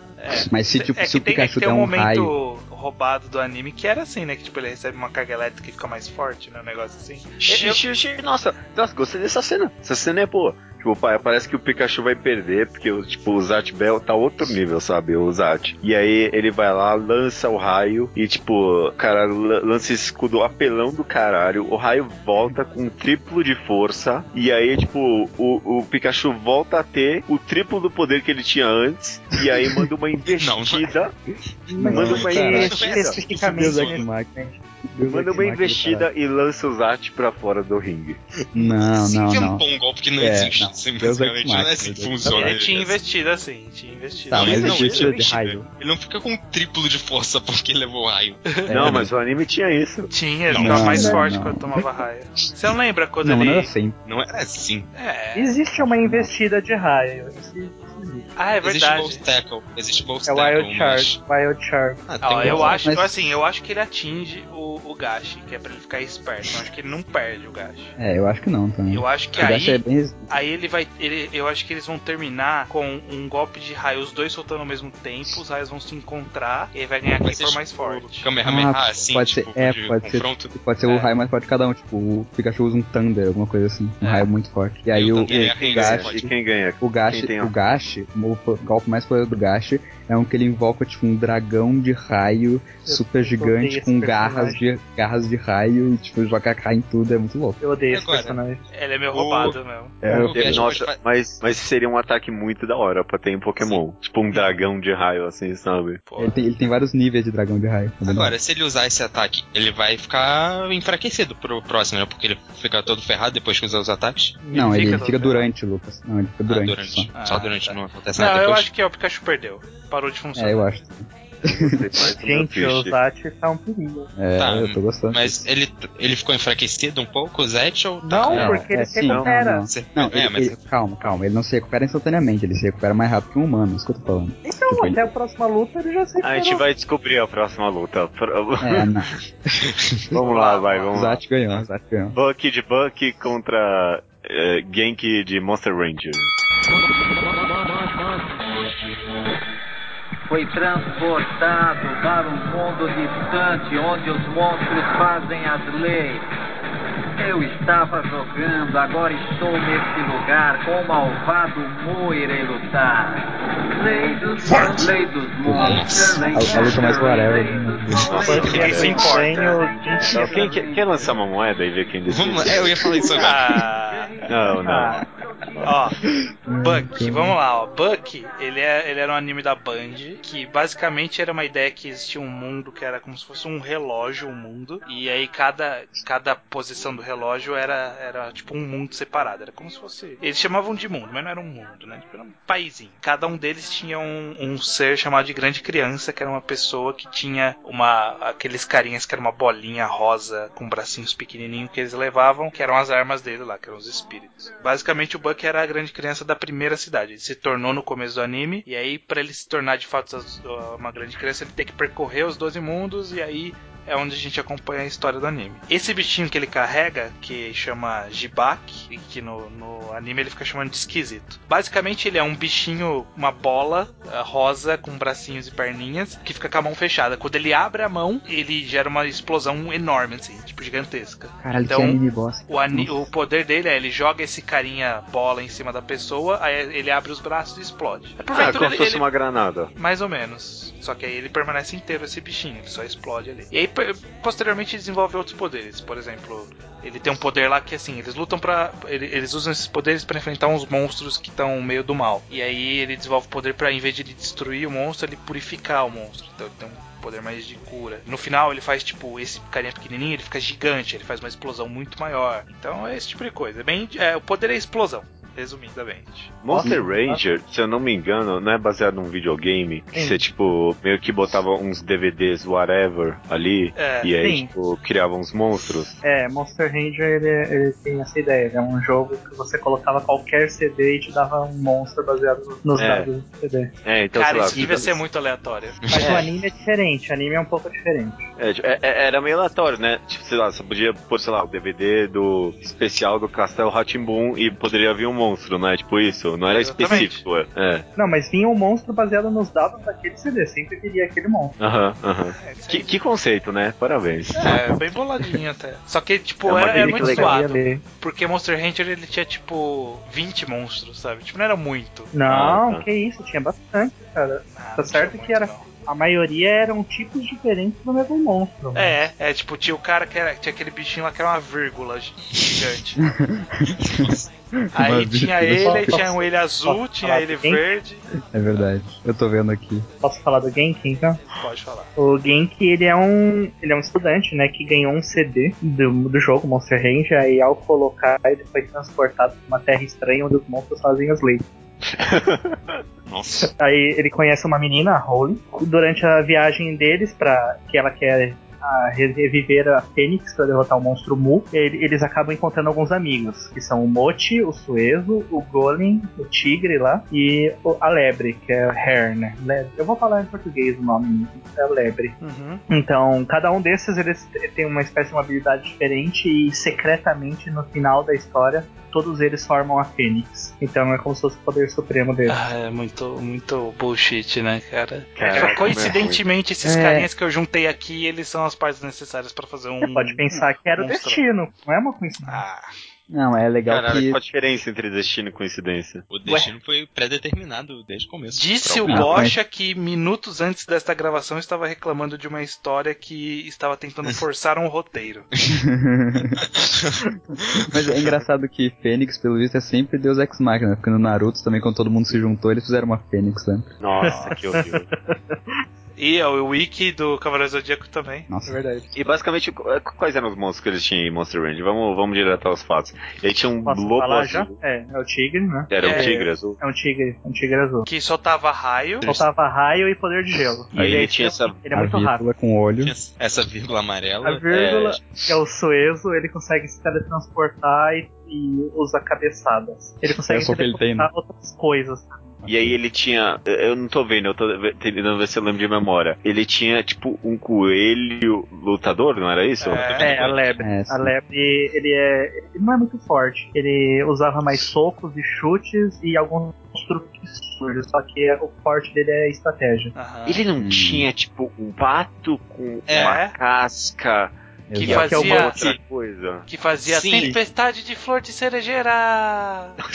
[SPEAKER 4] Mas se, tipo,
[SPEAKER 2] é
[SPEAKER 4] se
[SPEAKER 2] que
[SPEAKER 4] o
[SPEAKER 2] tem, é que
[SPEAKER 4] Pikachu
[SPEAKER 2] tem
[SPEAKER 4] der
[SPEAKER 2] um
[SPEAKER 4] um
[SPEAKER 2] momento
[SPEAKER 4] raio.
[SPEAKER 2] roubado do anime que era assim, né? Que tipo, ele recebe uma carga elétrica e fica mais forte, né? Um negócio assim.
[SPEAKER 1] Xi, xi, xi, Nossa, nossa, gostei dessa cena. Essa cena é boa. Tipo, pa- parece que o Pikachu vai perder, porque o- tipo, o Zat Bell tá outro nível, sabe? O Zat. E aí ele vai lá, lança o raio e, tipo, cara, la- lança esse escudo apelão do caralho. O raio volta com o triplo de força. E aí, tipo, o, o Pikachu volta a ter o triplo do poder que ele tinha antes. E aí manda uma investida.
[SPEAKER 5] Mas
[SPEAKER 1] manda
[SPEAKER 5] por
[SPEAKER 1] uma
[SPEAKER 5] que
[SPEAKER 1] investida.
[SPEAKER 3] é
[SPEAKER 5] especificamente
[SPEAKER 4] Deus Ex
[SPEAKER 5] nesse
[SPEAKER 4] Machina.
[SPEAKER 5] momento?
[SPEAKER 4] Deus
[SPEAKER 1] Manda uma
[SPEAKER 4] Ex Machina,
[SPEAKER 1] investida e lança o Zat pra fora do ringue.
[SPEAKER 4] caralho. Não,
[SPEAKER 3] Se
[SPEAKER 4] não, não.
[SPEAKER 3] inventou um golpe que não
[SPEAKER 4] É,
[SPEAKER 3] existe.
[SPEAKER 4] não.
[SPEAKER 3] Sim,
[SPEAKER 4] Deus é
[SPEAKER 3] basicamente,
[SPEAKER 4] que
[SPEAKER 3] não é
[SPEAKER 4] mata,
[SPEAKER 3] assim que
[SPEAKER 4] Deus é assim. que
[SPEAKER 3] funciona.
[SPEAKER 2] Ele tinha investido assim, tinha investido.
[SPEAKER 4] Tá,
[SPEAKER 3] Não,
[SPEAKER 4] mas
[SPEAKER 3] ele não,
[SPEAKER 4] investida
[SPEAKER 3] ele
[SPEAKER 4] de raio.
[SPEAKER 3] Ele não fica com um triplo de força porque levou raio.
[SPEAKER 4] É,
[SPEAKER 1] Não, mas o anime tinha isso.
[SPEAKER 2] Tinha, ele
[SPEAKER 3] Não,
[SPEAKER 2] ficava mais
[SPEAKER 4] não,
[SPEAKER 2] forte
[SPEAKER 4] não.
[SPEAKER 2] quando tomava raio. Você não lembra quando
[SPEAKER 4] Não, não
[SPEAKER 2] ele.
[SPEAKER 4] era assim.
[SPEAKER 3] Não era é assim.
[SPEAKER 2] É.
[SPEAKER 5] Existe uma investida de raio. isso- isso existe.
[SPEAKER 2] Ah, é
[SPEAKER 3] Existe
[SPEAKER 2] verdade.
[SPEAKER 3] Bolt Tackle. Existe Bolt
[SPEAKER 5] É
[SPEAKER 3] Tackle,
[SPEAKER 5] Wild Charge. Wild Charge.
[SPEAKER 3] Tá Mas... Ah, tem
[SPEAKER 2] Ó, eu
[SPEAKER 3] Bolt-
[SPEAKER 2] acho,
[SPEAKER 4] mas-
[SPEAKER 2] assim, eu acho que ele atinge o, o Gashi, que é pra ele ficar esperto. Eu acho que ele não perde o Gashi.
[SPEAKER 4] É, eu acho que não também.
[SPEAKER 2] Eu acho que
[SPEAKER 4] O Gash é
[SPEAKER 2] aí,
[SPEAKER 4] bem resistente.
[SPEAKER 2] aí ele vai. Ele, eu acho que eles vão terminar com um golpe de raio, os dois soltando ao mesmo tempo, os raios vão se encontrar e ele vai ganhar
[SPEAKER 3] Vai
[SPEAKER 2] quem
[SPEAKER 3] ser
[SPEAKER 2] for mais
[SPEAKER 3] tipo
[SPEAKER 2] forte.
[SPEAKER 3] Kamehameha,
[SPEAKER 4] Ah,
[SPEAKER 3] ah, sim,
[SPEAKER 4] pode
[SPEAKER 3] tipo,
[SPEAKER 4] ser- é,
[SPEAKER 3] de
[SPEAKER 4] pode ser-
[SPEAKER 3] confronto.
[SPEAKER 4] Pode ser
[SPEAKER 2] É.
[SPEAKER 4] o raio mais forte de cada um, tipo, o Pikachu usa um Thunder, alguma coisa assim. Um
[SPEAKER 2] É.
[SPEAKER 4] raio muito forte. E aí
[SPEAKER 3] Eu
[SPEAKER 4] o,
[SPEAKER 3] também
[SPEAKER 4] o
[SPEAKER 3] arrisco,
[SPEAKER 1] Ganha.
[SPEAKER 3] pode.
[SPEAKER 4] Gash.
[SPEAKER 1] E quem ganha?
[SPEAKER 4] O Gash,
[SPEAKER 1] Quem tem, ó.
[SPEAKER 4] o Gash, o fo- golpe mais poderoso do Gash é um que ele invoca tipo um dragão de raio
[SPEAKER 5] Eu
[SPEAKER 4] super gigante
[SPEAKER 5] esse
[SPEAKER 4] com garras de, garras de raio e tipo joga raio em tudo, é muito louco.
[SPEAKER 5] Eu odeio esse
[SPEAKER 3] Agora.
[SPEAKER 5] personagem.
[SPEAKER 2] Ele é meio
[SPEAKER 3] O-
[SPEAKER 2] roubado mesmo.
[SPEAKER 4] É,
[SPEAKER 3] O Gash
[SPEAKER 1] Nossa,
[SPEAKER 3] pode fa-
[SPEAKER 1] mas, mas seria um ataque muito da hora pra ter em Pokémon. Tipo um dragão de raio, assim, sabe?
[SPEAKER 2] Pô.
[SPEAKER 4] ele, tem, ele tem vários níveis de dragão de raio. tá vendo?
[SPEAKER 3] Agora, se ele usar esse ataque, ele vai ficar enfraquecido pro próximo, né? Porque ele fica todo ferrado depois que usar os ataques.
[SPEAKER 4] não, ele, ele
[SPEAKER 2] todo
[SPEAKER 4] fica
[SPEAKER 2] ferrado.
[SPEAKER 4] durante, Lucas. Não, ele fica
[SPEAKER 3] Ah,
[SPEAKER 4] durante.
[SPEAKER 3] durante.
[SPEAKER 4] só.
[SPEAKER 2] Ah,
[SPEAKER 3] Só durante,
[SPEAKER 2] tá.
[SPEAKER 3] não acontece
[SPEAKER 2] Não,
[SPEAKER 3] nada
[SPEAKER 2] eu
[SPEAKER 3] depois.
[SPEAKER 2] acho que ó, o Pikachu perdeu. Parou de funcionar.
[SPEAKER 4] É, eu acho.
[SPEAKER 1] Você faz o meu
[SPEAKER 5] Gente, o
[SPEAKER 1] fish.
[SPEAKER 5] Zat tá um perigo.
[SPEAKER 4] É,
[SPEAKER 3] Tá,
[SPEAKER 4] eu tô gostando.
[SPEAKER 3] Mas ele, ele ficou enfraquecido um pouco, o Zetchel?
[SPEAKER 5] Não,
[SPEAKER 4] Não,
[SPEAKER 5] porque ele
[SPEAKER 4] é
[SPEAKER 5] se
[SPEAKER 4] sim,
[SPEAKER 5] recupera.
[SPEAKER 4] não, não.
[SPEAKER 3] Você-
[SPEAKER 4] Não,
[SPEAKER 3] é,
[SPEAKER 4] ele-
[SPEAKER 3] mas
[SPEAKER 4] ele- calma, calma. Ele não se recupera instantaneamente, ele se recupera mais rápido que um humano, isso que eu tô falando.
[SPEAKER 5] Então,
[SPEAKER 6] é.
[SPEAKER 4] Tipo,
[SPEAKER 5] até a próxima luta ele já se
[SPEAKER 1] A gente
[SPEAKER 5] recuperou.
[SPEAKER 1] vai descobrir a próxima luta. Pro-
[SPEAKER 4] É, não.
[SPEAKER 1] vamos lá, vai, vamos lá.
[SPEAKER 4] Zat ganhou, Zat ganhou.
[SPEAKER 1] Buck de Buck contra eh, Genki de Monster Ranger.
[SPEAKER 6] Foi transportado para um mundo distante onde os monstros fazem as leis. Eu estava jogando, agora estou nesse lugar com o malvado Moira e lutar. Lei dos, lei dos monstros.
[SPEAKER 3] Nossa.
[SPEAKER 6] lei
[SPEAKER 4] A- a luta mais
[SPEAKER 6] dos-
[SPEAKER 4] whatever.
[SPEAKER 5] né? Porque
[SPEAKER 1] Ninguém se
[SPEAKER 5] assim
[SPEAKER 1] importa.
[SPEAKER 5] tem o-
[SPEAKER 1] Então, quem quer, quer lançar uma moeda e ver quem decide?
[SPEAKER 3] Vamos lá, é, eu ia falar isso agora.
[SPEAKER 2] Ah,
[SPEAKER 1] Não, não.
[SPEAKER 5] Ah,
[SPEAKER 2] ó, Buck, vamos lá, ó. Buck, ele, é, ele era um anime da Band, que basicamente era uma ideia que existia um mundo que era como se fosse um relógio, um mundo, e aí cada, cada posição do relógio era, era tipo um mundo separado, era como se fosse. Eles chamavam de mundo, mas não era um mundo, né? Tipo, era um paizinho. Cada um deles tinha um, um ser chamado de grande criança, que era uma pessoa que tinha uma. aqueles carinhas que era uma bolinha rosa com bracinhos pequenininhos que eles levavam, que eram as armas dele lá, que eram os espíritos. Basicamente, o Buck era a grande criança da primeira cidade. Ele se tornou no começo do anime, e aí, pra ele se tornar de fato as- uma grande criança, ele tem que percorrer os 12 mundos, e aí é onde a gente acompanha a história do anime. Esse bichinho que ele carrega, que chama Jibak, e que no, no anime ele fica chamando de esquisito. Basicamente, ele é um bichinho, uma bola ah, rosa com bracinhos e perninhas, que fica com a mão fechada. Quando ele abre a mão, ele gera uma explosão enorme, assim, tipo gigantesca.
[SPEAKER 4] Caralho,
[SPEAKER 2] Então,
[SPEAKER 4] que anime bosta.
[SPEAKER 2] O, ani- o poder dele é ele joga esse carinha bola em cima da pessoa, aí ele abre os braços e explode. É
[SPEAKER 1] Ah,
[SPEAKER 2] porventura
[SPEAKER 1] como
[SPEAKER 2] ele-
[SPEAKER 1] se fosse
[SPEAKER 2] ele-
[SPEAKER 1] uma granada.
[SPEAKER 2] mais ou menos. Só que aí ele permanece inteiro esse bichinho, ele só explode ali. E aí pe- posteriormente ele desenvolve outros poderes. Por exemplo, ele tem um poder lá que assim, eles lutam pra. ele- Eles usam esses poderes pra enfrentar uns monstros que estão meio do mal. E aí ele desenvolve o poder pra, em vez de ele destruir o monstro, ele purificar o monstro. Então ele tem um poder mais de cura. No final ele faz tipo esse carinha pequenininho, ele fica gigante, ele faz uma explosão muito maior. Então é esse tipo de coisa. É bem, é, o poder é explosão, resumidamente.
[SPEAKER 1] Monster Ranger, se eu não me engano, não é baseado num videogame que você, tipo, meio que botava uns DVDs, whatever, ali,
[SPEAKER 2] É,
[SPEAKER 1] e aí,
[SPEAKER 5] sim.
[SPEAKER 1] tipo, criava uns monstros.
[SPEAKER 5] É, Monster Ranger ele, ele tem essa ideia. Ele é um jogo que você colocava qualquer CD e te dava um monstro baseado no- nos
[SPEAKER 1] É.
[SPEAKER 5] dados do CD.
[SPEAKER 1] É, então,
[SPEAKER 2] Cara, isso
[SPEAKER 1] sei lá,
[SPEAKER 2] devia ser muito aleatório.
[SPEAKER 5] Mas o anime é diferente, o anime é um pouco diferente.
[SPEAKER 1] É, tipo, é- é- era meio aleatório, né? Tipo, sei lá, você podia pôr, sei lá, o DVD do especial do Castelo Ratimbum e poderia vir um monstro, né? Tipo isso, não era
[SPEAKER 2] Exatamente.
[SPEAKER 1] específico. é. É,
[SPEAKER 5] Não, mas vinha um monstro baseado nos dados daquele CD, sempre queria aquele monstro.
[SPEAKER 1] aham, aham.
[SPEAKER 2] É, isso aí.
[SPEAKER 1] Que, que conceito, né? Parabéns.
[SPEAKER 2] É, bem boladinho até. Só que, tipo,
[SPEAKER 1] É uma
[SPEAKER 2] era, era
[SPEAKER 1] gimmick
[SPEAKER 2] muito
[SPEAKER 1] legal.
[SPEAKER 2] zoado.
[SPEAKER 5] Ali.
[SPEAKER 2] Porque Monster Hunter ele tinha, tipo, 20 monstros, sabe? Tipo, não era muito.
[SPEAKER 5] Não,
[SPEAKER 1] Ah, tá.
[SPEAKER 5] que isso, tinha bastante, cara.
[SPEAKER 2] Ah,
[SPEAKER 5] Tá
[SPEAKER 2] não
[SPEAKER 5] certo
[SPEAKER 2] tinha
[SPEAKER 5] que era-
[SPEAKER 2] não.
[SPEAKER 5] A maioria eram tipos diferentes do mesmo monstro.
[SPEAKER 2] É, é, tipo, tinha o cara que era, tinha aquele bichinho lá que era uma vírgula gi- gigante.
[SPEAKER 4] Uma
[SPEAKER 2] Aí
[SPEAKER 4] vírgula.
[SPEAKER 2] tinha ele, aí
[SPEAKER 5] Posso-
[SPEAKER 2] tinha um ele azul,
[SPEAKER 5] posso
[SPEAKER 2] tinha
[SPEAKER 5] falar
[SPEAKER 2] ele
[SPEAKER 5] bem?
[SPEAKER 2] verde.
[SPEAKER 4] É verdade. Eu tô vendo aqui.
[SPEAKER 5] Posso falar do Genki, então?
[SPEAKER 2] Pode falar.
[SPEAKER 5] O Genki, ele é um, ele é um estudante, né, que ganhou um CD do, do jogo Monster Ranger, aí ao colocar, ele foi transportado pra uma terra estranha onde os monstros fazem as leis.
[SPEAKER 3] Nossa.
[SPEAKER 5] Aí ele conhece uma menina, a Holly, durante a viagem deles para que ela quer
[SPEAKER 6] a reviver a Fênix pra derrotar o monstro Mu, ele- eles acabam encontrando alguns amigos, que são o Mochi, o Suezo, o Golem, o Tigre lá, e o- a Lebre, que é Herne. Le- Eu vou falar em português o nome, é Lebre.
[SPEAKER 2] Uhum.
[SPEAKER 6] Então, cada um desses eles tem uma espécie de uma habilidade diferente e secretamente no final da história todos eles formam a Fênix. Então é como se fosse o poder supremo deles.
[SPEAKER 2] Ah, é muito, muito bullshit, né, cara?
[SPEAKER 1] Caraca,
[SPEAKER 2] Só
[SPEAKER 1] como é
[SPEAKER 2] coincidentemente, esses
[SPEAKER 4] É.
[SPEAKER 2] carinhas que eu juntei aqui, eles são as partes necessárias pra fazer um.
[SPEAKER 6] Você pode pensar que era o
[SPEAKER 2] monstro.
[SPEAKER 6] destino, não é uma coincidência.
[SPEAKER 2] Ah,
[SPEAKER 4] Não, é legal
[SPEAKER 1] Caralho,
[SPEAKER 4] que.
[SPEAKER 1] qual a diferença entre destino e coincidência?
[SPEAKER 3] O destino foi pré-determinado desde o começo.
[SPEAKER 2] disse
[SPEAKER 3] Pra
[SPEAKER 2] o
[SPEAKER 3] algum-
[SPEAKER 4] Ah,
[SPEAKER 2] Bocha que minutos antes desta gravação estava reclamando de uma história que estava tentando forçar um roteiro.
[SPEAKER 4] Mas é engraçado que Fênix, pelo visto, é sempre Deus Ex Machina, porque no Naruto também, quando todo mundo se juntou, eles fizeram uma Fênix, né?
[SPEAKER 1] Nossa, que horrível.
[SPEAKER 2] E é o Wiki do Cavaleiro Zodíaco também.
[SPEAKER 4] Nossa.
[SPEAKER 6] É verdade.
[SPEAKER 1] E basicamente, qu- quais eram os monstros que eles tinham em Monster Range? Vamos, vamos direto aos fatos. Ele tinha um
[SPEAKER 6] Posso
[SPEAKER 1] lobo
[SPEAKER 6] falar já?
[SPEAKER 1] azul.
[SPEAKER 6] É, é o tigre, né?
[SPEAKER 1] Era
[SPEAKER 2] É.
[SPEAKER 1] um tigre azul.
[SPEAKER 6] É um tigre, um tigre azul.
[SPEAKER 2] Que soltava raio.
[SPEAKER 6] Soltava raio e poder de gelo. E
[SPEAKER 1] Aí ele
[SPEAKER 6] é
[SPEAKER 1] tinha essa-
[SPEAKER 6] Ele é
[SPEAKER 4] a
[SPEAKER 6] muito
[SPEAKER 4] vírgula
[SPEAKER 6] rápido.
[SPEAKER 4] com olho.
[SPEAKER 3] Essa vírgula
[SPEAKER 6] A
[SPEAKER 3] amarela.
[SPEAKER 6] vírgula, que é o Suezo, ele consegue se teletransportar e, e usa cabeçadas. Ele
[SPEAKER 4] É
[SPEAKER 6] consegue
[SPEAKER 4] só o que ele tem,
[SPEAKER 6] teletransportar outras coisas.
[SPEAKER 1] E aí ele tinha. Eu não tô vendo, eu tô ve- tentando ver se eu lembro de memória. Ele tinha, tipo, um coelho lutador, não era isso?
[SPEAKER 6] É, a lebre.
[SPEAKER 4] É, sim.
[SPEAKER 6] A lebre, ele é. Ele não é muito forte. Ele usava mais socos e chutes e alguns truques sujos. Só que o forte dele é a estratégia.
[SPEAKER 2] Aham.
[SPEAKER 1] Ele não
[SPEAKER 4] Hum.
[SPEAKER 1] tinha, tipo, um pato com
[SPEAKER 3] É.
[SPEAKER 1] uma casca
[SPEAKER 2] Que
[SPEAKER 1] e
[SPEAKER 4] Exato.
[SPEAKER 6] faz-
[SPEAKER 1] alguma
[SPEAKER 2] fazia,
[SPEAKER 1] outra coisa.
[SPEAKER 2] que fazia
[SPEAKER 3] Sim.
[SPEAKER 2] tempestade de flor de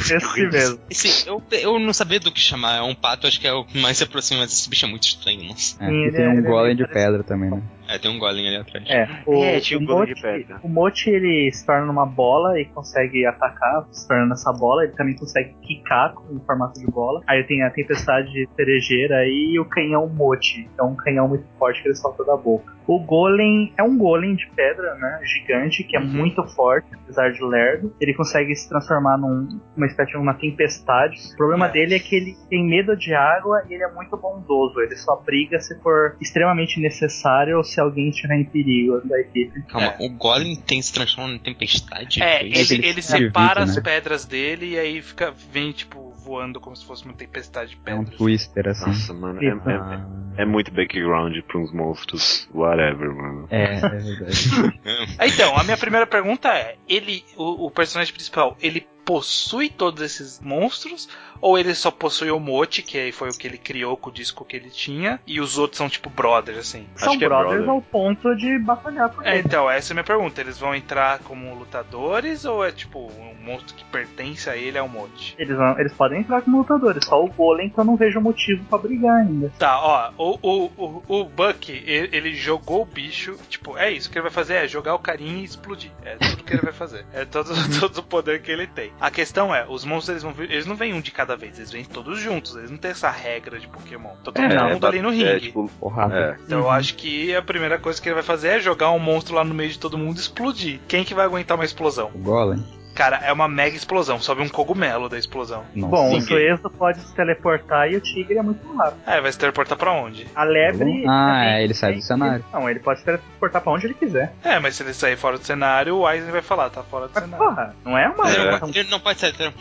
[SPEAKER 2] cerejeira.
[SPEAKER 6] Esse mesmo.
[SPEAKER 3] Sim, eu, eu não sabia do que chamar. É um pato, acho que é o que mais se aproxima, mas esse bicho é muito estranho, nossa.
[SPEAKER 4] É,
[SPEAKER 6] Sim,
[SPEAKER 4] e
[SPEAKER 6] ele
[SPEAKER 4] tem
[SPEAKER 6] é-
[SPEAKER 4] um
[SPEAKER 6] ele é
[SPEAKER 4] golem
[SPEAKER 6] bem
[SPEAKER 4] de
[SPEAKER 6] parecido.
[SPEAKER 4] pedra também, né?
[SPEAKER 3] É, tem um golem ali atrás.
[SPEAKER 6] É, o,
[SPEAKER 1] É,
[SPEAKER 2] tipo,
[SPEAKER 1] tinha um
[SPEAKER 6] o
[SPEAKER 1] golem de
[SPEAKER 6] Mochi-
[SPEAKER 1] pedra.
[SPEAKER 6] o Mochi ele se torna uma bola e consegue atacar, se tornando essa bola. Ele também consegue quicar com- em formato de bola. Aí tem a tempestade de cerejeira e o canhão Mochi, que é um canhão muito forte que ele solta da boca. O Golem é um Golem de pedra, né? Gigante, que é
[SPEAKER 2] Uhum.
[SPEAKER 6] muito forte, apesar de lerdo. Ele consegue se transformar num- numa espécie de uma tempestade. O problema
[SPEAKER 2] É.
[SPEAKER 6] dele é que ele tem medo de água e ele é muito bondoso. Ele só briga se for extremamente necessário ou se alguém estiver em perigo da equipe.
[SPEAKER 3] Calma, o golem tem, se transforma em tempestade?
[SPEAKER 2] É,
[SPEAKER 3] Foi
[SPEAKER 2] ele,
[SPEAKER 3] isso?
[SPEAKER 2] ele,
[SPEAKER 4] ele
[SPEAKER 2] separa
[SPEAKER 4] serviço,
[SPEAKER 2] as
[SPEAKER 4] né?
[SPEAKER 2] pedras dele e aí fica, vem, tipo, voando como se fosse uma tempestade de
[SPEAKER 4] É um
[SPEAKER 2] pedras.
[SPEAKER 4] twister, assim.
[SPEAKER 1] Nossa, mano, é, é-
[SPEAKER 4] Ah,
[SPEAKER 1] é muito background pra uns monstros. Whatever, mano.
[SPEAKER 4] é, é verdade.
[SPEAKER 2] então, a minha primeira pergunta é: ele, o, o personagem principal, ele possui todos esses monstros? Ou ele só possui o Mote, que aí foi o que ele criou com o disco que ele tinha, e os outros são tipo brothers, assim?
[SPEAKER 6] São
[SPEAKER 1] Acho que é
[SPEAKER 6] brothers
[SPEAKER 1] brother.
[SPEAKER 6] ao ponto de batalhar por né?
[SPEAKER 2] É,
[SPEAKER 6] ele.
[SPEAKER 2] então, essa é a minha pergunta. Eles vão entrar como lutadores ou é tipo um monstro que pertence a ele é um monte?
[SPEAKER 6] Eles, vão- eles podem entrar como lutadores, só o Golem que eu não vejo motivo pra brigar ainda.
[SPEAKER 2] Tá, ó, o, o, o, o Buck, ele, ele jogou o bicho, tipo, é isso que ele vai fazer, é jogar o carinha e explodir. É tudo que ele vai fazer. É todo, todo o poder que ele tem. A questão é, os monstros eles, vão vir- eles não vêm um de cada vez, eles vêm todos juntos. Eles não têm essa regra de Pokémon. Tá todo mundo
[SPEAKER 1] ba-
[SPEAKER 2] ali no ringue.
[SPEAKER 1] é, tipo,
[SPEAKER 4] Porrada.
[SPEAKER 1] é.
[SPEAKER 2] Então eu acho que a primeira coisa que ele vai fazer é jogar um monstro lá no meio de todo mundo e explodir. Quem que vai aguentar uma explosão?
[SPEAKER 4] O golem?
[SPEAKER 2] Cara, é uma mega explosão. Sobe um cogumelo da explosão.
[SPEAKER 4] Nossa.
[SPEAKER 6] Bom, o
[SPEAKER 3] ninguém.
[SPEAKER 6] Suezo pode se teleportar e o Tigre é muito rápido.
[SPEAKER 2] É, vai se teleportar pra onde?
[SPEAKER 6] A Lebre.
[SPEAKER 4] Ah,
[SPEAKER 6] também-
[SPEAKER 4] é, ele sai do cenário.
[SPEAKER 6] Não, ele pode se teleportar pra onde ele quiser.
[SPEAKER 2] É, mas se ele sair fora do cenário, o Aizen vai falar, tá fora do
[SPEAKER 6] Mas
[SPEAKER 2] cenário.
[SPEAKER 6] porra, não é uma.
[SPEAKER 3] Ele não
[SPEAKER 1] É.
[SPEAKER 3] pode- Ele não pode se tra-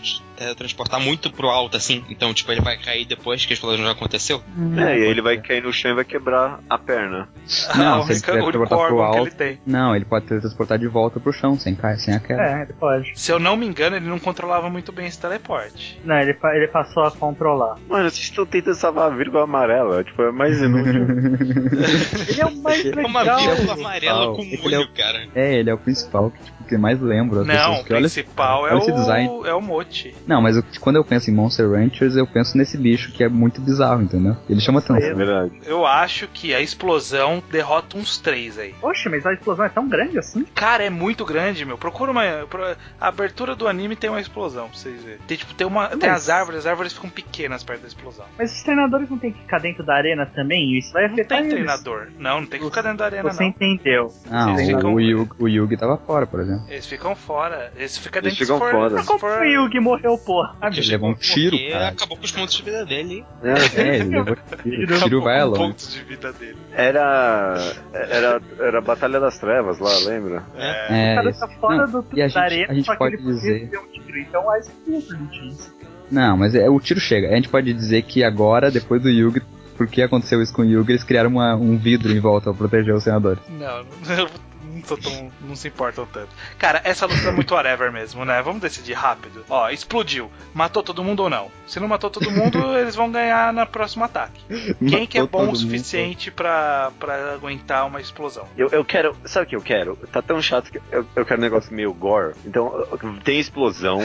[SPEAKER 3] eh, transportar muito pro alto, assim. Então, tipo, ele vai cair depois que a explosão já aconteceu.
[SPEAKER 1] É, e aí ele vai cair no chão e vai quebrar a perna.
[SPEAKER 2] a
[SPEAKER 4] Não, se ele
[SPEAKER 2] única, Ah, o
[SPEAKER 4] quiser
[SPEAKER 2] único
[SPEAKER 4] teleportar pro
[SPEAKER 2] órgão que
[SPEAKER 4] alto.
[SPEAKER 2] ele tem.
[SPEAKER 4] Não, ele pode transportar de volta pro chão, sem, ca... sem a queda.
[SPEAKER 6] É, ele pode.
[SPEAKER 2] Se eu não me engano, ele não controlava muito bem esse teleporte.
[SPEAKER 6] Não, ele, pa- ele passou a controlar.
[SPEAKER 1] Mano, vocês estão tentando salvar a vírgula amarela. Tipo, é mais inútil.
[SPEAKER 6] Ele é o mais
[SPEAKER 3] É uma
[SPEAKER 6] legal.
[SPEAKER 3] vírgula amarela com
[SPEAKER 4] Ele é
[SPEAKER 3] um
[SPEAKER 4] o-
[SPEAKER 3] olho, cara.
[SPEAKER 4] É, ele é o principal que, tipo, que mais lembra as
[SPEAKER 2] não,
[SPEAKER 4] pessoas.
[SPEAKER 2] o
[SPEAKER 4] Que olha,
[SPEAKER 2] principal
[SPEAKER 4] olha esse
[SPEAKER 2] é,
[SPEAKER 4] design.
[SPEAKER 2] o, é o Mochi.
[SPEAKER 4] Não, mas eu- quando eu penso em Monster Ranchers, eu penso nesse bicho que é muito bizarro, entendeu? Ele chama
[SPEAKER 1] É
[SPEAKER 4] atenção.
[SPEAKER 1] verdade.
[SPEAKER 2] Eu acho que a explosão derrota uns três aí.
[SPEAKER 6] Poxa, mas a explosão é tão grande assim?
[SPEAKER 2] Cara, é muito grande, meu. Procura uma. pro- A abertura do anime tem uma explosão, pra vocês verem. Tem, tipo, tem, uma, tem as
[SPEAKER 6] Mas-
[SPEAKER 2] árvores, as árvores ficam pequenas perto da explosão.
[SPEAKER 6] Mas os treinadores não tem que ficar dentro da arena também? Isso vai
[SPEAKER 2] Não tem
[SPEAKER 6] afetar eles.
[SPEAKER 2] treinador. Não, não tem que ficar dentro da arena,
[SPEAKER 6] tá Você
[SPEAKER 2] não.
[SPEAKER 6] entendeu.
[SPEAKER 4] Ah,
[SPEAKER 2] Vocês
[SPEAKER 4] o,
[SPEAKER 2] ficam-
[SPEAKER 4] o, Yugi, o Yugi tava fora, por exemplo. fora.
[SPEAKER 2] Eles ficam fora. Eles ficam
[SPEAKER 1] Eles
[SPEAKER 2] dentro
[SPEAKER 1] ficam
[SPEAKER 2] se for-
[SPEAKER 1] fora.
[SPEAKER 6] Tá
[SPEAKER 2] se
[SPEAKER 5] Como
[SPEAKER 2] for-
[SPEAKER 5] foi o que morreu, porra?
[SPEAKER 4] Ele levou um tiro,
[SPEAKER 3] Porque
[SPEAKER 4] cara.
[SPEAKER 3] acabou com os pontos de vida dele.
[SPEAKER 4] É, ele levou um tiro. O tiro
[SPEAKER 2] Acabou
[SPEAKER 4] vai
[SPEAKER 2] com
[SPEAKER 4] a
[SPEAKER 2] o
[SPEAKER 4] longe.
[SPEAKER 2] ponto de vida dele.
[SPEAKER 1] Era. Era. Era a Batalha das Trevas lá, lembra?
[SPEAKER 5] O
[SPEAKER 4] É,
[SPEAKER 5] cara
[SPEAKER 4] isso.
[SPEAKER 5] tá fora
[SPEAKER 4] Não,
[SPEAKER 5] do,
[SPEAKER 4] e a
[SPEAKER 5] da
[SPEAKER 4] gente-
[SPEAKER 5] arena,
[SPEAKER 4] a gente
[SPEAKER 5] só que
[SPEAKER 4] pode
[SPEAKER 5] ele podia
[SPEAKER 4] dizer-
[SPEAKER 5] ter um tiro. Então é isso que é pra gente isso.
[SPEAKER 4] Não, mas é, o tiro chega. A gente pode dizer que agora, depois do Yugi, porque aconteceu isso com o Yugi, eles criaram uma- um vidro em volta pra proteger os senadores.
[SPEAKER 2] Não, eu não tô tão. não se importam tanto. Cara, essa luta é muito whatever mesmo, né? Vamos decidir rápido. Ó, explodiu. Matou todo mundo ou não? Se não matou todo mundo, eles vão ganhar na próxima ataque. Quem que é
[SPEAKER 4] Matou todo
[SPEAKER 2] bom o
[SPEAKER 4] mundo.
[SPEAKER 2] suficiente pra, pra aguentar uma explosão?
[SPEAKER 1] Eu, eu quero. Sabe o que eu quero? Tá tão chato que eu, eu quero um negócio meio gore. Então, eu- tem explosão.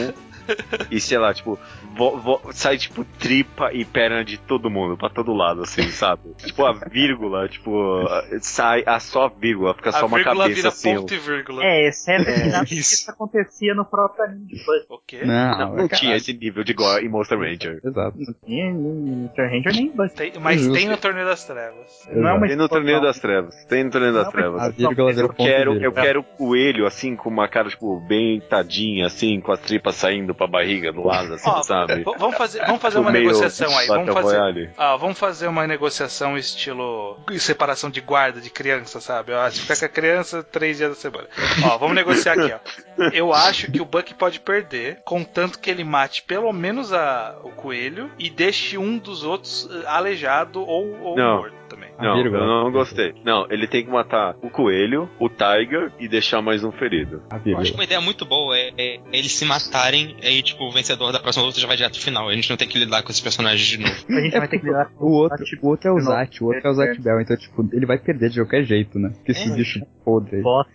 [SPEAKER 1] E sei lá, tipo, vo- vo- sai tipo tripa e perna de todo mundo, pra todo lado, assim, sabe? tipo, a vírgula, tipo, sai a só vírgula, fica É só
[SPEAKER 2] a
[SPEAKER 1] uma
[SPEAKER 2] vírgula
[SPEAKER 1] cabeça
[SPEAKER 2] vira
[SPEAKER 1] assim.
[SPEAKER 2] ponto e vírgula.
[SPEAKER 5] É, sério,
[SPEAKER 1] É,
[SPEAKER 6] né?
[SPEAKER 5] é, isso acontecia no próprio anime de Buck.
[SPEAKER 2] O quê?
[SPEAKER 4] Não,
[SPEAKER 1] Não, não
[SPEAKER 4] Ah, mas
[SPEAKER 1] tinha
[SPEAKER 4] caralho.
[SPEAKER 1] esse nível de gore em Monster Ranger.
[SPEAKER 4] Exato.
[SPEAKER 5] Nem nem Mr. Ranger nem Buck.
[SPEAKER 2] Tem- mas
[SPEAKER 4] Justo.
[SPEAKER 2] tem no Torneio das Trevas.
[SPEAKER 5] Não é uma
[SPEAKER 1] Tem no torneio
[SPEAKER 5] explosão.
[SPEAKER 1] das trevas. Tem no torneio das
[SPEAKER 5] Não,
[SPEAKER 1] trevas.
[SPEAKER 4] A vírgula
[SPEAKER 5] Eu
[SPEAKER 4] virou
[SPEAKER 1] Eu
[SPEAKER 4] ponto
[SPEAKER 1] quero,
[SPEAKER 4] vírgula.
[SPEAKER 1] eu quero o coelho, assim, com uma cara, tipo, bem tadinha, assim, com as tripas saindo pra barriga do lado, assim,
[SPEAKER 2] Ó,
[SPEAKER 1] sabe?
[SPEAKER 2] v- vamos fazer, vamos fazer
[SPEAKER 1] Tipo,
[SPEAKER 2] uma
[SPEAKER 1] meio
[SPEAKER 2] negociação aí. Vamos
[SPEAKER 1] Battle
[SPEAKER 2] fazer,
[SPEAKER 1] Royale.
[SPEAKER 2] Ah, vamos fazer uma negociação estilo separação de guarda de criança, sabe? Ó, você fica com a criança três dias da semana. Ó, vamos negociar aqui, ó. Eu acho que o Buck pode perder, contanto que ele mate pelo menos a- o coelho e deixe um dos outros eh, aleijado ou, ou
[SPEAKER 1] Não.
[SPEAKER 2] morto também.
[SPEAKER 4] A
[SPEAKER 1] Não, eu
[SPEAKER 4] vírgula.
[SPEAKER 1] não gostei. Não, ele tem que matar o coelho, o Tiger e deixar mais um ferido.
[SPEAKER 3] Eu
[SPEAKER 4] A
[SPEAKER 3] acho que
[SPEAKER 4] vírgula.
[SPEAKER 3] Tipo, uma ideia muito boa é, é eles se matarem, aí, tipo, o vencedor da próxima luta já vai direto pro final. A gente não tem que lidar com esses personagens de novo.
[SPEAKER 5] A gente vai ter que lidar
[SPEAKER 4] O outro,
[SPEAKER 5] Ah, tipo,
[SPEAKER 4] o outro é o
[SPEAKER 5] eu não-
[SPEAKER 4] Zat, o outro é o Zat Bell, então, tipo, ele vai perder de qualquer jeito, né? Porque esse
[SPEAKER 3] É.
[SPEAKER 4] bicho podre.
[SPEAKER 5] bosta.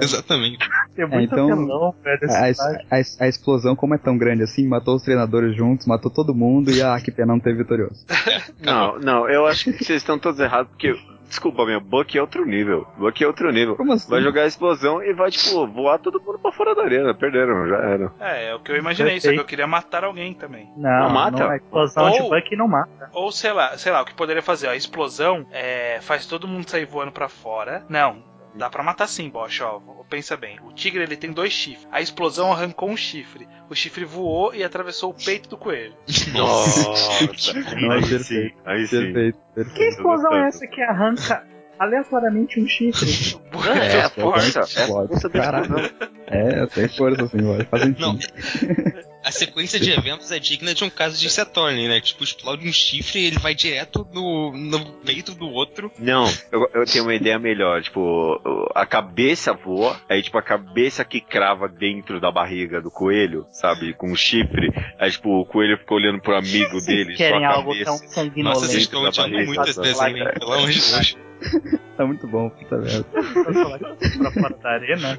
[SPEAKER 3] Exatamente.
[SPEAKER 5] Tem muito
[SPEAKER 4] então-
[SPEAKER 5] apelão, velho, desse
[SPEAKER 4] A,
[SPEAKER 5] cidade.
[SPEAKER 4] a- a- a explosão, como é tão grande assim, matou os treinadores juntos, matou todo mundo e ah, que pena não ter vitorioso.
[SPEAKER 1] Não, não, eu acho que vocês estão todos errados, porque. Desculpa, meu, Buck é outro nível. Buck é outro nível.
[SPEAKER 4] Como assim?
[SPEAKER 1] Vai jogar a explosão e vai, tipo, voar todo mundo pra fora da arena. Perderam, já era.
[SPEAKER 2] É, é o que eu imaginei, só que eu queria matar alguém também.
[SPEAKER 5] Não,
[SPEAKER 1] Não mata?
[SPEAKER 5] é. explosão de
[SPEAKER 2] Ou-
[SPEAKER 5] Buck não mata.
[SPEAKER 2] Ou sei lá, sei lá, o que poderia fazer? ó, A explosão é, faz todo mundo sair voando pra fora. Não, dá pra matar sim, Bosch, ó. Pensa bem. O tigre ele tem dois chifres. A explosão arrancou um chifre. O chifre voou e atravessou o peito do coelho.
[SPEAKER 1] Nossa, aí
[SPEAKER 4] perfeito,
[SPEAKER 1] sim, aí sim.
[SPEAKER 4] Perfeito.
[SPEAKER 5] Que explosão
[SPEAKER 1] gostando.
[SPEAKER 5] é essa que arranca aleatoriamente um chifre?
[SPEAKER 1] É, a força,
[SPEAKER 4] força,
[SPEAKER 1] é a força da
[SPEAKER 4] Caraca.
[SPEAKER 1] explosão.
[SPEAKER 4] É, tem força assim, olha. Faz sentido.
[SPEAKER 3] Não. A sequência de eventos é digna de um caso de Saturn, né? Tipo, explode um chifre e ele vai direto no, no peito do outro.
[SPEAKER 1] Não, eu, eu tenho uma ideia melhor. Tipo, a cabeça voa, aí, tipo, a cabeça que crava dentro da barriga do coelho, sabe? Com um chifre. Aí, tipo, o coelho ficou olhando pro amigo dele, só a
[SPEAKER 5] querem algo
[SPEAKER 1] cabeça.
[SPEAKER 5] tão
[SPEAKER 3] Nossa,
[SPEAKER 5] sanguinolento.
[SPEAKER 1] Violento
[SPEAKER 3] vocês estão
[SPEAKER 1] da
[SPEAKER 3] odiando
[SPEAKER 1] barriga,
[SPEAKER 3] muito esse
[SPEAKER 1] sabe?
[SPEAKER 3] desenho, hein? Pelo amor de Deus.
[SPEAKER 4] Tá muito bom, puta merda.
[SPEAKER 5] pra falar que tá pra fora da arena.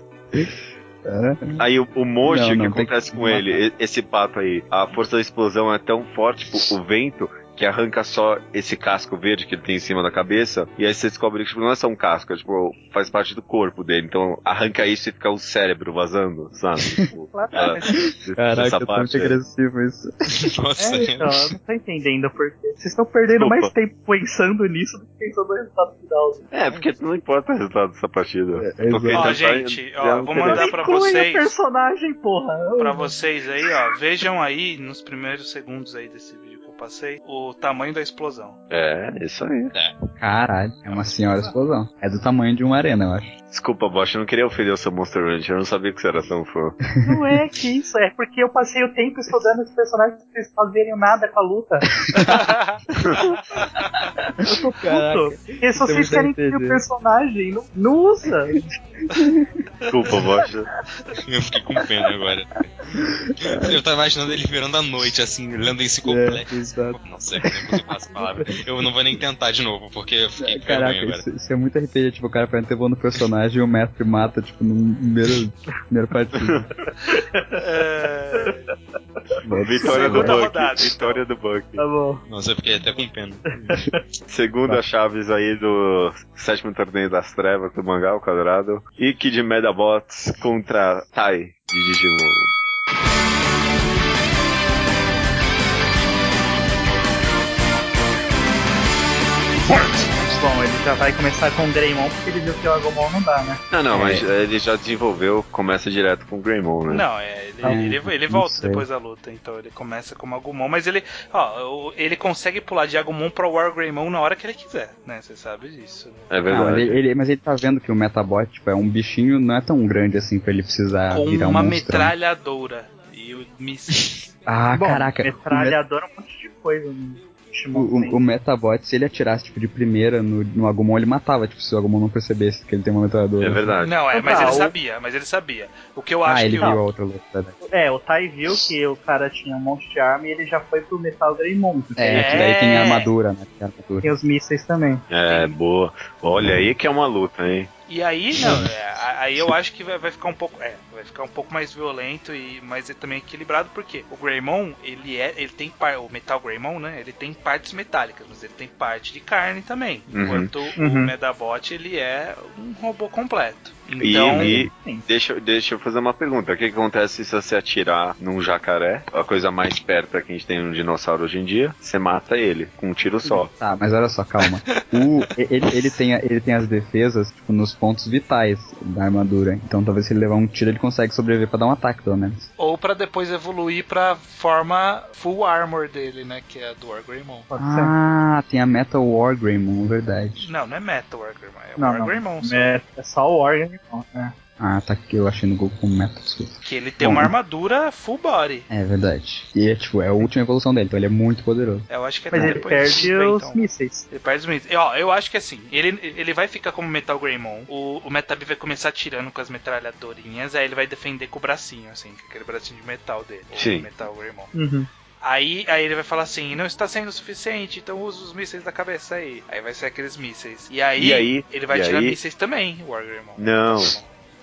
[SPEAKER 4] É.
[SPEAKER 1] Aí o, o Mojo,
[SPEAKER 4] Não,
[SPEAKER 1] o que
[SPEAKER 4] não, tem
[SPEAKER 1] acontece
[SPEAKER 4] que
[SPEAKER 1] com
[SPEAKER 4] matar.
[SPEAKER 1] ele? E- Esse pato aí, a força da explosão é tão forte, tipo, o vento, que arranca só esse casco verde que ele tem em cima da cabeça, e aí você descobre que tipo, não é só um casco, é, tipo, faz parte do corpo dele. Então arranca isso e fica o cérebro vazando, sabe? Tipo, ela-
[SPEAKER 4] Caraca, é tão agressivo isso.
[SPEAKER 3] Nossa,
[SPEAKER 5] É, então, eu não tô entendendo porque vocês estão perdendo
[SPEAKER 1] Desculpa.
[SPEAKER 5] mais tempo pensando nisso do que pensando no resultado final.
[SPEAKER 1] É, porque não importa o resultado dessa partida.
[SPEAKER 4] É,
[SPEAKER 1] Porque
[SPEAKER 4] exato.
[SPEAKER 1] já
[SPEAKER 2] Ó,
[SPEAKER 1] tá-
[SPEAKER 2] gente, ó,
[SPEAKER 1] já não
[SPEAKER 2] vou
[SPEAKER 1] tem
[SPEAKER 2] mandar
[SPEAKER 1] mais.
[SPEAKER 2] pra
[SPEAKER 5] Inclui o
[SPEAKER 2] vocês.
[SPEAKER 5] personagem, porra.
[SPEAKER 2] Pra vocês aí, ó, vejam aí nos primeiros segundos aí desse vídeo que eu passei o tamanho da explosão.
[SPEAKER 1] É, isso aí.
[SPEAKER 4] Caralho, é uma senhora explosão. É do tamanho de uma arena, eu acho.
[SPEAKER 1] Desculpa, Bosch, eu não queria ofender o seu Monster Ranch, eu não sabia que você era tão fã.
[SPEAKER 5] Não é que isso, é porque eu passei o tempo estudando os personagens pra vocês fazerem nada com a luta. Eu tô puto.
[SPEAKER 4] Caraca,
[SPEAKER 5] Porque se
[SPEAKER 4] isso é
[SPEAKER 5] vocês
[SPEAKER 4] muito
[SPEAKER 5] querem ter o
[SPEAKER 4] RPG.
[SPEAKER 5] personagem, não, não usa.
[SPEAKER 1] Desculpa, Bosch.
[SPEAKER 3] eu fiquei com pena agora. Eu tava imaginando ele virando à noite, assim, lendo esse complexo.
[SPEAKER 4] É, exato.
[SPEAKER 3] Nossa, eu não consigo falar essa palavra. Eu não vou nem tentar de novo, porque eu fiquei com vergonha
[SPEAKER 4] Caraca,
[SPEAKER 3] agora.
[SPEAKER 4] isso, isso é muito RPG, tipo, o cara vai levando o personagem e o mestre mata, tipo, no primeiro, primeiro partido.
[SPEAKER 2] É,
[SPEAKER 1] Vitória do
[SPEAKER 4] é
[SPEAKER 2] Segunda
[SPEAKER 1] Buck.
[SPEAKER 2] rodada, então.
[SPEAKER 1] Vitória do Buck.
[SPEAKER 5] Tá bom.
[SPEAKER 3] Nossa, eu fiquei até com pena.
[SPEAKER 1] Segunda chaves aí do sétimo torneio das trevas do mangá, o quadrado. Ikki de Medabots contra Tai de Digimon.
[SPEAKER 7] Fight!
[SPEAKER 5] Bom, ele já vai começar com o Greymon porque ele viu que o Agumon não dá, né?
[SPEAKER 1] Ah, Não, não,
[SPEAKER 4] É.
[SPEAKER 1] mas ele já desenvolveu, começa direto com o Greymon, né?
[SPEAKER 2] Não, é, ele,
[SPEAKER 4] Ah,
[SPEAKER 2] ele, ele
[SPEAKER 4] não
[SPEAKER 2] volta
[SPEAKER 4] sei.
[SPEAKER 2] depois da luta, então ele começa como Agumon, mas ele, ó, o- ele consegue pular de Agumon pra Wargreymon na hora que ele quiser, né? Você sabe disso. né?
[SPEAKER 1] É
[SPEAKER 4] Ah, mas,
[SPEAKER 1] verdade.
[SPEAKER 4] ele, ele- mas ele tá vendo que o Metabot tipo, é um bichinho, não é tão grande assim pra ele precisar
[SPEAKER 2] Com
[SPEAKER 4] virar um
[SPEAKER 2] uma
[SPEAKER 4] monstrão.
[SPEAKER 2] metralhadora e o míssil.
[SPEAKER 4] Ah,
[SPEAKER 5] Bom,
[SPEAKER 4] caraca.
[SPEAKER 5] Metralhadora, um monte de coisa né? no
[SPEAKER 6] é
[SPEAKER 4] O,
[SPEAKER 5] Shimon.
[SPEAKER 4] o, o Metabot, se ele atirasse tipo, de primeira no, no Agumon, ele matava, tipo, se o Agumon não percebesse que ele tem uma metralhadora.
[SPEAKER 1] É verdade.
[SPEAKER 2] Não, é,
[SPEAKER 5] Então
[SPEAKER 2] mas
[SPEAKER 5] tá,
[SPEAKER 2] ele
[SPEAKER 5] o-
[SPEAKER 2] sabia, mas ele sabia. O que eu acho
[SPEAKER 4] Ah, ele
[SPEAKER 2] que
[SPEAKER 4] viu
[SPEAKER 2] o-
[SPEAKER 4] a outra luta. verdade.
[SPEAKER 5] É, o Tai viu que o cara tinha um monte de arma e ele já foi pro Metal Greymon. porque
[SPEAKER 4] É,
[SPEAKER 5] ele
[SPEAKER 4] que daí tem a armadura, né? Tem a armadura.
[SPEAKER 5] Tem os mísseis também.
[SPEAKER 1] É, boa. Olha aí que é uma luta, hein?
[SPEAKER 2] E aí, não, é, a- aí eu acho que vai, vai ficar um pouco, é, vai ficar um pouco mais violento e mais é também equilibrado, porque o Greymon, ele é, ele tem par, o Metal Greymon, né? Ele tem partes metálicas, mas ele tem parte de carne também.
[SPEAKER 1] Uhum.
[SPEAKER 2] Enquanto o
[SPEAKER 5] Uhum.
[SPEAKER 2] Medabot, ele é um robô completo.
[SPEAKER 1] E,
[SPEAKER 2] Então,
[SPEAKER 1] e
[SPEAKER 5] Sim.
[SPEAKER 1] deixa, eu- deixa eu fazer uma pergunta. O que que acontece se você atirar num jacaré? A coisa mais perto que a gente tem um dinossauro hoje em dia. Você mata ele com um tiro
[SPEAKER 2] Uhum.
[SPEAKER 1] só.
[SPEAKER 4] Tá, mas olha só, calma. O, ele, ele, tem, a- ele tem as defesas tipo, nos pontos vitais da armadura. Então talvez se ele levar um tiro, ele consegue sobreviver pra dar um ataque, pelo menos.
[SPEAKER 2] ou pra depois evoluir pra forma full armor dele, né, que é a do War Greymon.
[SPEAKER 5] Pode ser.
[SPEAKER 4] Ah, tem a Metal War Greymon, verdade.
[SPEAKER 2] Não, não é Metal War Greymon, é
[SPEAKER 5] Não,
[SPEAKER 2] War
[SPEAKER 5] não.
[SPEAKER 2] Greymon, só.
[SPEAKER 5] É, é só o órgão de mão, né?
[SPEAKER 4] Ah, tá aqui, eu achei no Google como Metal, desculpa.
[SPEAKER 2] que ele tem
[SPEAKER 4] Bom.
[SPEAKER 2] uma armadura full body.
[SPEAKER 4] É verdade. E é, tipo, é a última evolução dele, então ele é muito poderoso.
[SPEAKER 2] Eu acho que é
[SPEAKER 5] Mas
[SPEAKER 2] até
[SPEAKER 5] ele
[SPEAKER 2] depois então. dos
[SPEAKER 5] perde os
[SPEAKER 2] 50,
[SPEAKER 5] mísseis.
[SPEAKER 2] Ele perde os meninos. E, Ó, eu acho que assim, ele, ele vai ficar como Metal Greymon. O, o Metabee vai começar atirando com as metralhadorinhas, aí ele vai defender com o bracinho, assim, com aquele bracinho de metal dele. o
[SPEAKER 1] Sim.
[SPEAKER 2] Metal Greymon.
[SPEAKER 5] Uhum.
[SPEAKER 2] Aí, aí ele vai falar assim: não está sendo o suficiente, então usa os mísseis da cabeça aí. Aí vai ser aqueles mísseis. E aí,
[SPEAKER 1] E aí?
[SPEAKER 2] ele vai
[SPEAKER 1] E
[SPEAKER 2] tirar
[SPEAKER 1] aí?
[SPEAKER 2] mísseis também, o War Greymon.
[SPEAKER 1] Não.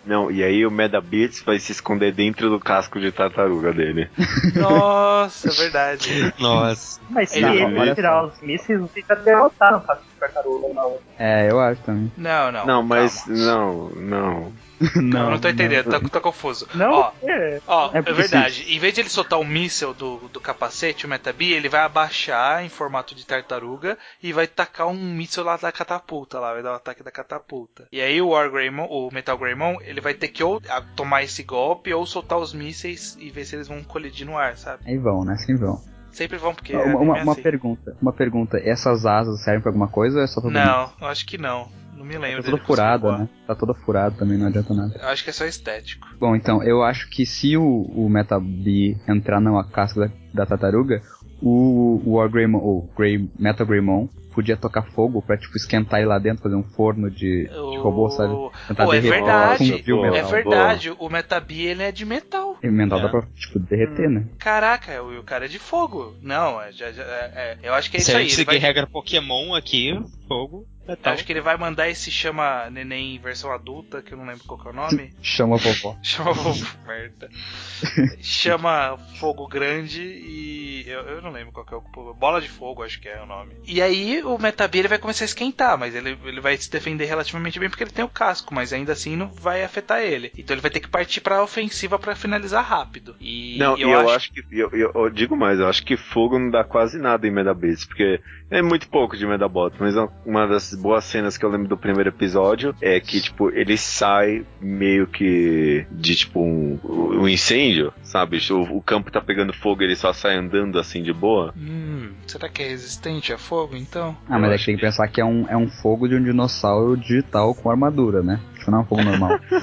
[SPEAKER 1] Não, e aí o Medabits vai se esconder dentro do casco de tartaruga dele.
[SPEAKER 2] Nossa, é verdade.
[SPEAKER 3] Nossa.
[SPEAKER 5] Mas se
[SPEAKER 2] é
[SPEAKER 1] Não,
[SPEAKER 5] ele
[SPEAKER 4] olha
[SPEAKER 5] tirar os mísseis, fica derrotado pra tartaruga na outra.
[SPEAKER 4] É, eu acho também.
[SPEAKER 2] Não, não.
[SPEAKER 1] Não, mas
[SPEAKER 2] calma.
[SPEAKER 1] não, não.
[SPEAKER 2] Não, não tô entendendo, tá, tá confuso.
[SPEAKER 5] Não,
[SPEAKER 2] Ó,
[SPEAKER 5] é.
[SPEAKER 2] Ó,
[SPEAKER 4] É
[SPEAKER 2] é,
[SPEAKER 4] porque
[SPEAKER 2] verdade. Em vez de ele soltar o míssel do, do capacete, o Metabee, ele vai abaixar em formato de tartaruga e vai tacar um míssel lá da catapulta, lá, vai dar o ataque da catapulta. E aí o War Greymon, o Metal Greymon, ele vai ter que ou a- tomar esse golpe ou soltar os mísseis e ver se eles vão colidir no ar, sabe?
[SPEAKER 4] Aí vão, né? Sim vão.
[SPEAKER 2] Sempre vão, porque.
[SPEAKER 4] Uma,
[SPEAKER 2] é
[SPEAKER 4] uma-
[SPEAKER 2] bem
[SPEAKER 4] uma
[SPEAKER 2] assim.
[SPEAKER 4] pergunta, uma pergunta. Essas asas servem pra alguma coisa ou é só pra...
[SPEAKER 2] Não, eu acho que não. Não me
[SPEAKER 4] Tá
[SPEAKER 2] lembro.
[SPEAKER 4] toda
[SPEAKER 2] dele
[SPEAKER 4] furada,
[SPEAKER 2] conseguir
[SPEAKER 4] né? Tá toda furada também, não adianta nada.
[SPEAKER 2] voar. Eu acho que é só estético.
[SPEAKER 4] Bom, então, eu acho que se o, o Metabee entrar na casca da, da tartaruga, o War Greymon, ou Grey, Meta Greymon, podia tocar fogo pra, tipo, esquentar ele lá dentro, fazer um forno de, de robô, sabe?
[SPEAKER 2] O-
[SPEAKER 4] Tentar
[SPEAKER 2] Pô, é
[SPEAKER 4] derreter,
[SPEAKER 2] verdade.
[SPEAKER 4] fundir o
[SPEAKER 1] Pô,
[SPEAKER 2] É
[SPEAKER 4] metal.
[SPEAKER 2] verdade, o Metabee ele é de metal.
[SPEAKER 4] E o metal
[SPEAKER 3] É.
[SPEAKER 4] dá pra, tipo, derreter, né?
[SPEAKER 2] Caraca, o, o cara é de fogo. Não, é, já- já- é- é, eu acho que é
[SPEAKER 3] Se
[SPEAKER 2] isso
[SPEAKER 3] a
[SPEAKER 2] aí.
[SPEAKER 3] gente
[SPEAKER 2] Ele
[SPEAKER 3] seguir
[SPEAKER 2] vai,
[SPEAKER 3] regra Pokémon aqui, fogo, metal.
[SPEAKER 2] Acho que ele vai mandar esse chama neném em versão adulta, que eu não lembro qual que é o nome.
[SPEAKER 4] Chama a vovó.
[SPEAKER 2] Chama fogo, merda. Chama fogo grande e. Eu, eu não lembro qual que é o. Bola de fogo, acho que é o nome. E aí o Metabee ele vai começar a esquentar, mas ele, ele vai se defender relativamente bem porque ele tem o casco, mas ainda assim não vai afetar ele. Então ele vai ter que partir pra ofensiva pra finalizar rápido. E
[SPEAKER 1] não,
[SPEAKER 2] e
[SPEAKER 1] e eu, acho... que. Eu, eu- eu digo mais, eu acho que fogo não dá quase nada em Medabits, porque é muito pouco de Medabot, mas uma- uma das boas cenas que eu lembro do primeiro episódio é que, tipo, ele sai meio que de tipo um, um incêndio, sabe? O, o campo tá pegando fogo ele só sai andando assim de boa.
[SPEAKER 2] Hum, será que é resistente a fogo então?
[SPEAKER 4] Ah, mas
[SPEAKER 1] Eu
[SPEAKER 4] é
[SPEAKER 1] acho
[SPEAKER 4] que tem que
[SPEAKER 1] que-
[SPEAKER 4] pensar que é um, é um fogo de um dinossauro digital com armadura, né? Tipo, não é um fogo normal.
[SPEAKER 2] Não,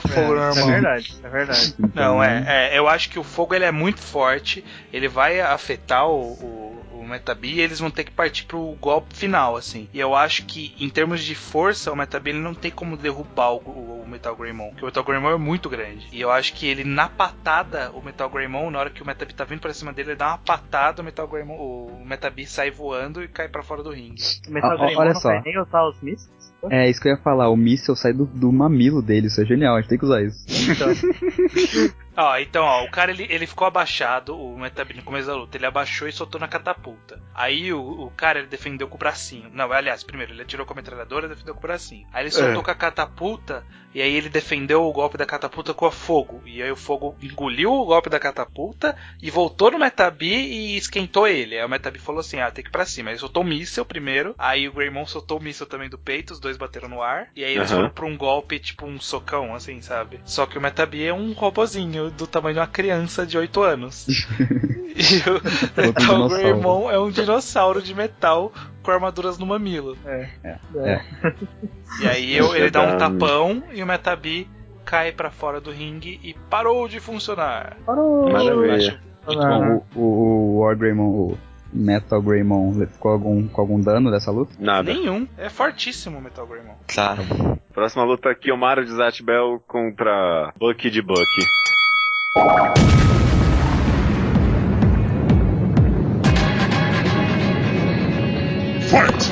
[SPEAKER 2] fogo
[SPEAKER 5] É verdade, é verdade.
[SPEAKER 2] Não,
[SPEAKER 4] Uhum.
[SPEAKER 2] é, é, Eu acho que o fogo ele é muito forte, ele vai afetar o. o o Metabee, e eles vão ter que partir pro golpe final, assim. E eu acho que, em termos de força, o Metabee ele não tem como derrubar o, o- o Metal Greymon, porque o Metal Greymon é muito grande. E eu acho que ele, na patada, o Metal Greymon, na hora que o Metabee tá vindo pra cima dele, ele dá uma patada, o Metal Greymon, o Metabee sai voando e cai pra fora do ringue.
[SPEAKER 5] O Metal
[SPEAKER 4] Ó, ó,
[SPEAKER 5] Greymon
[SPEAKER 4] olha
[SPEAKER 5] não
[SPEAKER 4] só.
[SPEAKER 5] vai nem usar os mísseis.
[SPEAKER 4] É, isso que eu ia falar, o míssil sai do, do mamilo dele, isso é genial, a gente tem que usar isso.
[SPEAKER 2] Ó, então, ó, o cara ele, ele ficou abaixado, o Metabee no começo da luta, ele abaixou e soltou na catapulta. solta. Aí o, o cara ele defendeu com o bracinho. Não, aliás, primeiro ele atirou com a metralhadora e defendeu com o bracinho. Aí ele soltou com a catapulta e aí ele defendeu o golpe da catapulta com a fogo. E aí o fogo engoliu o golpe da catapulta e voltou no Metabi e esquentou ele. Aí o Metabi falou assim: ah, tem que ir pra cima. Aí ele soltou o míssel primeiro. Aí o Greymon soltou o míssel também do peito, os dois bateram no ar. E aí eles
[SPEAKER 1] Aham.
[SPEAKER 2] foram pra um golpe, tipo um socão, assim, sabe? Só que o Metabi é um robozinho do tamanho de uma criança de 8 anos. e É, tá o Metal
[SPEAKER 4] dinossauro.
[SPEAKER 2] Greymon é um dinossauro de metal com armaduras no mamilo. E aí eu- ele dá um
[SPEAKER 1] Verdade.
[SPEAKER 2] tapão e o Metabi cai pra fora do ringue e parou de funcionar.
[SPEAKER 5] Parou!
[SPEAKER 3] Eu
[SPEAKER 1] Maravilha.
[SPEAKER 3] acho muito
[SPEAKER 5] Ah.
[SPEAKER 3] bom.
[SPEAKER 4] O, o, o War Greymon, o Metal Greymon, ele ficou algum, com algum dano dessa luta?
[SPEAKER 1] Nada.
[SPEAKER 2] Nenhum. É fortíssimo o Metal Greymon.
[SPEAKER 3] Tá.
[SPEAKER 1] Próxima luta aqui, Omaro de Zatch Bell contra Bucky de Bucky. Forte!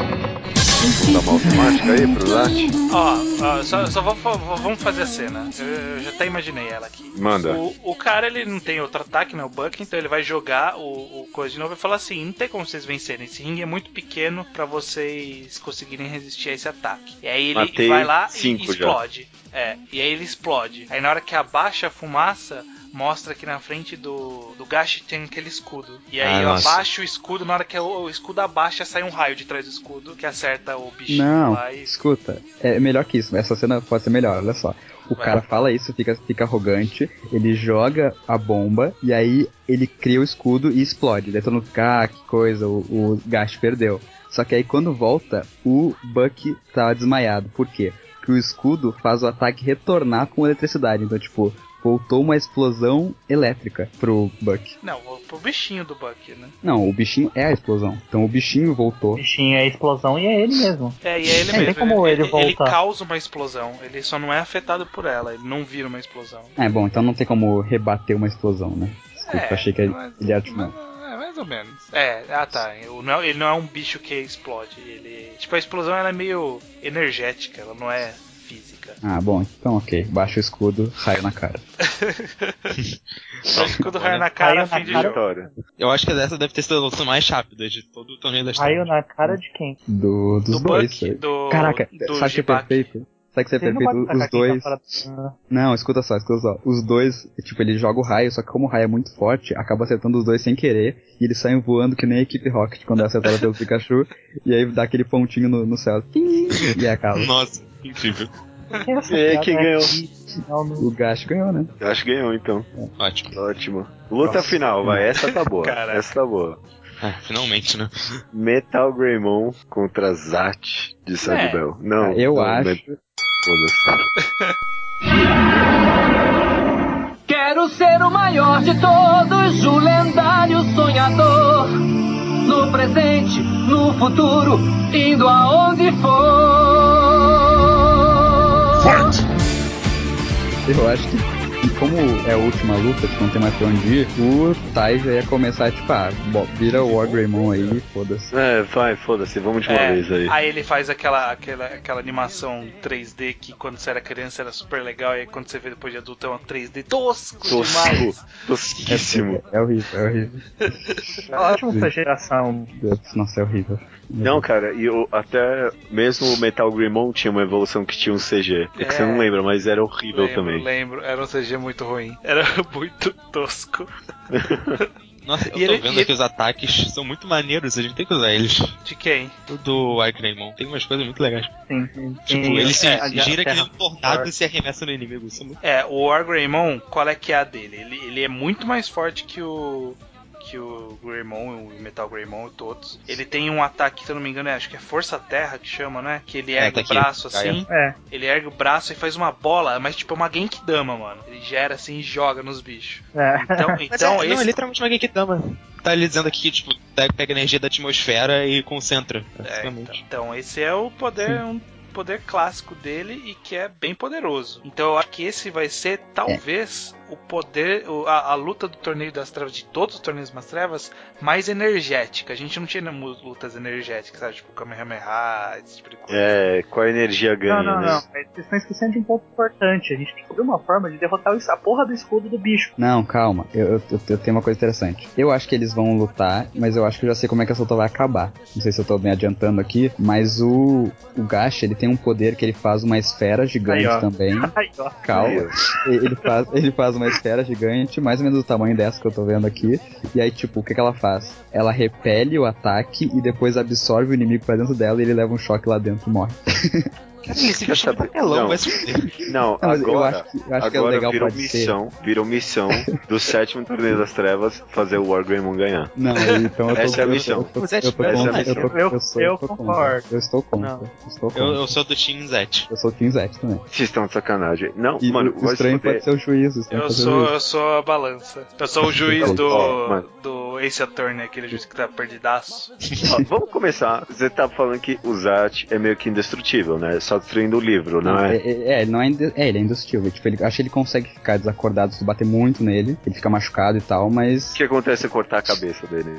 [SPEAKER 1] Dá uma automática aí pro Zatch?
[SPEAKER 2] Ó, ó, só, só vou- vou- vamos fazer a cena. Eu, eu já até imaginei ela aqui.
[SPEAKER 1] Manda.
[SPEAKER 2] O, o cara, ele não tem outro ataque, né? O Buck, então ele vai jogar o, o coisa de novo e falar assim: não tem como vocês vencerem. Esse ringue é muito pequeno pra vocês conseguirem resistir a esse ataque. E aí ele
[SPEAKER 1] Matei
[SPEAKER 2] vai lá e-
[SPEAKER 1] cinco
[SPEAKER 2] e
[SPEAKER 1] já.
[SPEAKER 2] explode. É, e aí ele explode. Aí na hora que abaixa a fumaça. Mostra aqui na frente do, do Gashi tem aquele escudo. E aí
[SPEAKER 3] Ah,
[SPEAKER 2] eu
[SPEAKER 3] nossa.
[SPEAKER 2] abaixo o escudo, na hora que o, o escudo abaixa, sai um raio de trás do escudo que acerta o bichinho
[SPEAKER 4] Não,
[SPEAKER 2] lá e
[SPEAKER 4] escuta, é melhor que isso, essa cena pode ser melhor, olha só. O
[SPEAKER 2] Vai.
[SPEAKER 4] cara fala isso, fica, fica arrogante, ele joga a bomba e aí ele cria o escudo e explode. Daí todo mundo fica, ah, que coisa, o, o Gash perdeu. Só que aí quando volta, o Buck tá desmaiado. Por quê? Porque o escudo faz o ataque retornar com eletricidade. Então, tipo, voltou uma explosão elétrica pro Buck.
[SPEAKER 2] Não, vou pro bichinho do Buck, né?
[SPEAKER 4] Não, o bichinho é a explosão. Então o bichinho voltou.
[SPEAKER 5] Bichinho é explosão e é ele mesmo.
[SPEAKER 2] É, e é ele
[SPEAKER 5] É,
[SPEAKER 2] mesmo.
[SPEAKER 5] tem como ele voltar.
[SPEAKER 2] causa uma explosão, ele só não é afetado por ela, ele não vira uma explosão.
[SPEAKER 4] É bom, então não tem como rebater uma explosão, né? Desculpa,
[SPEAKER 2] É,
[SPEAKER 4] achei que ele
[SPEAKER 2] mas-
[SPEAKER 4] ele era tipo, não.
[SPEAKER 2] mas- É, mais ou menos. É, ah tá. eu- não é- Ele não é um bicho que explode. Ele. Tipo, a explosão ela é meio energética, ela não é física.
[SPEAKER 4] Ah, bom, então ok. Baixa o escudo, raio na cara.
[SPEAKER 2] Só escudo
[SPEAKER 3] Olha,
[SPEAKER 2] raio na cara,
[SPEAKER 5] raio na
[SPEAKER 2] fim de
[SPEAKER 5] cara-
[SPEAKER 2] jogo.
[SPEAKER 1] Vitória.
[SPEAKER 3] Eu acho que essa deve ter sido a luta mais rápida de todo o torneio das
[SPEAKER 5] Raio
[SPEAKER 3] trevas.
[SPEAKER 5] na cara de quem?
[SPEAKER 4] Do,
[SPEAKER 2] Do
[SPEAKER 4] dos dois.
[SPEAKER 2] Buck,
[SPEAKER 4] sabe?
[SPEAKER 2] do.
[SPEAKER 4] Caraca,
[SPEAKER 2] do
[SPEAKER 4] sabe o que é
[SPEAKER 2] Jibaki.
[SPEAKER 4] perfeito? Sabe o que é
[SPEAKER 5] Ele não pode
[SPEAKER 4] perfeito?
[SPEAKER 5] tacar
[SPEAKER 4] Os
[SPEAKER 5] quem tá
[SPEAKER 4] dois.
[SPEAKER 5] fora da-
[SPEAKER 4] Não, escuta só, escuta só. Os dois, tipo, ele joga o raio, só que como o raio é muito forte, acaba acertando os dois sem querer, e eles saem voando que nem a equipe Rocket quando é acertada pelo Pikachu, e aí dá aquele pontinho no, no céu. E acaba.
[SPEAKER 3] Nossa, incrível.
[SPEAKER 5] Quem é essa
[SPEAKER 1] É,
[SPEAKER 5] piada?
[SPEAKER 1] quem ganhou?
[SPEAKER 5] Não, não-
[SPEAKER 4] O Gash ganhou, né?
[SPEAKER 1] Eu acho que ganhou então.
[SPEAKER 3] Ótimo.
[SPEAKER 1] Ótimo. Luta final, vai. Essa tá boa.
[SPEAKER 2] Caraca.
[SPEAKER 1] Essa tá boa.
[SPEAKER 3] Ah, finalmente, né?
[SPEAKER 1] Metal Greymon contra Zatch de
[SPEAKER 2] É.
[SPEAKER 1] Sadbel. Não.
[SPEAKER 4] Eu
[SPEAKER 1] não,
[SPEAKER 4] acho.
[SPEAKER 1] Met- Foda-se.
[SPEAKER 6] Quero ser o maior de todos, o lendário sonhador. No presente, no futuro, indo aonde for.
[SPEAKER 4] Eu acho que, e como é a última luta, que não tem mais pra onde ir, o Tai já ia começar, tipo, ah, bo- vira o War Greymon aí, foda-se.
[SPEAKER 1] É, vai, foda-se. Vamos de uma
[SPEAKER 2] É,
[SPEAKER 1] vez aí.
[SPEAKER 2] ele faz aquela, aquela, aquela animação 3D que quando você era criança era super legal, e aí quando você vê depois de adulto é uma 3D tosco, demais.
[SPEAKER 1] Tosco. Tosquíssimo.
[SPEAKER 4] É horrível, é horrível.
[SPEAKER 5] Ótimo essa geração.
[SPEAKER 4] Deus, Nossa, é horrível.
[SPEAKER 1] Não, cara, e o- até mesmo o Metal Grimon tinha uma evolução que tinha um CG. É que você
[SPEAKER 2] É.
[SPEAKER 1] não lembra, mas era horrível
[SPEAKER 2] lembro,
[SPEAKER 1] também.
[SPEAKER 2] lembro. Era um CG muito ruim. Era muito tosco.
[SPEAKER 3] Nossa, eu
[SPEAKER 2] E
[SPEAKER 3] tô
[SPEAKER 2] ele-
[SPEAKER 3] vendo
[SPEAKER 2] e
[SPEAKER 3] que os ataques são muito maneiros, a gente tem que usar eles.
[SPEAKER 2] De quem?
[SPEAKER 3] O do Arcraymon tem umas coisas muito legais.
[SPEAKER 5] Sim, sim, sim.
[SPEAKER 3] Tipo, ele se
[SPEAKER 5] É, a
[SPEAKER 3] gira que nem um
[SPEAKER 5] Terra-
[SPEAKER 3] tornado e se arremessa no inimigo. Isso é muito...
[SPEAKER 2] É, o War Greymon, qual é que é a dele? Ele, ele é muito mais forte que o. Que o Greymon, o Metal Greymon e todos. Ele tem um ataque, se eu não me engano, é- acho que é Força Terra que chama, né? Que ele
[SPEAKER 3] É,
[SPEAKER 2] ergue
[SPEAKER 3] tá
[SPEAKER 2] o
[SPEAKER 3] aqui,
[SPEAKER 2] braço
[SPEAKER 3] Gaia.
[SPEAKER 2] assim.
[SPEAKER 5] É,
[SPEAKER 2] Ele ergue o braço e faz uma bola, mas tipo é uma Genkidama, mano. Ele gera assim e joga nos bichos.
[SPEAKER 5] é.
[SPEAKER 2] Então,
[SPEAKER 3] Mas
[SPEAKER 2] então
[SPEAKER 3] é,
[SPEAKER 2] esse.
[SPEAKER 3] não, é literalmente uma Genkidama. Tá ele dizendo aqui que, tipo, pega pega energia da atmosfera e concentra.
[SPEAKER 2] É,
[SPEAKER 3] Basicamente.
[SPEAKER 2] então, então, esse é o poder, um poder clássico dele e que é bem poderoso. Então eu acho que esse vai ser talvez o poder, o- a, a luta do torneio das trevas, de todos os torneios das trevas, mais energética. A gente não tinha mu- lutas energéticas, sabe? Tipo Kamehameha, esse tipo de coisa.
[SPEAKER 1] É, com a energia ganha,
[SPEAKER 5] Não, não,
[SPEAKER 1] né?
[SPEAKER 5] não. Mas Vocês estão esquecendo de um ponto importante. A gente tem que descobrir uma forma de derrotar o es- a porra do escudo do bicho.
[SPEAKER 4] Não, calma. Eu, eu- eu- eu tenho uma coisa interessante. Eu acho que eles vão lutar, mas eu acho que eu já sei como é que essa luta vai acabar. Não sei se eu tô me adiantando aqui, mas o, o Gash, ele tem um poder que ele faz uma esfera gigante
[SPEAKER 5] Aí, ó.
[SPEAKER 4] também.
[SPEAKER 5] Ai, ó.
[SPEAKER 4] Calma. E- Ele faz, ele faz uma esfera gigante, mais ou menos do tamanho dessa que eu tô vendo aqui. E aí, tipo, o que, que ela faz? Ela repele o ataque e depois absorve o inimigo pra dentro dela e ele leva um choque lá dentro e morre. então.
[SPEAKER 3] Esse bicho é
[SPEAKER 1] saber?
[SPEAKER 3] papelão,
[SPEAKER 1] Não.
[SPEAKER 3] vai se fuder.
[SPEAKER 1] Não,
[SPEAKER 4] Não, mas eu acho
[SPEAKER 1] agora.
[SPEAKER 4] que, eu acho que é
[SPEAKER 1] Agora
[SPEAKER 4] legal
[SPEAKER 1] virou
[SPEAKER 4] pode ser.
[SPEAKER 1] missão, virou missão do sétimo torneio das trevas fazer o Wargreymon ganhar.
[SPEAKER 4] Não, então eu tô,
[SPEAKER 1] Essa é a
[SPEAKER 4] eu-
[SPEAKER 1] missão.
[SPEAKER 4] Eu, tô-
[SPEAKER 3] Você é
[SPEAKER 4] eu tô
[SPEAKER 3] tipo-
[SPEAKER 4] contra,
[SPEAKER 1] essa é a
[SPEAKER 4] eu tô-
[SPEAKER 5] missão.
[SPEAKER 4] eu sou-
[SPEAKER 5] Eu-
[SPEAKER 4] eu tô
[SPEAKER 5] eu
[SPEAKER 4] contra,
[SPEAKER 5] concordo.
[SPEAKER 4] Eu estou contra.
[SPEAKER 5] Não.
[SPEAKER 4] Eu estou contra.
[SPEAKER 3] Eu, eu sou do Team Zet.
[SPEAKER 4] Eu sou o Team Zete também.
[SPEAKER 1] Vocês estão de sacanagem. Não,
[SPEAKER 4] E
[SPEAKER 1] mano,
[SPEAKER 4] o
[SPEAKER 1] vai se
[SPEAKER 4] estranho
[SPEAKER 1] fuder.
[SPEAKER 4] pode ser o juiz. o estranho
[SPEAKER 2] Eu
[SPEAKER 4] pode ser o
[SPEAKER 2] sou,
[SPEAKER 4] juiz.
[SPEAKER 2] eu sou a balança. Eu sou o juiz
[SPEAKER 1] Então, Ó,
[SPEAKER 2] do,
[SPEAKER 1] mano.
[SPEAKER 2] do Ace Attorney, aquele juiz que tá perdidaço.
[SPEAKER 1] Ó, vamos começar. Você tá falando que o Zat é meio que indestrutível, né? Só destruindo o livro, não
[SPEAKER 4] Não,
[SPEAKER 1] é?
[SPEAKER 4] é, é, é, ele não é, inde- é, ele é indestrutível. Tipo, ele, acho que ele consegue ficar desacordado se tu bater muito nele. Ele fica machucado e tal, mas.
[SPEAKER 1] O que acontece se eu cortar a cabeça dele?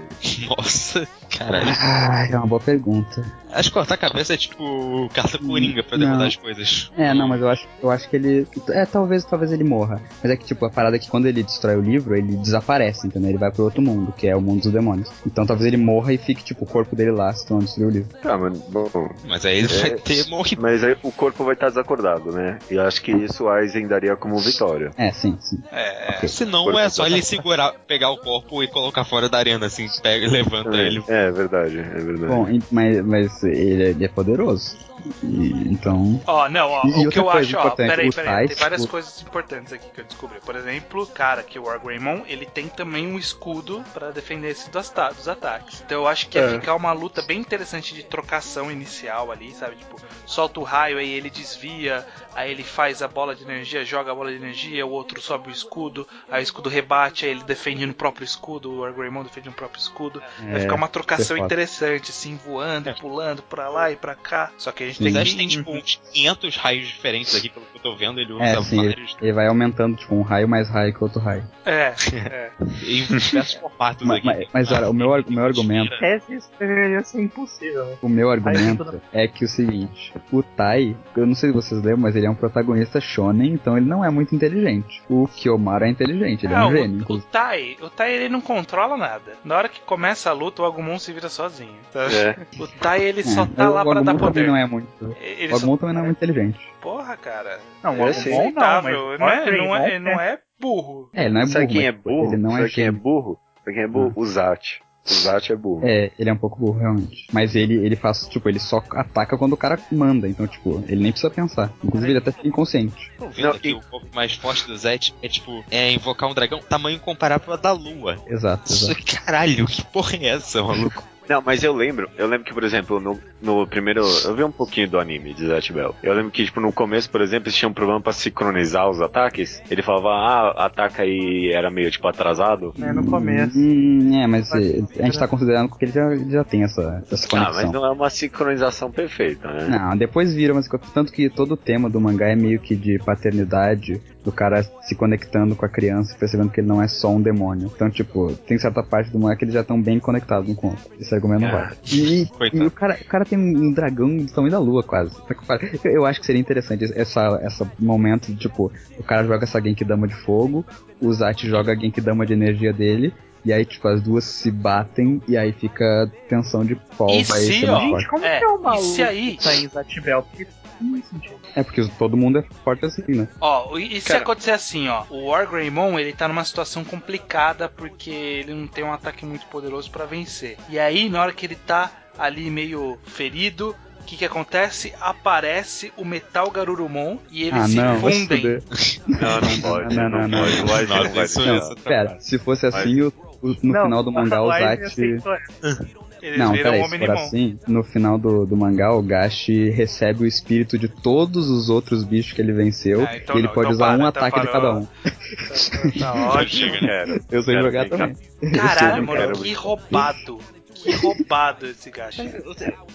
[SPEAKER 3] Nossa, caralho.
[SPEAKER 4] Ah, é uma boa pergunta.
[SPEAKER 3] Acho que cortar a cabeça é tipo carta coringa pra derrotar
[SPEAKER 4] Hum, Não.
[SPEAKER 3] as coisas.
[SPEAKER 4] É, não, mas eu acho, eu acho que ele. É, talvez, talvez ele morra. Mas é que, tipo, a parada é que quando ele destrói o livro, ele desaparece, entendeu? Ele vai pro outro mundo, que é o mundo dos demônios. Então talvez ele morra e fique, tipo, o corpo dele lá se tu não destruir o livro.
[SPEAKER 1] Tá, mano, bom.
[SPEAKER 3] Mas aí ele
[SPEAKER 1] É.
[SPEAKER 3] vai ter morrido.
[SPEAKER 1] Mas aí o corpo vai estar desacordado, né? E acho que isso a Aizen daria como vitória.
[SPEAKER 4] É, sim, sim.
[SPEAKER 2] É,
[SPEAKER 4] Ok.
[SPEAKER 3] Se não,
[SPEAKER 1] Corpo
[SPEAKER 3] é só ele segurar, pegar o corpo e colocar fora da arena, assim, pega, levanta ele.
[SPEAKER 1] É, é verdade, é verdade.
[SPEAKER 4] Bom, e- mas, mas ele, é- ele é poderoso. E- então.
[SPEAKER 2] Ó, não, ó,
[SPEAKER 4] E
[SPEAKER 2] o que
[SPEAKER 4] outra
[SPEAKER 2] eu
[SPEAKER 4] coisa
[SPEAKER 2] acho, ó,
[SPEAKER 4] importante,
[SPEAKER 2] peraí,
[SPEAKER 4] os
[SPEAKER 2] peraí, tem
[SPEAKER 4] sites,
[SPEAKER 2] várias
[SPEAKER 4] os-
[SPEAKER 2] coisas importantes aqui que eu descobri. Por exemplo, cara, que o Wargreymon, ele tem também um escudo pra defender-se dos, ata- dos ataques. Então eu acho que ia
[SPEAKER 5] É.
[SPEAKER 2] ficar uma luta bem interessante de trocação inicial ali, sabe? Tipo, solta o raio, aí ele desvia, aí ele faz a bola de energia, joga a bola de energia, o outro sobe o escudo, aí o escudo rebate, aí ele defende no próprio escudo, o Wargreymon defende no próprio escudo. Vai
[SPEAKER 4] é,
[SPEAKER 2] ficar uma trocação
[SPEAKER 4] foda.
[SPEAKER 2] interessante, assim, voando, pulando pra lá e pra cá. Só que a gente
[SPEAKER 4] Sim.
[SPEAKER 2] tem
[SPEAKER 3] Mas
[SPEAKER 2] que...
[SPEAKER 3] acho que tem tipo uns 500 raios diferentes aqui, pelo que eu tô vendo, ele usa
[SPEAKER 4] É, sim, ele,
[SPEAKER 3] vários
[SPEAKER 4] ele vai aumentando, tipo, um raio mais raio que outro raio.
[SPEAKER 2] É, é.
[SPEAKER 3] em diversos formatos
[SPEAKER 4] Ma-
[SPEAKER 3] aqui.
[SPEAKER 4] ma- mas, olha, o meu ar- o meu argumento-
[SPEAKER 5] Tese, é, isso deveria ser impossível. né?
[SPEAKER 4] O meu argumento
[SPEAKER 5] tudo-
[SPEAKER 4] é que o seguinte, o Tai, eu não sei se vocês lembram, mas ele é um protagonista shonen, então ele não é muito inteligente. O Kiyomaru é inteligente, ele é,
[SPEAKER 2] Ah,
[SPEAKER 4] um gênio,
[SPEAKER 2] o, o
[SPEAKER 4] inclusive.
[SPEAKER 2] Tai, o Tai ele não controla nada. Na hora que começa a luta, o Agumon se vira sozinho. tá?
[SPEAKER 1] É.
[SPEAKER 2] O Tai ele só
[SPEAKER 4] É,
[SPEAKER 2] tá
[SPEAKER 4] o-
[SPEAKER 2] lá
[SPEAKER 4] o
[SPEAKER 2] pra dar
[SPEAKER 4] Agumon também
[SPEAKER 2] poder.
[SPEAKER 4] não é muito.
[SPEAKER 2] Ele
[SPEAKER 4] o
[SPEAKER 2] só-
[SPEAKER 4] Agumon também não é muito inteligente.
[SPEAKER 2] Porra, cara.
[SPEAKER 5] É assim, Não,
[SPEAKER 1] Eu
[SPEAKER 5] o
[SPEAKER 1] sei.
[SPEAKER 5] Agumon não, mas
[SPEAKER 2] Inaceitável.
[SPEAKER 5] o
[SPEAKER 2] não, é, não, é,
[SPEAKER 5] Wargreymon
[SPEAKER 2] não é burro.
[SPEAKER 4] É, ele não é burro,
[SPEAKER 1] Sabe quem é
[SPEAKER 4] mas,
[SPEAKER 1] burro?
[SPEAKER 4] ele não é
[SPEAKER 1] Sabe quem é
[SPEAKER 4] gênio.
[SPEAKER 1] burro? Sabe quem é burro? O Zat. O Zat é burro.
[SPEAKER 4] É, ele é um pouco burro, realmente. Mas ele, ele faz, tipo, ele só ataca quando o cara manda, então, tipo, ele nem precisa pensar. Inclusive, ele até fica inconsciente.
[SPEAKER 3] Tô vendo
[SPEAKER 1] Não,
[SPEAKER 3] aqui
[SPEAKER 1] e-
[SPEAKER 3] o corpo mais forte do Zet é tipo, é invocar um dragão tamanho comparável ao da lua.
[SPEAKER 4] Exato,
[SPEAKER 3] Isso,
[SPEAKER 4] exato.
[SPEAKER 3] caralho, que porra é essa, maluco?
[SPEAKER 1] Não, mas eu lembro, eu lembro que, por exemplo, no, no primeiro. Eu vi um pouquinho do anime de Zatch Bell. Eu lembro que, tipo, no começo, por exemplo, eles tinham um problema pra sincronizar os ataques. Ele falava, ah, ataca aí era meio, tipo, atrasado.
[SPEAKER 5] É no começo.
[SPEAKER 4] Hum, é, mas
[SPEAKER 5] Pode
[SPEAKER 4] eh, a
[SPEAKER 2] né?
[SPEAKER 4] gente tá considerando que ele já, ele já tem essa, essa
[SPEAKER 1] Ah,
[SPEAKER 4] conexão.
[SPEAKER 1] mas não é uma sincronização perfeita, né?
[SPEAKER 4] Não, depois vira, mas tanto que todo o tema do mangá é meio que de paternidade, do cara se conectando com a criança e percebendo que ele não é só um demônio. Então, tipo, tem certa parte do mangá que eles já estão bem conectados um com o outro. Esse argumento não
[SPEAKER 1] Ah.
[SPEAKER 4] vai. E,
[SPEAKER 3] Coitado.
[SPEAKER 4] e o, cara, o cara tem um dragão do tamanho da lua, quase. Tá que pariu. Eu, eu acho que seria interessante essa, essa momento de, tipo, o cara joga essa Genkidama de fogo, o Zati joga a Genkidama de energia dele. E aí, tipo, as duas se batem e aí fica tensão de pau.
[SPEAKER 2] E
[SPEAKER 4] vai
[SPEAKER 2] se,
[SPEAKER 4] ser mais
[SPEAKER 1] Hum.
[SPEAKER 2] ó,
[SPEAKER 4] forte.
[SPEAKER 5] Gente, como
[SPEAKER 2] É,
[SPEAKER 5] que é uma
[SPEAKER 2] e se
[SPEAKER 5] luta
[SPEAKER 2] aí-
[SPEAKER 5] em Zatibel? Porque não faz sentido.
[SPEAKER 4] É porque todo mundo é forte assim, né?
[SPEAKER 2] Ó, e e se
[SPEAKER 1] Cara.
[SPEAKER 2] acontecer assim, ó? O Wargreymon, ele tá numa situação complicada porque ele não tem um ataque muito poderoso pra vencer. E aí, na hora que ele tá ali meio ferido, o que que acontece? Aparece o Metal Garurumon e eles
[SPEAKER 4] ah,
[SPEAKER 2] se
[SPEAKER 4] não, vai se
[SPEAKER 2] fundem.
[SPEAKER 4] fuder.
[SPEAKER 1] Não, não pode.
[SPEAKER 4] Não,
[SPEAKER 1] Não,
[SPEAKER 4] não, não,
[SPEAKER 1] pode.
[SPEAKER 4] não.
[SPEAKER 1] O Aizen
[SPEAKER 3] Nossa,
[SPEAKER 1] não vai
[SPEAKER 3] isso
[SPEAKER 1] deixar.
[SPEAKER 3] é-
[SPEAKER 4] Não, pera, se fosse assim, o- o- no
[SPEAKER 5] Não,
[SPEAKER 4] final do mangá, o
[SPEAKER 5] a
[SPEAKER 4] Zati.
[SPEAKER 5] Live aceitou essa.
[SPEAKER 2] Eles viram
[SPEAKER 4] Não,
[SPEAKER 2] um
[SPEAKER 4] peraí, se for
[SPEAKER 2] Omnimon.
[SPEAKER 4] assim, no final do, do mangá, o Gashi recebe o espírito de todos os outros bichos que ele venceu.
[SPEAKER 2] Ah, então
[SPEAKER 4] e ele
[SPEAKER 2] não,
[SPEAKER 4] pode
[SPEAKER 2] então
[SPEAKER 4] usar
[SPEAKER 2] para, então
[SPEAKER 4] um ataque de
[SPEAKER 2] parou.
[SPEAKER 4] cada um.
[SPEAKER 2] Tá
[SPEAKER 1] Não,
[SPEAKER 2] ótimo.
[SPEAKER 1] chega, né?
[SPEAKER 4] Eu sei
[SPEAKER 1] Cara,
[SPEAKER 4] jogar
[SPEAKER 1] vem cá.
[SPEAKER 4] também.
[SPEAKER 2] Caralho,
[SPEAKER 1] Eu
[SPEAKER 3] é
[SPEAKER 2] mano,
[SPEAKER 1] quero-
[SPEAKER 2] que roubado. Que Foi roubado esse gacha.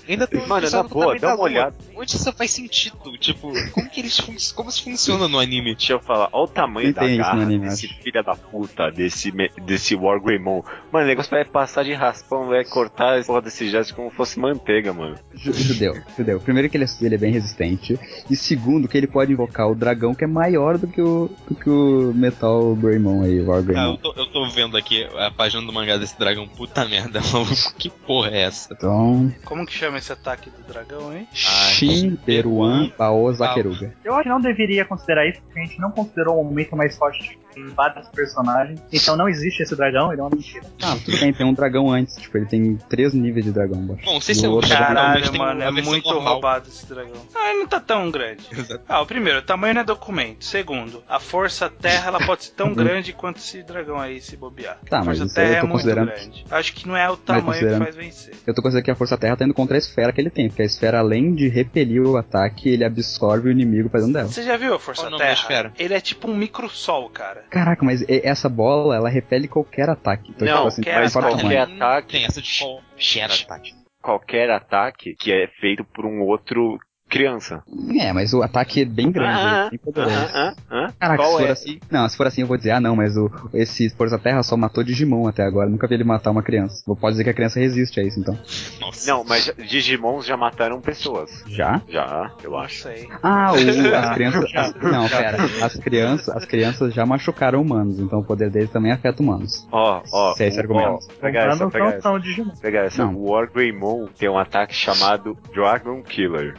[SPEAKER 3] Ainda tô
[SPEAKER 1] Mano, na
[SPEAKER 3] pensando no
[SPEAKER 1] boa,
[SPEAKER 3] tamanho
[SPEAKER 1] dá
[SPEAKER 3] da
[SPEAKER 1] uma
[SPEAKER 3] lua.
[SPEAKER 1] olhada.
[SPEAKER 3] Onde isso faz sentido? Tipo, como que eles fun como isso funciona no anime?
[SPEAKER 1] Deixa eu falar, olha o tamanho
[SPEAKER 4] Não
[SPEAKER 1] da
[SPEAKER 4] tem isso no
[SPEAKER 1] garra
[SPEAKER 4] anime,
[SPEAKER 1] desse filho da puta, desse, me- desse Wargreymon. Mano, o negócio vai passar de raspão, vai cortar esse porra desse gesto como fosse manteiga, mano.
[SPEAKER 4] Ju- Judeu, judeu. Primeiro que ele é, ele é bem resistente. E segundo que ele pode invocar o dragão que é maior do que o, do que o Metal Greymon aí, o War
[SPEAKER 3] Ah,
[SPEAKER 4] Greymon.
[SPEAKER 3] eu tô, eu tô vendo aqui a página do mangá desse dragão. Puta merda, maluco. Que porra é essa?
[SPEAKER 4] Então,
[SPEAKER 2] Como que chama esse ataque do dragão, hein?
[SPEAKER 4] Shin Beruan Bao Zakeruga.
[SPEAKER 5] Eu acho que não deveria considerar isso, porque a gente não considerou o momento mais forte de vários personagens. Então não existe esse dragão, ele é uma mentira.
[SPEAKER 4] Ah, tudo bem, tem um dragão antes. Tipo, ele tem três níveis de dragão. Baixo.
[SPEAKER 3] Bom, não sei se é
[SPEAKER 4] No
[SPEAKER 3] um
[SPEAKER 4] outro
[SPEAKER 3] dragão, mas
[SPEAKER 4] dragão.
[SPEAKER 2] Caralho,
[SPEAKER 3] tem
[SPEAKER 2] mano,
[SPEAKER 3] uma
[SPEAKER 2] é
[SPEAKER 3] versão
[SPEAKER 2] muito
[SPEAKER 3] normal.
[SPEAKER 2] roubado esse dragão. Ah, ele não tá tão grande.
[SPEAKER 3] Exato.
[SPEAKER 2] Ah, o primeiro, o tamanho não é documento. Segundo, a força terra ela pode ser tão grande quanto esse dragão aí se bobear.
[SPEAKER 4] Uhum. Tá,
[SPEAKER 2] a
[SPEAKER 4] mas
[SPEAKER 2] força
[SPEAKER 4] isso aí
[SPEAKER 2] terra
[SPEAKER 4] eu tô
[SPEAKER 2] é muito
[SPEAKER 4] considerando-
[SPEAKER 2] grande. Acho que não é o tamanho que
[SPEAKER 4] considerando-
[SPEAKER 2] faz vencer.
[SPEAKER 4] Eu tô considerando que a Força Terra tá indo contra a esfera que ele tem, porque a esfera, além de repelir o ataque, ele absorve o inimigo pra dentro dela.
[SPEAKER 2] Você já viu a força
[SPEAKER 3] Qual o nome da
[SPEAKER 2] terra?
[SPEAKER 3] esfera?
[SPEAKER 2] Ele é tipo um microsol, cara.
[SPEAKER 4] Caraca, mas e- essa bola, ela repele qualquer ataque. Então,
[SPEAKER 1] Não,
[SPEAKER 4] tipo assim,
[SPEAKER 2] qualquer
[SPEAKER 4] não
[SPEAKER 1] Mas
[SPEAKER 4] importa o
[SPEAKER 1] qualquer
[SPEAKER 4] tamanho.
[SPEAKER 1] ataque,
[SPEAKER 3] Tem essa de Shera ataque.
[SPEAKER 1] qualquer ataque que é feito por um outro criança.
[SPEAKER 4] É, mas o ataque é bem grande,
[SPEAKER 1] Ah,
[SPEAKER 4] é bem
[SPEAKER 1] Hã,
[SPEAKER 4] poderoso.
[SPEAKER 1] hã, hã, hã?
[SPEAKER 4] Caraca, se
[SPEAKER 1] Qual
[SPEAKER 4] for
[SPEAKER 1] é?
[SPEAKER 4] assim. Não, se for assim eu vou dizer, ah não, mas o, esse Força Terra só matou Digimon até agora. Nunca vi ele matar uma criança. Vou pode dizer que a criança resiste a isso então.
[SPEAKER 3] Nossa.
[SPEAKER 1] Não, mas Digimons já mataram pessoas.
[SPEAKER 4] Já?
[SPEAKER 1] Já, eu
[SPEAKER 2] Não
[SPEAKER 1] acho.
[SPEAKER 2] sei.
[SPEAKER 4] Ah, o, as crianças. as- não, pera. As crianças, as crianças já machucaram humanos, então o poder deles também afeta humanos.
[SPEAKER 1] Ó, ó.
[SPEAKER 4] Se é esse
[SPEAKER 1] o-
[SPEAKER 4] argumento.
[SPEAKER 1] ó, Pega essa,
[SPEAKER 5] não
[SPEAKER 1] pega
[SPEAKER 5] são,
[SPEAKER 1] essa.
[SPEAKER 5] são Digimon.
[SPEAKER 1] Pega essa.
[SPEAKER 4] Não.
[SPEAKER 1] O Wargreymon tem um ataque chamado Dragon Killer.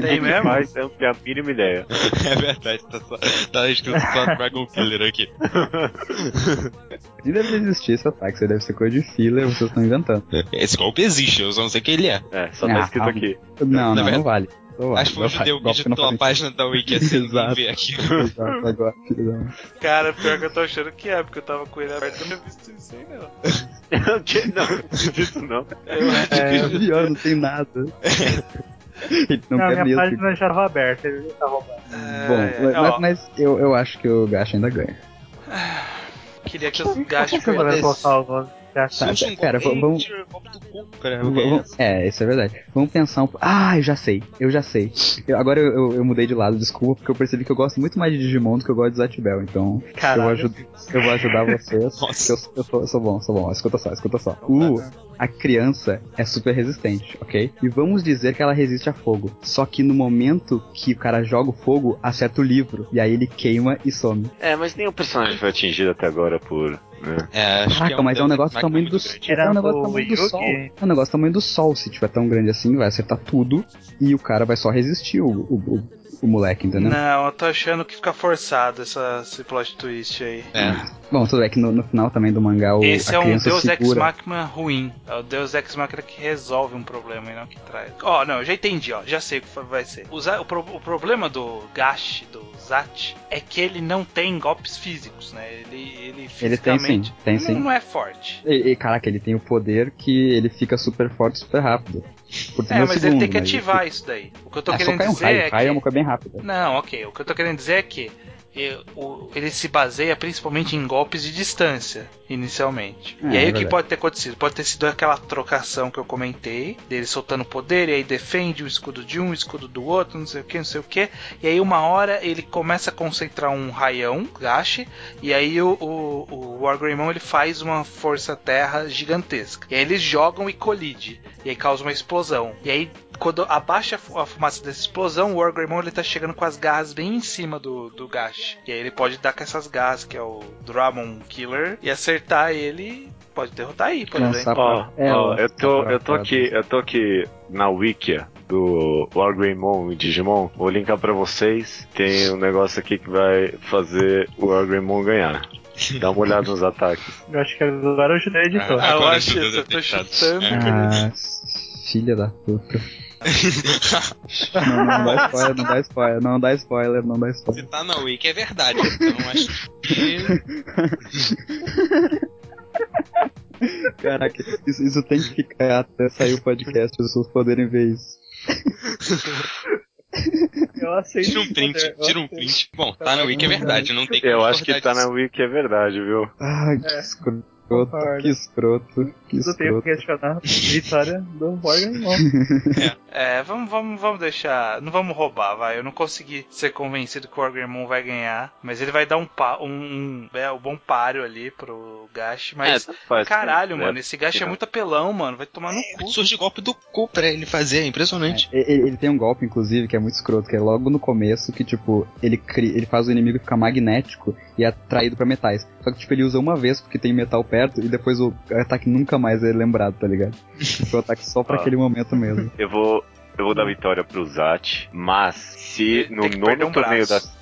[SPEAKER 2] Tem mesmo?
[SPEAKER 1] Mas eu não tenho a mínima ideia.
[SPEAKER 3] É verdade, tá, só, tá escrito só Dragon Killer aqui.
[SPEAKER 4] E deve existir esse ataque, isso aí deve ser coisa de filler, vocês estão inventando.
[SPEAKER 3] Esse golpe existe, eu só não sei quem ele é.
[SPEAKER 1] É, só
[SPEAKER 4] Ah,
[SPEAKER 1] tá escrito
[SPEAKER 4] ah,
[SPEAKER 1] aqui.
[SPEAKER 4] Não, não,
[SPEAKER 3] vendo?
[SPEAKER 4] não vale. Não vale,
[SPEAKER 3] Acho que foi
[SPEAKER 4] não
[SPEAKER 3] o judeu que
[SPEAKER 4] vale. Golpe não
[SPEAKER 3] digitou a
[SPEAKER 4] faz
[SPEAKER 3] página da Wiki assim e
[SPEAKER 4] Exato.
[SPEAKER 3] ver aqui.
[SPEAKER 4] sentido. Exato, agora, não.
[SPEAKER 2] Cara, pior que eu tô achando que é, porque eu tava com ele aberto e eu não tinha
[SPEAKER 3] Tá,
[SPEAKER 2] visto isso aí, não.
[SPEAKER 1] não, isso não.
[SPEAKER 4] É, pior, não tem nada. Ele não,
[SPEAKER 5] Não,
[SPEAKER 4] quer
[SPEAKER 5] minha
[SPEAKER 4] mesmo.
[SPEAKER 5] página já estava aberta, ele tá tava roubado.
[SPEAKER 4] Bom,
[SPEAKER 2] É,
[SPEAKER 4] mas,
[SPEAKER 2] ó,
[SPEAKER 4] mas eu, eu acho que o Gacha ainda ganha.
[SPEAKER 2] queria que os
[SPEAKER 5] Por
[SPEAKER 2] gastos
[SPEAKER 5] que eu vou
[SPEAKER 3] Foda-se.
[SPEAKER 5] colocar o gacha?
[SPEAKER 4] Tá,
[SPEAKER 3] Sushi,
[SPEAKER 4] pera,
[SPEAKER 3] golpe,
[SPEAKER 4] vamos-
[SPEAKER 3] tira o golpe do cu, cara.
[SPEAKER 4] V- vamos- É, isso é verdade. Vamos pensar um pouco. Ah, eu já sei, eu já sei. Eu- agora eu, eu, eu mudei de lado, desculpa, porque eu percebi que eu gosto muito mais de Digimon do que eu gosto de Zatibel. Então, eu vou,
[SPEAKER 5] Caralho.
[SPEAKER 4] ajud- eu vou ajudar vocês.
[SPEAKER 3] Nossa.
[SPEAKER 4] que eu, eu, sou, eu sou bom, sou bom. Escuta só, escuta só. Uh, a criança é super resistente, ok? E vamos dizer que ela resiste a fogo. Só que no momento que o cara joga o fogo, acerta o livro. E aí ele queima e some.
[SPEAKER 1] É, mas nenhum personagem foi atingido até agora por. né?
[SPEAKER 3] É, acho que
[SPEAKER 4] Caraca, mas é um negócio
[SPEAKER 3] máquina
[SPEAKER 4] do tamanho
[SPEAKER 3] muito
[SPEAKER 4] do
[SPEAKER 3] grande.
[SPEAKER 4] É um
[SPEAKER 5] Tirando
[SPEAKER 4] negócio do
[SPEAKER 5] o
[SPEAKER 4] tamanho do sol.
[SPEAKER 5] Yugi,
[SPEAKER 4] É um negócio do tamanho do sol. Se tiver tão grande assim, vai acertar tudo e o cara vai só resistir, o, o, o- o moleque, entendeu?
[SPEAKER 2] Não, eu tô achando que fica forçado essa, esse plot twist aí.
[SPEAKER 3] É,
[SPEAKER 4] Bom, tudo bem que no, no final também do mangá o,
[SPEAKER 2] Esse
[SPEAKER 4] a
[SPEAKER 2] é um
[SPEAKER 4] criança
[SPEAKER 2] Deus Ex
[SPEAKER 4] segura.
[SPEAKER 2] Machina ruim. É o Deus Ex Machina que resolve um problema e não que traz. Ó, não, eu já entendi, ó. Já sei o que fa- vai ser. O, Za- o pro- o problema do Gash, do Zat, é que ele não tem golpes físicos, né? Ele, ele fisicamente
[SPEAKER 4] tem
[SPEAKER 2] não,
[SPEAKER 4] sim.
[SPEAKER 2] não é forte.
[SPEAKER 4] E, e, caraca, ele tem o poder que ele fica super forte, super rápido. Por
[SPEAKER 2] É, mas ele
[SPEAKER 4] segundo,
[SPEAKER 2] tem que
[SPEAKER 4] mas
[SPEAKER 2] ativar isso daí. O que eu tô
[SPEAKER 4] Ah, só
[SPEAKER 2] querendo
[SPEAKER 4] cai um
[SPEAKER 2] dizer
[SPEAKER 4] raio,
[SPEAKER 2] é
[SPEAKER 4] raio é uma
[SPEAKER 2] que...
[SPEAKER 4] coisa bem rápida.
[SPEAKER 2] Não, ok. O que eu tô querendo dizer é que eh, o- ele se baseia principalmente em golpes de distância, inicialmente.
[SPEAKER 4] É,
[SPEAKER 2] e aí
[SPEAKER 4] é
[SPEAKER 2] o que
[SPEAKER 4] verdade.
[SPEAKER 2] pode ter acontecido? Pode ter sido aquela trocação que eu comentei, dele soltando poder, e aí defende o escudo de um, o escudo do outro, não sei o que, não sei o que. E aí uma hora ele começa a concentrar um raião, gashi, e aí o, o, o Wargreymon ele faz uma força terra gigantesca. E aí eles jogam e colide. E aí causa uma explosão. E aí quando abaixa a fu- a fumaça dessa explosão, o Wargreymon ele tá chegando com as garras bem em cima do, do Gash. E aí ele pode dar com essas garras, que é o Dramon Killer, e acertar ele, pode derrotar aí, por
[SPEAKER 4] Lançar
[SPEAKER 2] exemplo.
[SPEAKER 1] Ó,
[SPEAKER 4] pra- é,
[SPEAKER 1] ó,
[SPEAKER 4] lançar
[SPEAKER 1] eu tô,
[SPEAKER 4] pra
[SPEAKER 1] eu tô
[SPEAKER 4] fora.
[SPEAKER 1] aqui, eu tô aqui na wiki do Wargreymon e Digimon. Vou linkar pra vocês. Tem um negócio aqui que vai fazer o Wargreymon ganhar. Dá uma olhada nos ataques.
[SPEAKER 5] eu acho que agora eu ajudei o editor.
[SPEAKER 2] Ah, eu
[SPEAKER 3] Agora
[SPEAKER 2] acho
[SPEAKER 3] tudo
[SPEAKER 2] isso, eu tô
[SPEAKER 3] detectado.
[SPEAKER 2] chutando.
[SPEAKER 3] É.
[SPEAKER 4] Ah, filha da puta. Não, não dá spoiler, não dá spoiler, não dá spoiler, não dá spoiler.
[SPEAKER 3] Se tá na Wiki é verdade, então acho que.
[SPEAKER 4] Caraca, isso, isso tem que ficar até sair o podcast, as pessoas poderem ver isso.
[SPEAKER 5] Eu aceito.
[SPEAKER 3] Tira um print, tira um print. Bom, tá na Wiki é verdade, não tem como
[SPEAKER 1] Eu acho que
[SPEAKER 3] discordar
[SPEAKER 1] tá na
[SPEAKER 3] disso.
[SPEAKER 1] wiki, é verdade, viu?
[SPEAKER 4] Ah, que escroto. escroto,
[SPEAKER 5] Concordo.
[SPEAKER 4] que escroto, que
[SPEAKER 5] Tudo tempo
[SPEAKER 4] escroto.
[SPEAKER 5] questionar vitória do Morgan Irmão.
[SPEAKER 2] É, vamos, vamos, vamos deixar. Não vamos roubar, vai. Eu não consegui ser convencido que o Orgrimmon vai ganhar. Mas ele vai dar um, pa, um, um, é, um bom páreo ali pro Gash. Mas,
[SPEAKER 1] É, faz-
[SPEAKER 2] caralho,
[SPEAKER 1] é,
[SPEAKER 2] mano, esse Gash é
[SPEAKER 1] final.
[SPEAKER 2] muito apelão, mano. Vai tomar no cu.
[SPEAKER 3] Surge golpe do cu pra ele fazer, é impressionante.
[SPEAKER 4] E- Ele, ele tem um golpe, inclusive, que é muito escroto, que é logo no começo, que, tipo, ele, cria, ele faz o inimigo ficar magnético e é atraído pra metais. Só que, tipo, ele usa uma vez porque tem metal perto e depois o ataque nunca mais é lembrado, tá ligado? Tipo, o ataque só pra
[SPEAKER 1] Ah.
[SPEAKER 4] aquele momento mesmo.
[SPEAKER 1] Eu vou. Eu vou dar vitória pro Zat, mas se
[SPEAKER 2] Ele
[SPEAKER 1] no
[SPEAKER 2] tem que perder
[SPEAKER 1] nono
[SPEAKER 2] um
[SPEAKER 1] torneio da.
[SPEAKER 2] braço.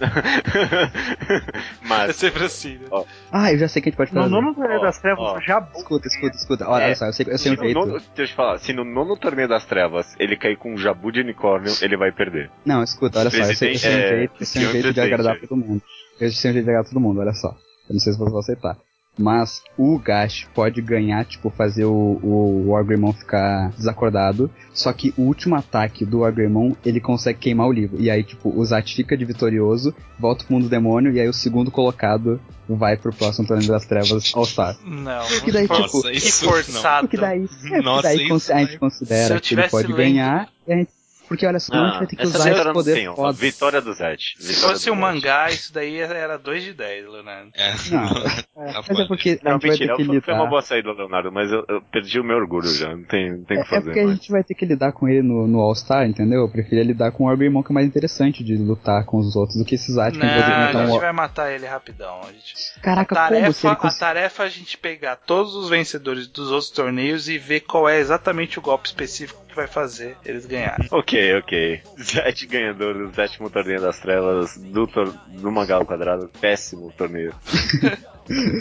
[SPEAKER 1] mas
[SPEAKER 2] É sempre assim, né?
[SPEAKER 4] Ah, eu já sei o que a gente pode
[SPEAKER 5] No
[SPEAKER 4] fazer.
[SPEAKER 5] nono torneio
[SPEAKER 1] Ó,
[SPEAKER 5] das
[SPEAKER 1] ó.
[SPEAKER 5] trevas, já
[SPEAKER 4] Escuta, escuta, escuta. Olha,
[SPEAKER 1] É.
[SPEAKER 4] olha só, eu sei, eu sei um
[SPEAKER 1] se no
[SPEAKER 4] jeito.
[SPEAKER 1] nono, deixa eu te falar, se no nono torneio das trevas ele cair com um jabu de unicórnio, ele vai perder.
[SPEAKER 4] Não, escuta, olha só, eu sei, eu sei um
[SPEAKER 1] Presidente, é,
[SPEAKER 4] jeito, eu sei um
[SPEAKER 1] senhor
[SPEAKER 4] jeito de
[SPEAKER 1] presidente.
[SPEAKER 4] agradar todo mundo. Eu sei um jeito de agradar todo mundo, olha só. Eu não sei se vocês vão aceitar. Mas o Gash pode ganhar, tipo, fazer o, o Wargreymon ficar desacordado. Só que o último ataque do Wargreymon, ele consegue queimar o livro. E aí, tipo, o Zat fica de vitorioso, volta pro mundo do demônio, e aí o segundo colocado vai pro próximo torneio das trevas ao Star.
[SPEAKER 2] Não.
[SPEAKER 4] E daí,
[SPEAKER 2] for-
[SPEAKER 4] tipo,
[SPEAKER 3] Nossa,
[SPEAKER 2] que
[SPEAKER 3] isso
[SPEAKER 2] forçado.
[SPEAKER 4] Porque daí, é, porque
[SPEAKER 3] Nossa,
[SPEAKER 4] daí
[SPEAKER 3] isso
[SPEAKER 4] cons- a gente
[SPEAKER 3] vai-
[SPEAKER 2] Se eu
[SPEAKER 4] considera que ele
[SPEAKER 2] tivesse
[SPEAKER 4] pode
[SPEAKER 2] lendo- né?
[SPEAKER 4] ganhar. e a gente- porque olha só,
[SPEAKER 2] Ah,
[SPEAKER 4] a
[SPEAKER 1] Ah,
[SPEAKER 4] gente vai ter que usar esse poder
[SPEAKER 1] ó,
[SPEAKER 4] foda.
[SPEAKER 1] Vitória do Zat.
[SPEAKER 2] tá Se fosse um mangá, isso daí era 2 de 10, Leonardo.
[SPEAKER 3] É.
[SPEAKER 4] Não,
[SPEAKER 3] tá
[SPEAKER 4] Mas é
[SPEAKER 3] foda.
[SPEAKER 4] porque a
[SPEAKER 1] Não,
[SPEAKER 4] gente vai
[SPEAKER 1] mentira,
[SPEAKER 4] ter que
[SPEAKER 1] foi, foi uma
[SPEAKER 4] lidar.
[SPEAKER 1] boa saída, Leonardo, mas eu, eu perdi o meu orgulho já, não tem, não tem o que
[SPEAKER 4] É, é
[SPEAKER 1] fazer.
[SPEAKER 4] porque a
[SPEAKER 1] mais.
[SPEAKER 4] gente vai ter que lidar com ele no, no All-Star, entendeu? Eu preferia lidar com o Orgrimmon, que é mais interessante de lutar com os outros do que esses
[SPEAKER 2] Não,
[SPEAKER 4] Atkin. que inclusive
[SPEAKER 2] a
[SPEAKER 4] não
[SPEAKER 2] gente
[SPEAKER 4] tão-
[SPEAKER 2] vai matar ele rapidão. A, gente...
[SPEAKER 4] Caraca, como se
[SPEAKER 2] tarefa,
[SPEAKER 4] ele
[SPEAKER 2] a
[SPEAKER 4] conseguir.
[SPEAKER 2] tarefa é a gente pegar todos os vencedores dos outros torneios e ver qual é exatamente o golpe específico que vai fazer eles ganharem.
[SPEAKER 1] Ok, ok. Zat ganhador do sétimo torneio das trevas do, tor... do mangá ao quadrado, péssimo torneio.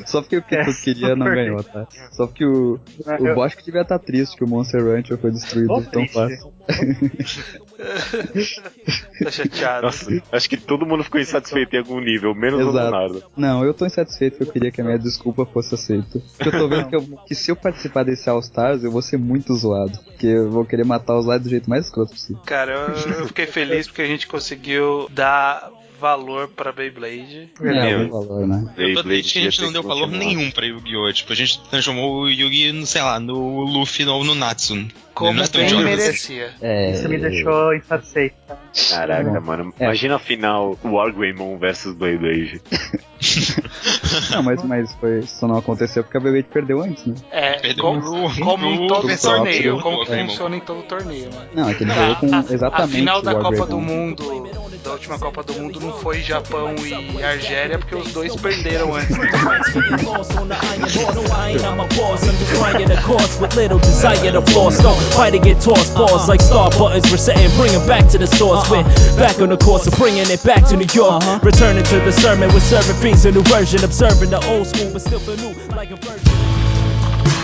[SPEAKER 4] Só porque o que
[SPEAKER 1] É,
[SPEAKER 4] tu queria não ganhou, tá? Só porque o, o
[SPEAKER 5] Eu-
[SPEAKER 4] Bosch devia estar triste que o Monster Rancher foi destruído
[SPEAKER 5] Tô
[SPEAKER 4] tão
[SPEAKER 5] triste.
[SPEAKER 4] fácil.
[SPEAKER 2] Tá chateado.
[SPEAKER 1] Nossa, acho que todo mundo ficou insatisfeito em algum nível, menos o
[SPEAKER 4] Exato.
[SPEAKER 1] Leonardo.
[SPEAKER 4] Não, eu tô insatisfeito que eu queria que a minha desculpa fosse aceita. Porque eu tô vendo que, eu- que se eu participar desse All-Stars, eu vou ser muito zoado. Porque eu vou querer matar os lados do jeito mais escroto possível.
[SPEAKER 2] Cara, eu, eu fiquei feliz porque a gente conseguiu dar valor pra Beyblade.
[SPEAKER 4] É,
[SPEAKER 1] Meu.
[SPEAKER 4] algum valor, né?
[SPEAKER 1] Beyblade
[SPEAKER 3] Toda vez que a gente
[SPEAKER 1] ia ter
[SPEAKER 3] não deu
[SPEAKER 1] que
[SPEAKER 3] valor
[SPEAKER 1] continuar.
[SPEAKER 3] nenhum pra Yu-Gi-Oh! Tipo, a gente transformou o Yu-Gi, no, sei lá, no Luffy ou no Natsu. é
[SPEAKER 2] Como
[SPEAKER 3] Nós
[SPEAKER 2] bem
[SPEAKER 3] estamos jogando.
[SPEAKER 2] merecia.
[SPEAKER 4] É,
[SPEAKER 5] Isso me deixou insatisfeito.
[SPEAKER 1] Caraca, mano.
[SPEAKER 4] É.
[SPEAKER 1] Imagina a final Wargreymon versus Beyblade.
[SPEAKER 4] Não, mas, mas foi, isso não aconteceu porque a Beyblade perdeu antes, né?
[SPEAKER 2] É,
[SPEAKER 3] Perdeu
[SPEAKER 2] como,
[SPEAKER 3] pro-
[SPEAKER 2] como em
[SPEAKER 3] pro-
[SPEAKER 2] todo
[SPEAKER 4] pro
[SPEAKER 2] torneio.
[SPEAKER 4] próprio
[SPEAKER 2] Como
[SPEAKER 3] Pokémon.
[SPEAKER 2] funciona em todo torneio, né?
[SPEAKER 4] Não, é que ele
[SPEAKER 2] Não,
[SPEAKER 4] jogou
[SPEAKER 2] a-
[SPEAKER 4] com
[SPEAKER 2] A
[SPEAKER 4] exatamente
[SPEAKER 2] final da
[SPEAKER 4] o
[SPEAKER 2] Copa do
[SPEAKER 4] Wargreymon.
[SPEAKER 2] Mundo, da última Copa do Mundo, não foi Japão e Argélia, porque os dois perderam antes.
[SPEAKER 7] Lost on the iron horse. No, I ain't, I'm a boss. I'm decrying the cost with little desire to floss. Don't fight to get tossed. Balls like star buttons resetting. Bringing back to the source. We're back on the course of bringing it back to New York. Returning to the sermon with serving fiends. A new version. Observing the old school, but still feel new. Like a virgin.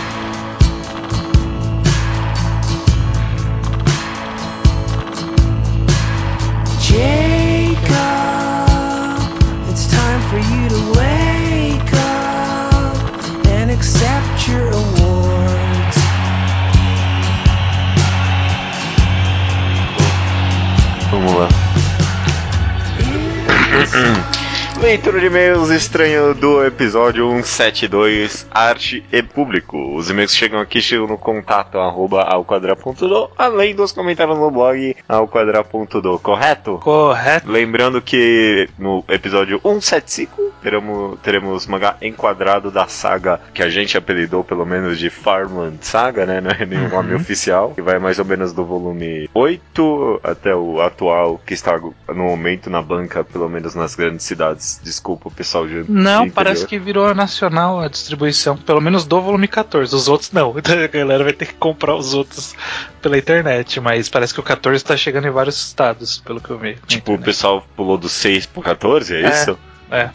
[SPEAKER 8] Jacob, it's time for you to wake up and accept your awards.
[SPEAKER 1] Vamos lá. Leitura de e-mails estranho do episódio 172, arte e público. Os e-mails que chegam aqui chegam no contato arroba alquadra.do, além dos comentários no blog alquadra.do, correto?
[SPEAKER 2] Correto.
[SPEAKER 1] Lembrando que no episódio 175 teremos, teremos mangá enquadrado da saga que a gente apelidou pelo menos de Farmland Saga, né? Não é
[SPEAKER 2] Uhum.
[SPEAKER 1] nenhum nome oficial. Que vai mais ou menos do volume 8 até o atual que está no momento na banca, pelo menos nas grandes cidades. Desculpa o pessoal de
[SPEAKER 2] Não,
[SPEAKER 1] interior.
[SPEAKER 2] parece que virou nacional a distribuição, pelo menos do volume 14. Os outros não. Então a galera vai ter que comprar os outros pela internet, mas parece que o 14 tá chegando em vários estados, pelo que eu vi.
[SPEAKER 1] Tipo, o pessoal pulou do 6 pro 14, é,
[SPEAKER 2] É.
[SPEAKER 1] isso?
[SPEAKER 2] É.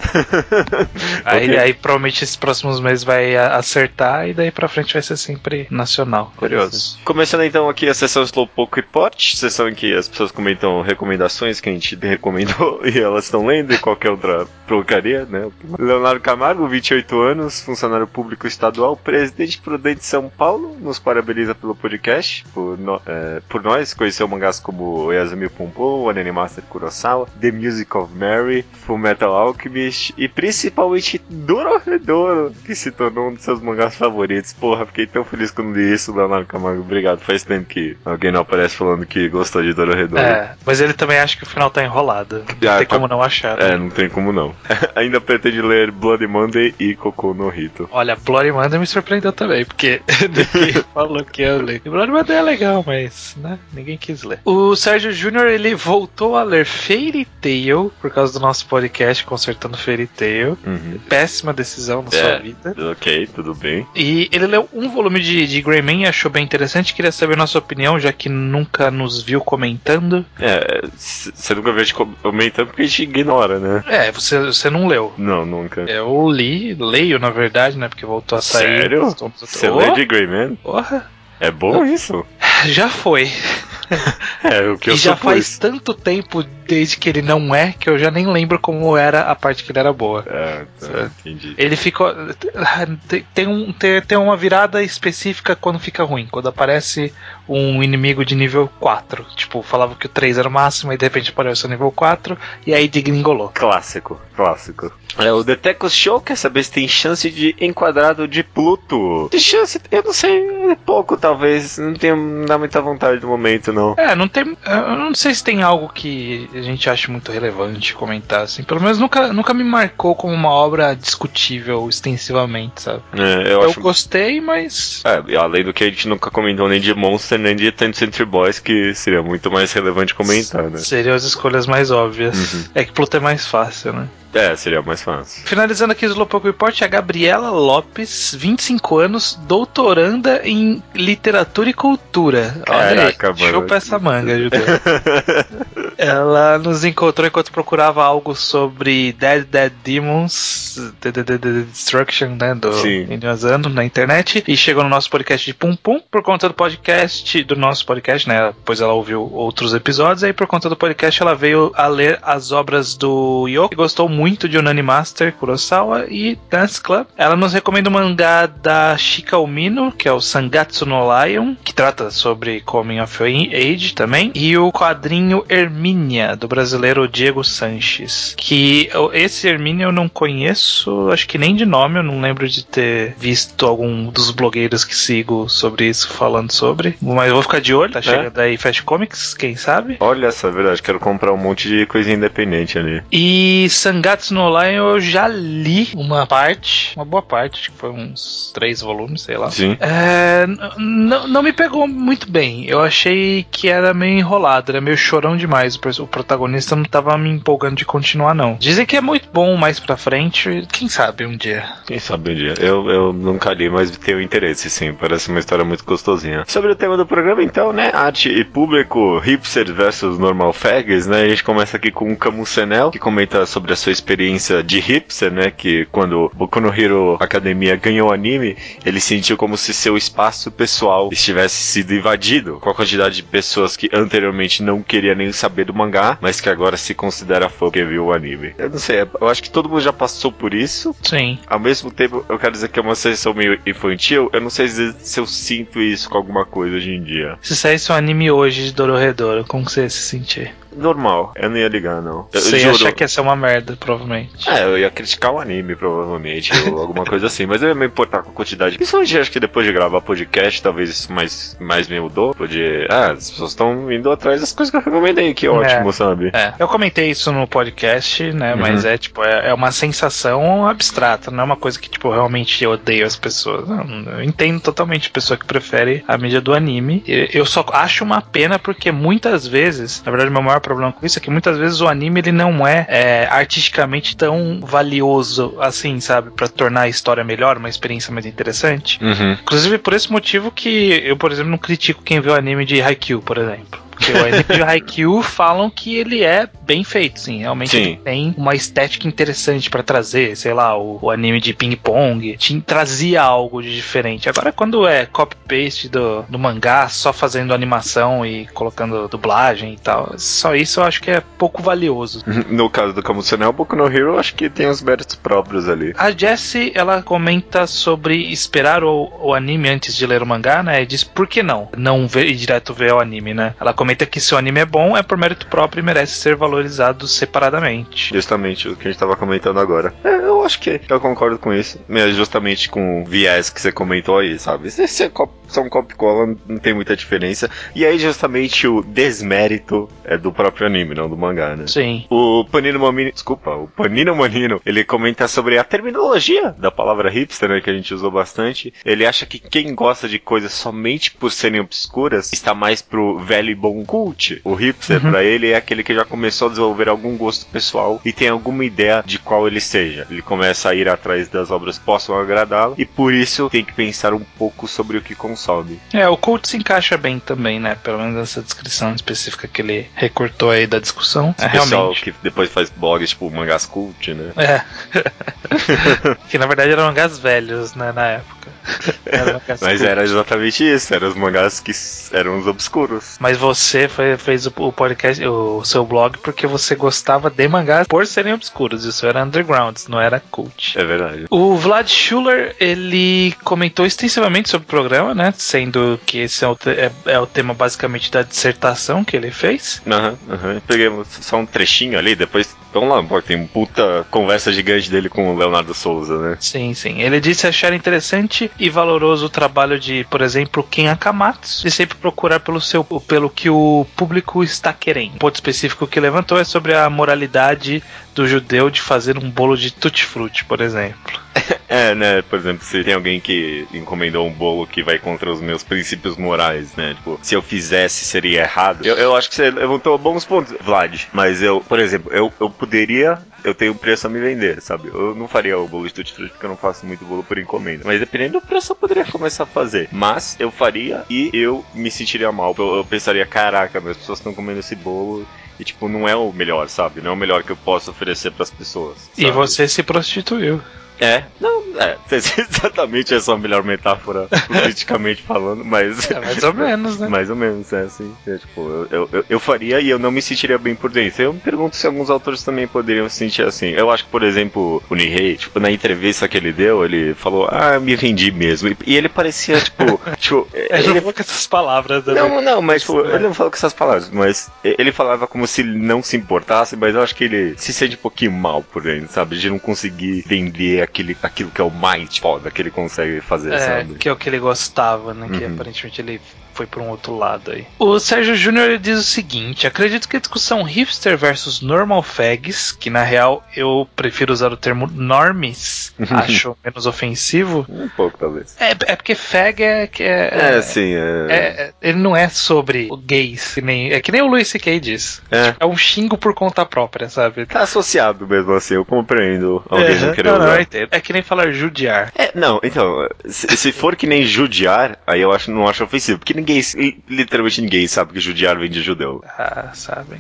[SPEAKER 2] Aí, aí provavelmente esses próximos meses vai a- acertar e daí pra frente vai ser sempre nacional. Curioso.
[SPEAKER 1] Começando então aqui a sessão Slowpoke Report, sessão em que as pessoas comentam recomendações que a gente recomendou e elas estão lendo e qualquer outra porcaria, né? Leonardo Camargo, 28 anos, funcionário público estadual, presidente prudente de São Paulo, nos parabeniza pelo podcast, por, no- eh, por nós, conheceu mangás como Yasumi Pompom, Anime Master Kurosawa, The Music of Mary, Full Metal Alchemist, Alchemist e principalmente Dorohedoro, que se tornou um dos seus mangás favoritos. Porra, fiquei tão feliz quando li isso, Leonardo Camargo. Obrigado. Faz tempo que alguém não aparece falando que gostou de Dorohedoro.
[SPEAKER 2] É, mas ele também acha que o final tá enrolado. Não
[SPEAKER 1] Ah,
[SPEAKER 2] tem
[SPEAKER 1] tá-
[SPEAKER 2] como não achar. né?
[SPEAKER 1] É, não tem como não. Ainda pretende ler Bloody Monday e Cocô no Rito.
[SPEAKER 2] Olha, Bloody Monday me surpreendeu também, porque ninguém falou que eu li. E Bloody Monday é legal, mas né, ninguém quis ler. O Sérgio Júnior ele voltou a ler Fairy Tail por causa do nosso podcast Consertando Fairy Tail.
[SPEAKER 1] Uhum.
[SPEAKER 2] Péssima decisão na
[SPEAKER 1] É.
[SPEAKER 2] sua vida.
[SPEAKER 1] Ok, tudo bem.
[SPEAKER 2] E ele leu um volume de, de Grey Man e achou bem interessante. Queria saber nossa opinião, já que nunca nos viu comentando.
[SPEAKER 1] É, c- você nunca vê a gente comentando porque a gente ignora, né?
[SPEAKER 2] É, você, você não leu.
[SPEAKER 1] Não, nunca.
[SPEAKER 2] Eu li, leio na verdade, né? Porque voltou a sair.
[SPEAKER 1] Sério? Você
[SPEAKER 2] Você
[SPEAKER 1] lê de Grey Man?
[SPEAKER 2] Porra,
[SPEAKER 1] É bom isso?
[SPEAKER 2] já foi.
[SPEAKER 1] É, o que eu
[SPEAKER 2] e já
[SPEAKER 1] supus.
[SPEAKER 2] faz tanto tempo desde que ele não é que eu já nem lembro como era a parte que ele era boa.
[SPEAKER 1] Ah, tá,
[SPEAKER 2] Certo.
[SPEAKER 1] entendi.
[SPEAKER 2] Ele ficou. tem- Tem, um, tem, tem uma virada específica quando fica ruim, quando aparece um inimigo de nível 4. Tipo, falava que o 3 era o máximo, e de repente apareceu o nível 4, e aí degringolou.
[SPEAKER 1] É Clássico, clássico. É, o Detecos Show quer saber se tem chance de enquadrado de Pluto. De chance, eu não sei, é pouco talvez. Não tenho não dá muita vontade no momento, não.
[SPEAKER 2] É, não tem. Eu não sei se tem algo que a gente ache muito relevante comentar, assim. Pelo menos nunca, nunca me marcou como uma obra discutível extensivamente, sabe?
[SPEAKER 1] É, eu,
[SPEAKER 2] Eu,
[SPEAKER 1] acho.
[SPEAKER 2] gostei, mas.
[SPEAKER 1] É, e além do que a gente nunca comentou nem de Monster, nem de Tent Century Boys, que seria muito mais relevante comentar, né?
[SPEAKER 2] Seriam as escolhas mais óbvias.
[SPEAKER 1] Uhum.
[SPEAKER 2] É que Pluto é mais fácil, né?
[SPEAKER 1] É, seria mais fácil.
[SPEAKER 2] Finalizando aqui o Slowpoke Report, é a Gabriela Lopes, 25 anos, doutoranda em literatura e cultura.
[SPEAKER 1] Caraca,
[SPEAKER 2] Olha aí,
[SPEAKER 1] mano.
[SPEAKER 2] Chupa essa manga, Judeu. Ela nos encontrou enquanto procurava algo sobre Dead Dead Demons, The, The- The- The Destruction, né, do
[SPEAKER 1] Sim.
[SPEAKER 2] Inazano na internet, e chegou no nosso podcast de Pum Pum, por conta do podcast, do nosso podcast, né, pois ela ouviu outros episódios, aí por conta do podcast ela veio a ler as obras do Yoko, e gostou muito de Unani Master, Kurosawa e Dance Club. Ela nos recomenda o mangá da Shika Umino, que é o Sangatsu no Lion, que trata sobre Coming of Age também, e o quadrinho Hermínia, do brasileiro Diego Sanches. Que eu- esse Hermínia eu não conheço, acho que nem de nome, eu não lembro de ter visto algum dos blogueiros que sigo sobre isso falando sobre. Mas eu vou ficar de olho, tá chegando aí Fast Comics, quem sabe?
[SPEAKER 1] Olha essa, é verdade, quero comprar um monte de coisa independente ali.
[SPEAKER 2] E Sangatsu no Lion eu já li uma parte, uma boa parte, acho que foi uns três volumes, sei lá.
[SPEAKER 1] Sim.
[SPEAKER 2] É, n- não não me pegou muito bem. Eu achei que era meio enrolado, era meio chorão demais. O pers- O protagonista não tava me empolgando de continuar, não. Dizem que é muito bom mais pra frente, quem sabe um dia.
[SPEAKER 1] Quem sabe um dia. Eu, eu nunca li, mas tenho interesse, sim. Parece uma história muito gostosinha. Sobre o tema do programa, então, né? Arte e público, hipster versus normal fags, né? A gente começa aqui com o Camus Senel, que comenta sobre a sua experiência de hipster, né? Que quando Boku no Hero Academia ganhou o anime, ele sentiu como se seu espaço pessoal estivesse sido invadido, com a quantidade de pessoas que anteriormente não queria nem saber do mangá, mas que agora se considera fã porque viu o anime. Eu não sei, eu acho que todo mundo já passou por isso,
[SPEAKER 2] Sim.
[SPEAKER 1] ao mesmo tempo, eu quero dizer que é uma sensação meio infantil. Eu não sei dizer se eu sinto isso com alguma coisa hoje em dia.
[SPEAKER 2] Se saísse um anime hoje de Dororedoro, como que você ia se sentir?
[SPEAKER 1] Normal, eu não ia ligar, não. Eu,
[SPEAKER 2] Você
[SPEAKER 1] eu
[SPEAKER 2] ia
[SPEAKER 1] juro.
[SPEAKER 2] achar que é ia ser uma merda, provavelmente.
[SPEAKER 1] É, eu ia criticar o anime, provavelmente, ou alguma coisa assim, mas eu ia me importar com a quantidade. Principalmente, acho que depois de gravar podcast, talvez isso mais, mais me mudou. Porque, ah, as pessoas estão indo atrás das coisas que eu recomendei, que ótimo, sabe?
[SPEAKER 2] É, eu comentei isso no podcast, né? Mas é tipo, é, é uma sensação abstrata, não é uma coisa que, tipo, eu realmente odeio as pessoas. Não, eu entendo totalmente a pessoa que prefere a mídia do anime. E Eu só acho uma pena porque muitas vezes, na verdade, meu maior problema com isso é que muitas vezes o anime ele não é, é, artisticamente tão valioso assim, sabe? Pra tornar a história melhor, uma experiência mais interessante.
[SPEAKER 1] Uhum.
[SPEAKER 2] Inclusive por esse motivo que eu, por exemplo, não critico quem vê o anime de Haikyuu, por exemplo. Porque o anime de Haikyuu falam que ele é bem feito, sim. Realmente
[SPEAKER 1] Sim.
[SPEAKER 2] ele tem uma estética interessante pra trazer, sei lá, o, o anime de ping-pong. Tinha- Trazia algo de diferente. Agora, quando é copy-paste do, do mangá, só fazendo animação e colocando dublagem e tal, só isso eu acho que é pouco valioso.
[SPEAKER 1] No caso do Camusenel, Boku no Hero, eu acho que tem os méritos próprios ali.
[SPEAKER 2] A Jessie, ela comenta sobre esperar o, o anime antes de ler o mangá, né? E diz por que não? Não ver, ir direto ver o anime, né? Ela comenta que se o anime é bom, é por mérito próprio e merece ser valorizado separadamente.
[SPEAKER 1] Justamente o que a gente tava comentando agora. É, eu acho que eu concordo com isso. Mas justamente com o viés que você comentou aí, sabe? Se você é co- são copy cola, não tem muita diferença. E aí, justamente, o desmérito é do próprio anime, não do mangá, né?
[SPEAKER 2] Sim.
[SPEAKER 1] O Panino Manino, desculpa, o Panino Manino, ele comenta sobre a terminologia da palavra hipster, né, que a gente usou bastante. Ele acha que quem gosta de coisas somente por serem obscuras está mais pro velho e bom cult. O hipster,
[SPEAKER 2] Uhum.
[SPEAKER 1] pra ele, é aquele que já começou a desenvolver algum gosto pessoal e tem alguma ideia de qual ele seja. Ele começa a ir atrás das obras que possam agradá-lo e por isso tem que pensar um pouco sobre o que consome.
[SPEAKER 2] É, o Cult se encaixa bem também, né? Pelo menos essa descrição específica que ele recortou aí da discussão. É,
[SPEAKER 1] O pessoal
[SPEAKER 2] realmente.
[SPEAKER 1] que depois faz blogs tipo Mangas Cult, né?
[SPEAKER 2] É. que na verdade eram mangás velhos, né, na época. Eram mangás
[SPEAKER 1] Mas
[SPEAKER 2] cult.
[SPEAKER 1] era exatamente isso, eram os mangás que s- eram os obscuros.
[SPEAKER 2] Mas você foi- fez o, o podcast, o seu blog, porque você gostava de mangás por serem obscuros. Isso era underground, não era cult.
[SPEAKER 1] É verdade.
[SPEAKER 2] O Vlad Schuller, ele comentou extensivamente sobre o programa, né? Sendo que esse é o, te- é- é o tema basicamente da dissertação que ele fez.
[SPEAKER 1] Aham, aham. Pegamos só um trechinho ali, depois. Vamos lá, pô, tem uma puta conversa gigante dele com o Leonardo Souza, né?
[SPEAKER 2] Sim, sim. Ele disse achar interessante e valoroso o trabalho de, por exemplo, Ken Akamatsu, de sempre procurar pelo seu pelo que o público está querendo. Um ponto específico que levantou é sobre a moralidade do judeu de fazer um bolo de tutti-frutti, por exemplo.
[SPEAKER 1] É, né? Por exemplo, se tem alguém que encomendou um bolo que vai contra os meus princípios morais, né? Tipo, se eu fizesse seria errado. Eu, eu acho que você levantou bons pontos, Vlad. Mas eu, por exemplo, eu, eu poderia. Eu tenho um preço a me vender, sabe? Eu não faria o bolo de tutti frutti porque eu não faço muito bolo por encomenda. Mas dependendo do preço eu poderia começar a fazer. Mas eu faria e eu me sentiria mal. Eu, eu pensaria, caraca, mas as pessoas estão comendo esse bolo e, tipo, não é o melhor, sabe? Não é o melhor que eu posso oferecer pras pessoas.
[SPEAKER 2] E
[SPEAKER 1] sabe?
[SPEAKER 2] você se prostituiu.
[SPEAKER 1] É, não, é, exatamente essa é a melhor metáfora, politicamente falando, mas.
[SPEAKER 2] É, mais ou menos, né?
[SPEAKER 1] Mais ou menos, é assim. É, tipo, eu- eu, eu, eu faria e eu não me sentiria bem por dentro. Eu me pergunto se alguns autores também poderiam se sentir assim. Eu acho que, por exemplo, o Nihei, tipo, na entrevista que ele deu, ele falou, ah, eu me vendi mesmo. E, e ele parecia, tipo, tipo,
[SPEAKER 2] Eu
[SPEAKER 1] ele
[SPEAKER 2] não vou com essas palavras. né?
[SPEAKER 1] não, não, mas tipo,
[SPEAKER 2] Isso, né?
[SPEAKER 1] ele não falou com essas palavras, mas e- ele falava como se ele não se importasse, mas eu acho que ele se sente um pouquinho mal por dentro, sabe? De não conseguir vender aquele, aquilo que é o mais foda que ele consegue fazer,
[SPEAKER 2] É,
[SPEAKER 1] sabe?
[SPEAKER 2] que é o que ele gostava, né? Que
[SPEAKER 1] Uhum.
[SPEAKER 2] aparentemente ele foi pra um outro lado aí. O Sérgio Júnior ele diz o seguinte: acredito que a discussão hipster versus normal fags, que na real eu prefiro usar o termo normies,
[SPEAKER 1] Uhum.
[SPEAKER 2] acho menos ofensivo.
[SPEAKER 1] Um pouco, talvez.
[SPEAKER 2] É, é porque fag é. que é,
[SPEAKER 1] É, sim, é.
[SPEAKER 2] é- é- ele não é sobre o gays, que nem, é que nem o Luis C.K. diz.
[SPEAKER 1] É.
[SPEAKER 2] É um xingo por conta própria, sabe?
[SPEAKER 1] Tá associado mesmo assim, eu compreendo alguém
[SPEAKER 2] É,
[SPEAKER 1] não querer
[SPEAKER 2] não, não, eu
[SPEAKER 1] usar.
[SPEAKER 2] entendo. É que nem falar judiar.
[SPEAKER 1] É, não, então, se, se for que nem judiar, aí eu acho, não acho ofensivo, porque ninguém, literalmente ninguém sabe que judiar vem de judeu.
[SPEAKER 2] Ah, sabem.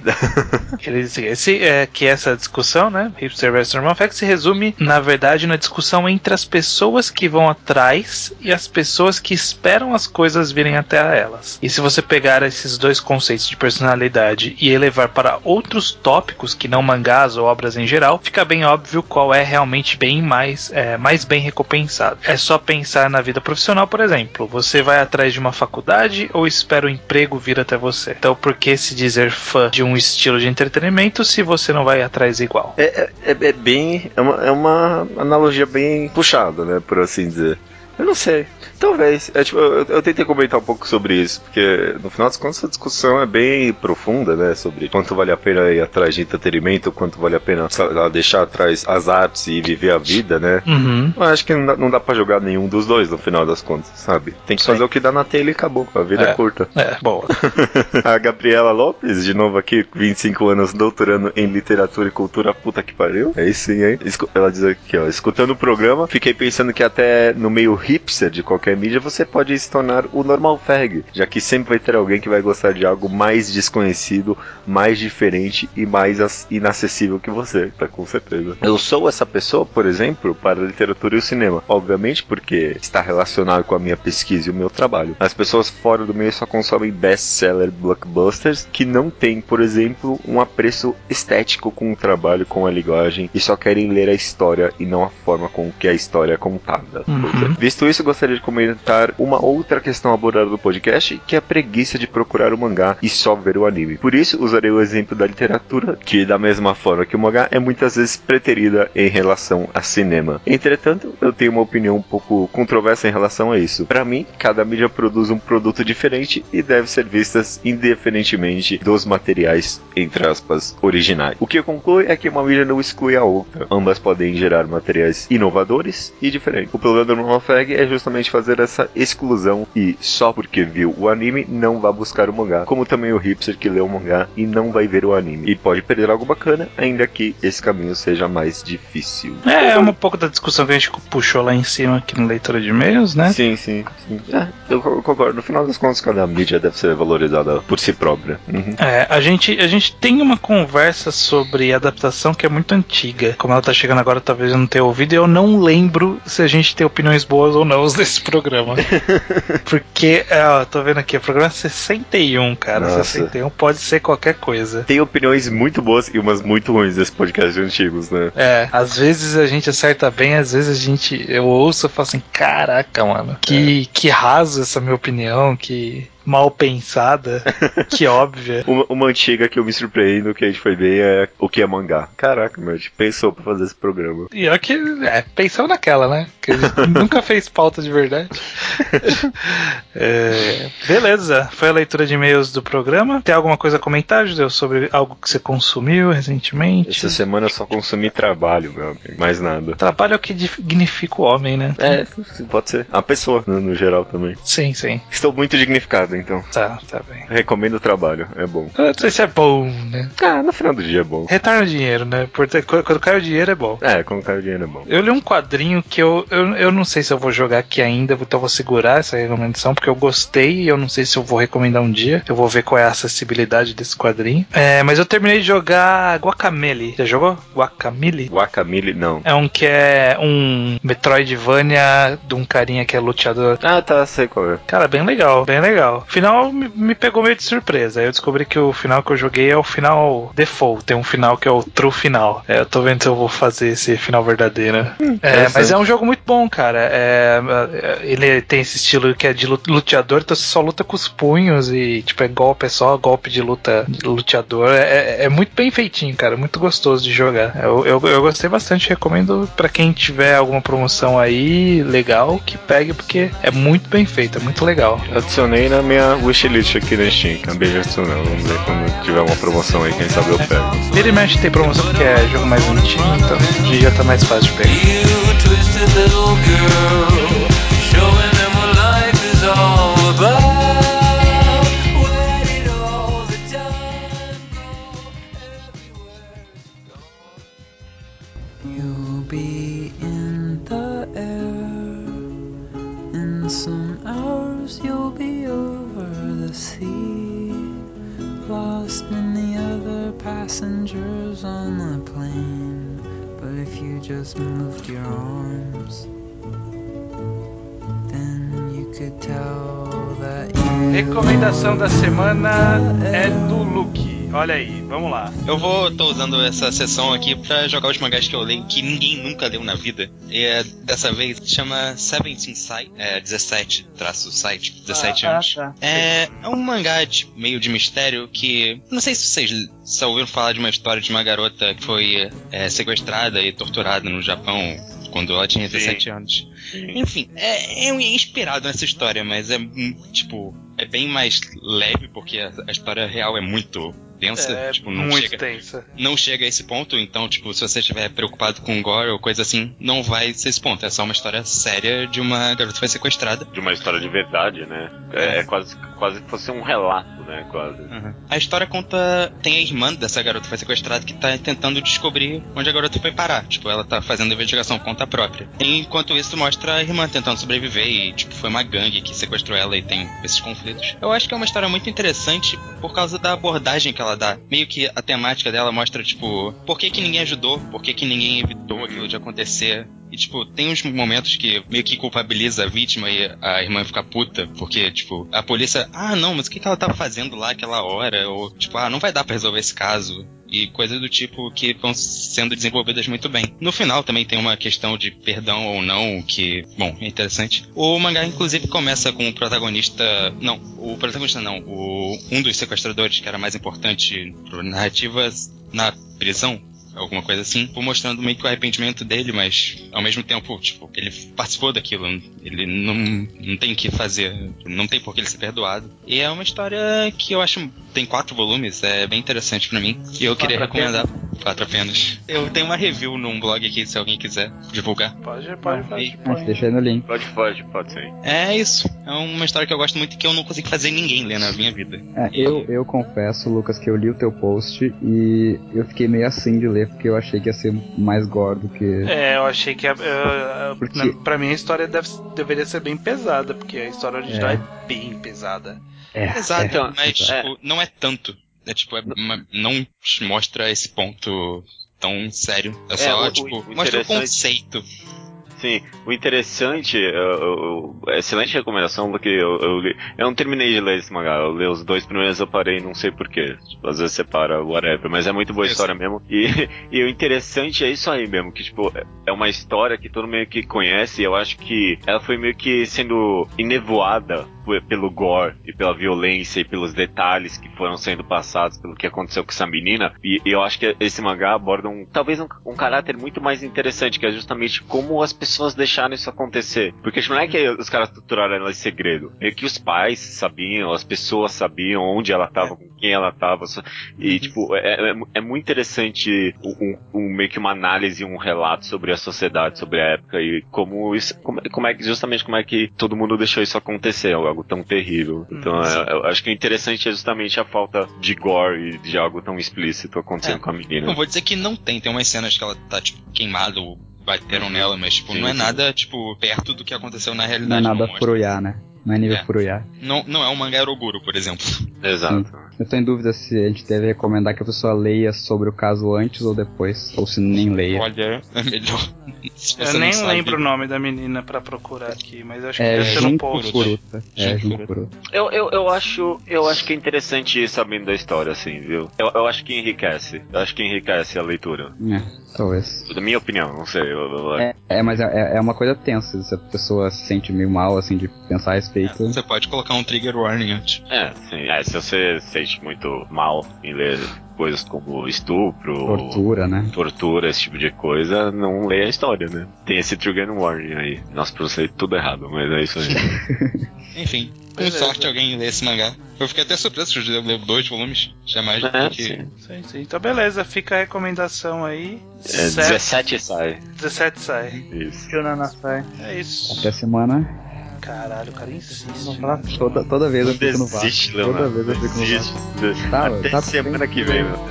[SPEAKER 2] Ele disse que esse- é, que essa discussão, né, hipster versus normal fact, se resume, na verdade, na discussão entre as pessoas que vão atrás e as pessoas que esperam as coisas virem até a elas. E se você pegar esses dois conceitos de personalidade e elevar para outros tópicos que não mangás ou obras em geral, fica bem óbvio qual é realmente bem mais, é, mais bem recompensado. É só pensar na vida profissional, por exemplo. Você vai atrás de uma faculdade ou espera o emprego vir até você? Então, por que se dizer fã de um estilo de entretenimento se você não vai atrás igual?
[SPEAKER 1] É, é, é bem. É uma, é uma analogia bem puxada, né? Por assim dizer. Eu não sei. Talvez. É, tipo, eu, eu tentei comentar um pouco sobre isso, porque no final das contas a discussão é bem profunda, né? Sobre quanto vale a pena ir atrás de entretenimento, quanto vale a pena sei lá, deixar atrás as artes e viver a vida, né?
[SPEAKER 2] Uhum.
[SPEAKER 1] Eu acho que não dá, não dá pra jogar nenhum dos dois no final das contas, sabe? Tem que
[SPEAKER 2] Sim.
[SPEAKER 1] fazer o que dá na telha e acabou. A vida
[SPEAKER 2] É.
[SPEAKER 1] é curta.
[SPEAKER 2] É, boa.
[SPEAKER 1] A Gabriela Lopes, de novo aqui, 25 anos, doutorando em literatura e cultura, puta que pariu. É isso aí, hein? Escu- Ela diz aqui, ó. Escutando o programa, fiquei pensando que até no meio hipster de qualquer mídia, você pode se tornar o normal fag, já que sempre vai ter alguém que vai gostar de algo mais desconhecido, mais diferente e mais as- inacessível que você, tá com certeza. Eu sou essa pessoa, por exemplo, para a literatura e o cinema. Obviamente porque está relacionado com a minha pesquisa e o meu trabalho. As pessoas fora do meio só consomem best-seller blockbusters que não têm, por exemplo, um apreço estético com o trabalho, com a linguagem e só querem ler a história e não a forma com que a história é contada.
[SPEAKER 2] Uhum.
[SPEAKER 1] Visto Visto isso, gostaria de comentar uma outra questão abordada no podcast, que é a preguiça de procurar o mangá e só ver o anime. Por isso, usarei o exemplo da literatura, que da mesma forma que o mangá é muitas vezes preterida em relação a cinema. Entretanto, eu tenho uma opinião um pouco controversa em relação a isso. Para mim, cada mídia produz um produto diferente e deve ser vistas indiferentemente dos materiais, entre aspas, originais. O que conclui é que uma mídia não exclui a outra. Ambas podem gerar materiais inovadores e diferentes. O problema do Normal Fag é justamente fazer essa exclusão e só porque viu o anime não vai buscar o mangá, como também o hipster que leu o mangá e não vai ver o anime. E pode perder algo bacana, ainda que esse caminho seja mais difícil.
[SPEAKER 2] É, é um pouco da discussão que a gente puxou lá em cima aqui no leitura de e-mails, né?
[SPEAKER 1] Sim, sim, sim. É, eu co- concordo. No final das contas, cada mídia deve ser valorizada por si própria. Uhum.
[SPEAKER 2] É, a gente, a gente tem uma conversa sobre adaptação que é muito antiga. Como ela tá chegando agora, talvez eu não tenha ouvido, e eu não lembro se a gente tem opiniões boas ou não desse programa. Porque, é, ó, tô vendo aqui, o programa é 61, cara.
[SPEAKER 1] Nossa.
[SPEAKER 2] 61 pode ser qualquer coisa.
[SPEAKER 1] Tem opiniões muito boas e umas muito ruins desse podcast antigos, né?
[SPEAKER 2] É, às vezes a gente acerta bem, às vezes a gente. Eu ouço e falo assim: caraca, mano, que, que raso essa minha opinião, que mal pensada, que óbvia.
[SPEAKER 1] Uma, uma antiga que eu me surpreendo que a gente foi bem é o que é mangá. Caraca, meu, a gente pensou pra fazer esse programa.
[SPEAKER 2] E olha que. É, pensou naquela, né? Que a gente nunca fez pauta de verdade. É, beleza, foi a leitura de e-mails do programa. Tem alguma coisa a comentar, Judeu, sobre algo que você consumiu recentemente?
[SPEAKER 1] Essa semana eu só consumi trabalho, meu amigo. Mais nada.
[SPEAKER 2] Trabalho é o que dignifica o homem, né?
[SPEAKER 1] É, pode ser. A pessoa, né, no, no geral também.
[SPEAKER 2] Sim, sim.
[SPEAKER 1] Estou muito dignificado, então.
[SPEAKER 2] Tá, tá bem.
[SPEAKER 1] Recomendo o trabalho, é bom.
[SPEAKER 2] Eu não sei se é bom, né?
[SPEAKER 1] Ah, no final do dia é bom.
[SPEAKER 2] Retorna o dinheiro, né? Porque quando quando cai o dinheiro é bom.
[SPEAKER 1] É, quando cai o dinheiro é bom.
[SPEAKER 2] Eu li um quadrinho que eu, eu, eu não sei se eu vou jogar aqui ainda, então eu vou segurar essa recomendação, porque eu gostei e eu não sei se eu vou recomendar um dia. Eu vou ver qual é a acessibilidade desse quadrinho. É, mas eu terminei de jogar Guacamele. Já jogou? Guacamele?
[SPEAKER 1] Guacamole, não.
[SPEAKER 2] É um que é um Metroidvania de um carinha que é luteador.
[SPEAKER 1] Ah, tá, sei qual é.
[SPEAKER 2] Cara, bem legal, bem legal. O final me, me pegou meio de surpresa. Aí Eu descobri que o final que eu joguei é o final default. Tem um final que é o true final. É, eu tô vendo se eu vou fazer esse final verdadeiro. é, mas é um jogo muito bom, cara. É, é, ele tem esse estilo que é de lu- luteador, então você só luta com os punhos e, tipo, é golpe, é só golpe de luta de luteador. É, é- é muito bem feitinho, cara. Muito gostoso de jogar. Eu, eu, eu gostei bastante, recomendo pra quem tiver alguma promoção aí legal que pegue, porque é muito bem feito, é muito legal.
[SPEAKER 1] Adicionei na minha wishlist aqui na Steam. Acabei de adicionar. Vamos ver quando tiver uma promoção aí, quem sabe eu pego.
[SPEAKER 2] Vira e mexe tem promoção porque é jogo mais bonitinho, então hoje em dia tá mais fácil de pegar.
[SPEAKER 8] You'll be in the air. In some hours, you'll be over the sea. Lost in the other passengers on the plane. But if you just moved your arms, then you could tell that you.
[SPEAKER 2] Recomendação da semana é do Luke. Olha aí, vamos lá.
[SPEAKER 3] Eu vou, tô usando essa sessão aqui pra jogar os mangás que eu leio, que ninguém nunca leu na vida. E é, dessa vez chama 17 Sight, é, 17 traço Sight, 17
[SPEAKER 5] Ah,
[SPEAKER 6] Ah,
[SPEAKER 3] anos.
[SPEAKER 5] tá.
[SPEAKER 3] É, é um mangá de- meio de mistério que. Não sei se vocês só ouviram falar de uma história de uma garota que foi é, sequestrada e torturada no Japão quando ela tinha 17 anos. Enfim, é, é um- é inspirado nessa história, mas é hum, tipo. É bem mais leve, porque a, a história real é muito densa.
[SPEAKER 2] É
[SPEAKER 3] tipo, não
[SPEAKER 2] muito
[SPEAKER 3] chega,
[SPEAKER 2] tensa.
[SPEAKER 3] não chega a esse ponto, então, tipo, se você estiver preocupado com gore ou coisa assim, não vai ser esse ponto. É só uma história séria de uma garota que foi sequestrada.
[SPEAKER 9] De uma história de verdade, né? É, é quase, quase que fosse um relato, né? Quase.
[SPEAKER 3] A história conta. Tem a irmã dessa garota que foi sequestrada que tá tentando descobrir onde a garota foi parar. Tipo, ela tá fazendo a investigação por conta própria. Enquanto isso, mostra a irmã tentando sobreviver e, tipo, foi uma gangue que sequestrou ela e tem esses conflitos. Eu acho que é uma história muito interessante por causa da abordagem que ela dá. Meio que a temática dela mostra, tipo, por que, que ninguém ajudou, por que, que ninguém evitou aquilo de acontecer. E, tipo, tem uns momentos que meio que culpabiliza a vítima e a irmã fica puta, porque, tipo, a polícia, ah, não, mas o que, que ela tava fazendo lá aquela hora? Ou, tipo, ah, não vai dar pra resolver esse caso. e coisas do tipo que vão sendo desenvolvidas muito bem. No final também tem uma questão de perdão ou não, que, bom, é interessante. O mangá, inclusive, começa com o protagonista. Não, o protagonista não, o, um dos sequestradores que era mais importante para narrativas na prisão alguma coisa assim, mostrando meio que o arrependimento dele, mas ao mesmo tempo, tipo, ele participou daquilo, ele não, não tem o que fazer, não tem por que ele ser perdoado. E é uma história que eu acho tem quatro volumes, é bem interessante para mim, e eu queria recomendar quatro apenas. Eu tenho uma review num blog aqui se alguém quiser divulgar.
[SPEAKER 2] Pode, pode, pode.
[SPEAKER 4] Mas Ah, deixa aí no link.
[SPEAKER 1] Pode, pode, pode ser.
[SPEAKER 3] É isso. É uma história que eu gosto muito e que eu não consigo fazer ninguém ler na minha vida.
[SPEAKER 4] É, eu, eu confesso, Lucas, que eu li o teu post e eu fiquei meio assim de ler, porque eu achei que ia ser mais gore do que.
[SPEAKER 2] É, eu achei que. Uh,
[SPEAKER 4] Porque-
[SPEAKER 2] na- pra mim a história deve- deveria ser bem pesada, porque a história original é, bem pesada.
[SPEAKER 4] É,
[SPEAKER 3] Exato,
[SPEAKER 1] é.
[SPEAKER 3] mas
[SPEAKER 1] É.
[SPEAKER 3] tipo, não é tanto. É tipo, é uma- não te mostra esse ponto tão sério. É só,
[SPEAKER 1] o- o-
[SPEAKER 3] tipo,
[SPEAKER 1] o
[SPEAKER 3] mostra o
[SPEAKER 1] interessante-
[SPEAKER 3] conceito.
[SPEAKER 1] Sim, o interessante, eu- eu- eu- excelente recomendação, porque eu, eu li. Eu não terminei de ler esse mangá, eu li os dois primeiros eu parei, não sei porquê. Tipo, às vezes separa, whatever, mas é muito boa a
[SPEAKER 3] Eu
[SPEAKER 1] história mesmo. E, e o interessante é isso aí mesmo, que tipo, é uma história que todo meio que conhece e eu acho que ela foi meio que sendo enevoada pe- pelo gore e pela violência e pelos detalhes que foram sendo passados pelo que aconteceu com essa menina. E, e eu acho que esse mangá aborda um, talvez um, um caráter muito mais interessante, que é justamente como as pessoas deixaram isso acontecer. Porque tipo, não é que os caras torturaram ela em segredo, é que os pais sabiam, as pessoas sabiam onde ela tava, com quem ela tava, só- e, tipo, é, é, é muito interessante um, um- meio que uma análise, um relato sobre a sociedade, sobre a época e como isso, como, como é que, justamente como é que todo mundo deixou isso acontecer, é algo tão terrível. Então, é, eu acho que o interessante é justamente a falta de gore e de algo tão explícito acontecendo
[SPEAKER 3] É.
[SPEAKER 1] com a menina.
[SPEAKER 3] Não vou dizer que não tem, tem umas cenas que ela tá, tipo, queimada ou bateram nela, mas, tipo,
[SPEAKER 1] Sim,
[SPEAKER 3] não é
[SPEAKER 1] sim.
[SPEAKER 3] nada, tipo, perto do que aconteceu na
[SPEAKER 4] não é
[SPEAKER 3] realidade.
[SPEAKER 4] nada
[SPEAKER 3] mostra.
[SPEAKER 4] furuiá, né? Não é nível
[SPEAKER 3] É.
[SPEAKER 4] furuiá.
[SPEAKER 3] Não, não é um mangá Eroguro, por exemplo.
[SPEAKER 1] Exato.
[SPEAKER 4] Eu tô em dúvida se a gente deve recomendar que a pessoa leia sobre o caso antes ou depois, ou se nem leia.
[SPEAKER 3] Olha, é melhor. Se você
[SPEAKER 2] eu
[SPEAKER 3] não
[SPEAKER 2] nem
[SPEAKER 3] sabe-
[SPEAKER 2] lembro o nome da menina pra procurar aqui, mas acho que
[SPEAKER 4] É
[SPEAKER 2] deve ser um
[SPEAKER 4] Jun
[SPEAKER 2] post.
[SPEAKER 4] Kuruta.
[SPEAKER 3] Jun
[SPEAKER 4] É Jun Kuruta.
[SPEAKER 1] Eu, eu, eu acho eu acho que é interessante ir sabendo da história, assim, viu? Eu, eu acho que enriquece. Eu acho que enriquece a leitura.
[SPEAKER 4] É, talvez.
[SPEAKER 1] Da minha opinião, não sei. eu- eu-
[SPEAKER 4] É, é, mas é, é uma coisa tensa. Se a pessoa se sente meio mal, assim, de pensar a respeito.
[SPEAKER 3] Você pode colocar um trigger warning antes.
[SPEAKER 1] É, sim. É, se você se sente muito mal em ler coisas como estupro,
[SPEAKER 4] Tortura, né?
[SPEAKER 1] tortura, esse tipo de coisa, não leia a história, né? Tem esse trigger warning aí. Nossa, pronunciei tudo errado, mas é isso aí.
[SPEAKER 3] Enfim, com
[SPEAKER 1] é,
[SPEAKER 2] Beleza.
[SPEAKER 3] sorte alguém lê esse mangá. Eu fiquei até surpreso que eu levo dois volumes. Jamais
[SPEAKER 1] É,
[SPEAKER 3] do que.
[SPEAKER 1] sim.
[SPEAKER 2] Sim, sim. Então beleza, fica a recomendação aí.
[SPEAKER 1] É,
[SPEAKER 2] Se-
[SPEAKER 1] 17 sai.
[SPEAKER 2] 17 sai.
[SPEAKER 1] Isso.
[SPEAKER 5] Jonanasai.
[SPEAKER 2] É isso.
[SPEAKER 4] Até semana.
[SPEAKER 2] Caralho, o cara insiste.
[SPEAKER 5] Não
[SPEAKER 2] né?
[SPEAKER 5] fala
[SPEAKER 4] Toda, toda vez eu fico no
[SPEAKER 1] Desiste,
[SPEAKER 4] vácuo. Toda
[SPEAKER 1] Leonardo.
[SPEAKER 4] vez eu fico no vácuo.
[SPEAKER 1] Desiste. Desiste.
[SPEAKER 4] Tá,
[SPEAKER 1] Até
[SPEAKER 4] tá
[SPEAKER 1] semana
[SPEAKER 4] bem.
[SPEAKER 1] que vem, meu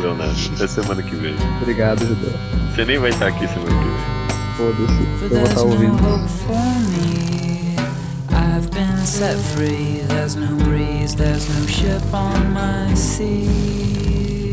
[SPEAKER 1] Leonardo. Até semana que vem.
[SPEAKER 4] Obrigado, Judeu.
[SPEAKER 1] Você nem vai estar aqui semana que vem.
[SPEAKER 4] Foda-se.
[SPEAKER 8] For
[SPEAKER 4] Eu vou
[SPEAKER 8] there's
[SPEAKER 4] estar
[SPEAKER 8] no
[SPEAKER 4] ouvindo.
[SPEAKER 8] hope for me. I've been set free. There's no breeze. There's no ship on my sea.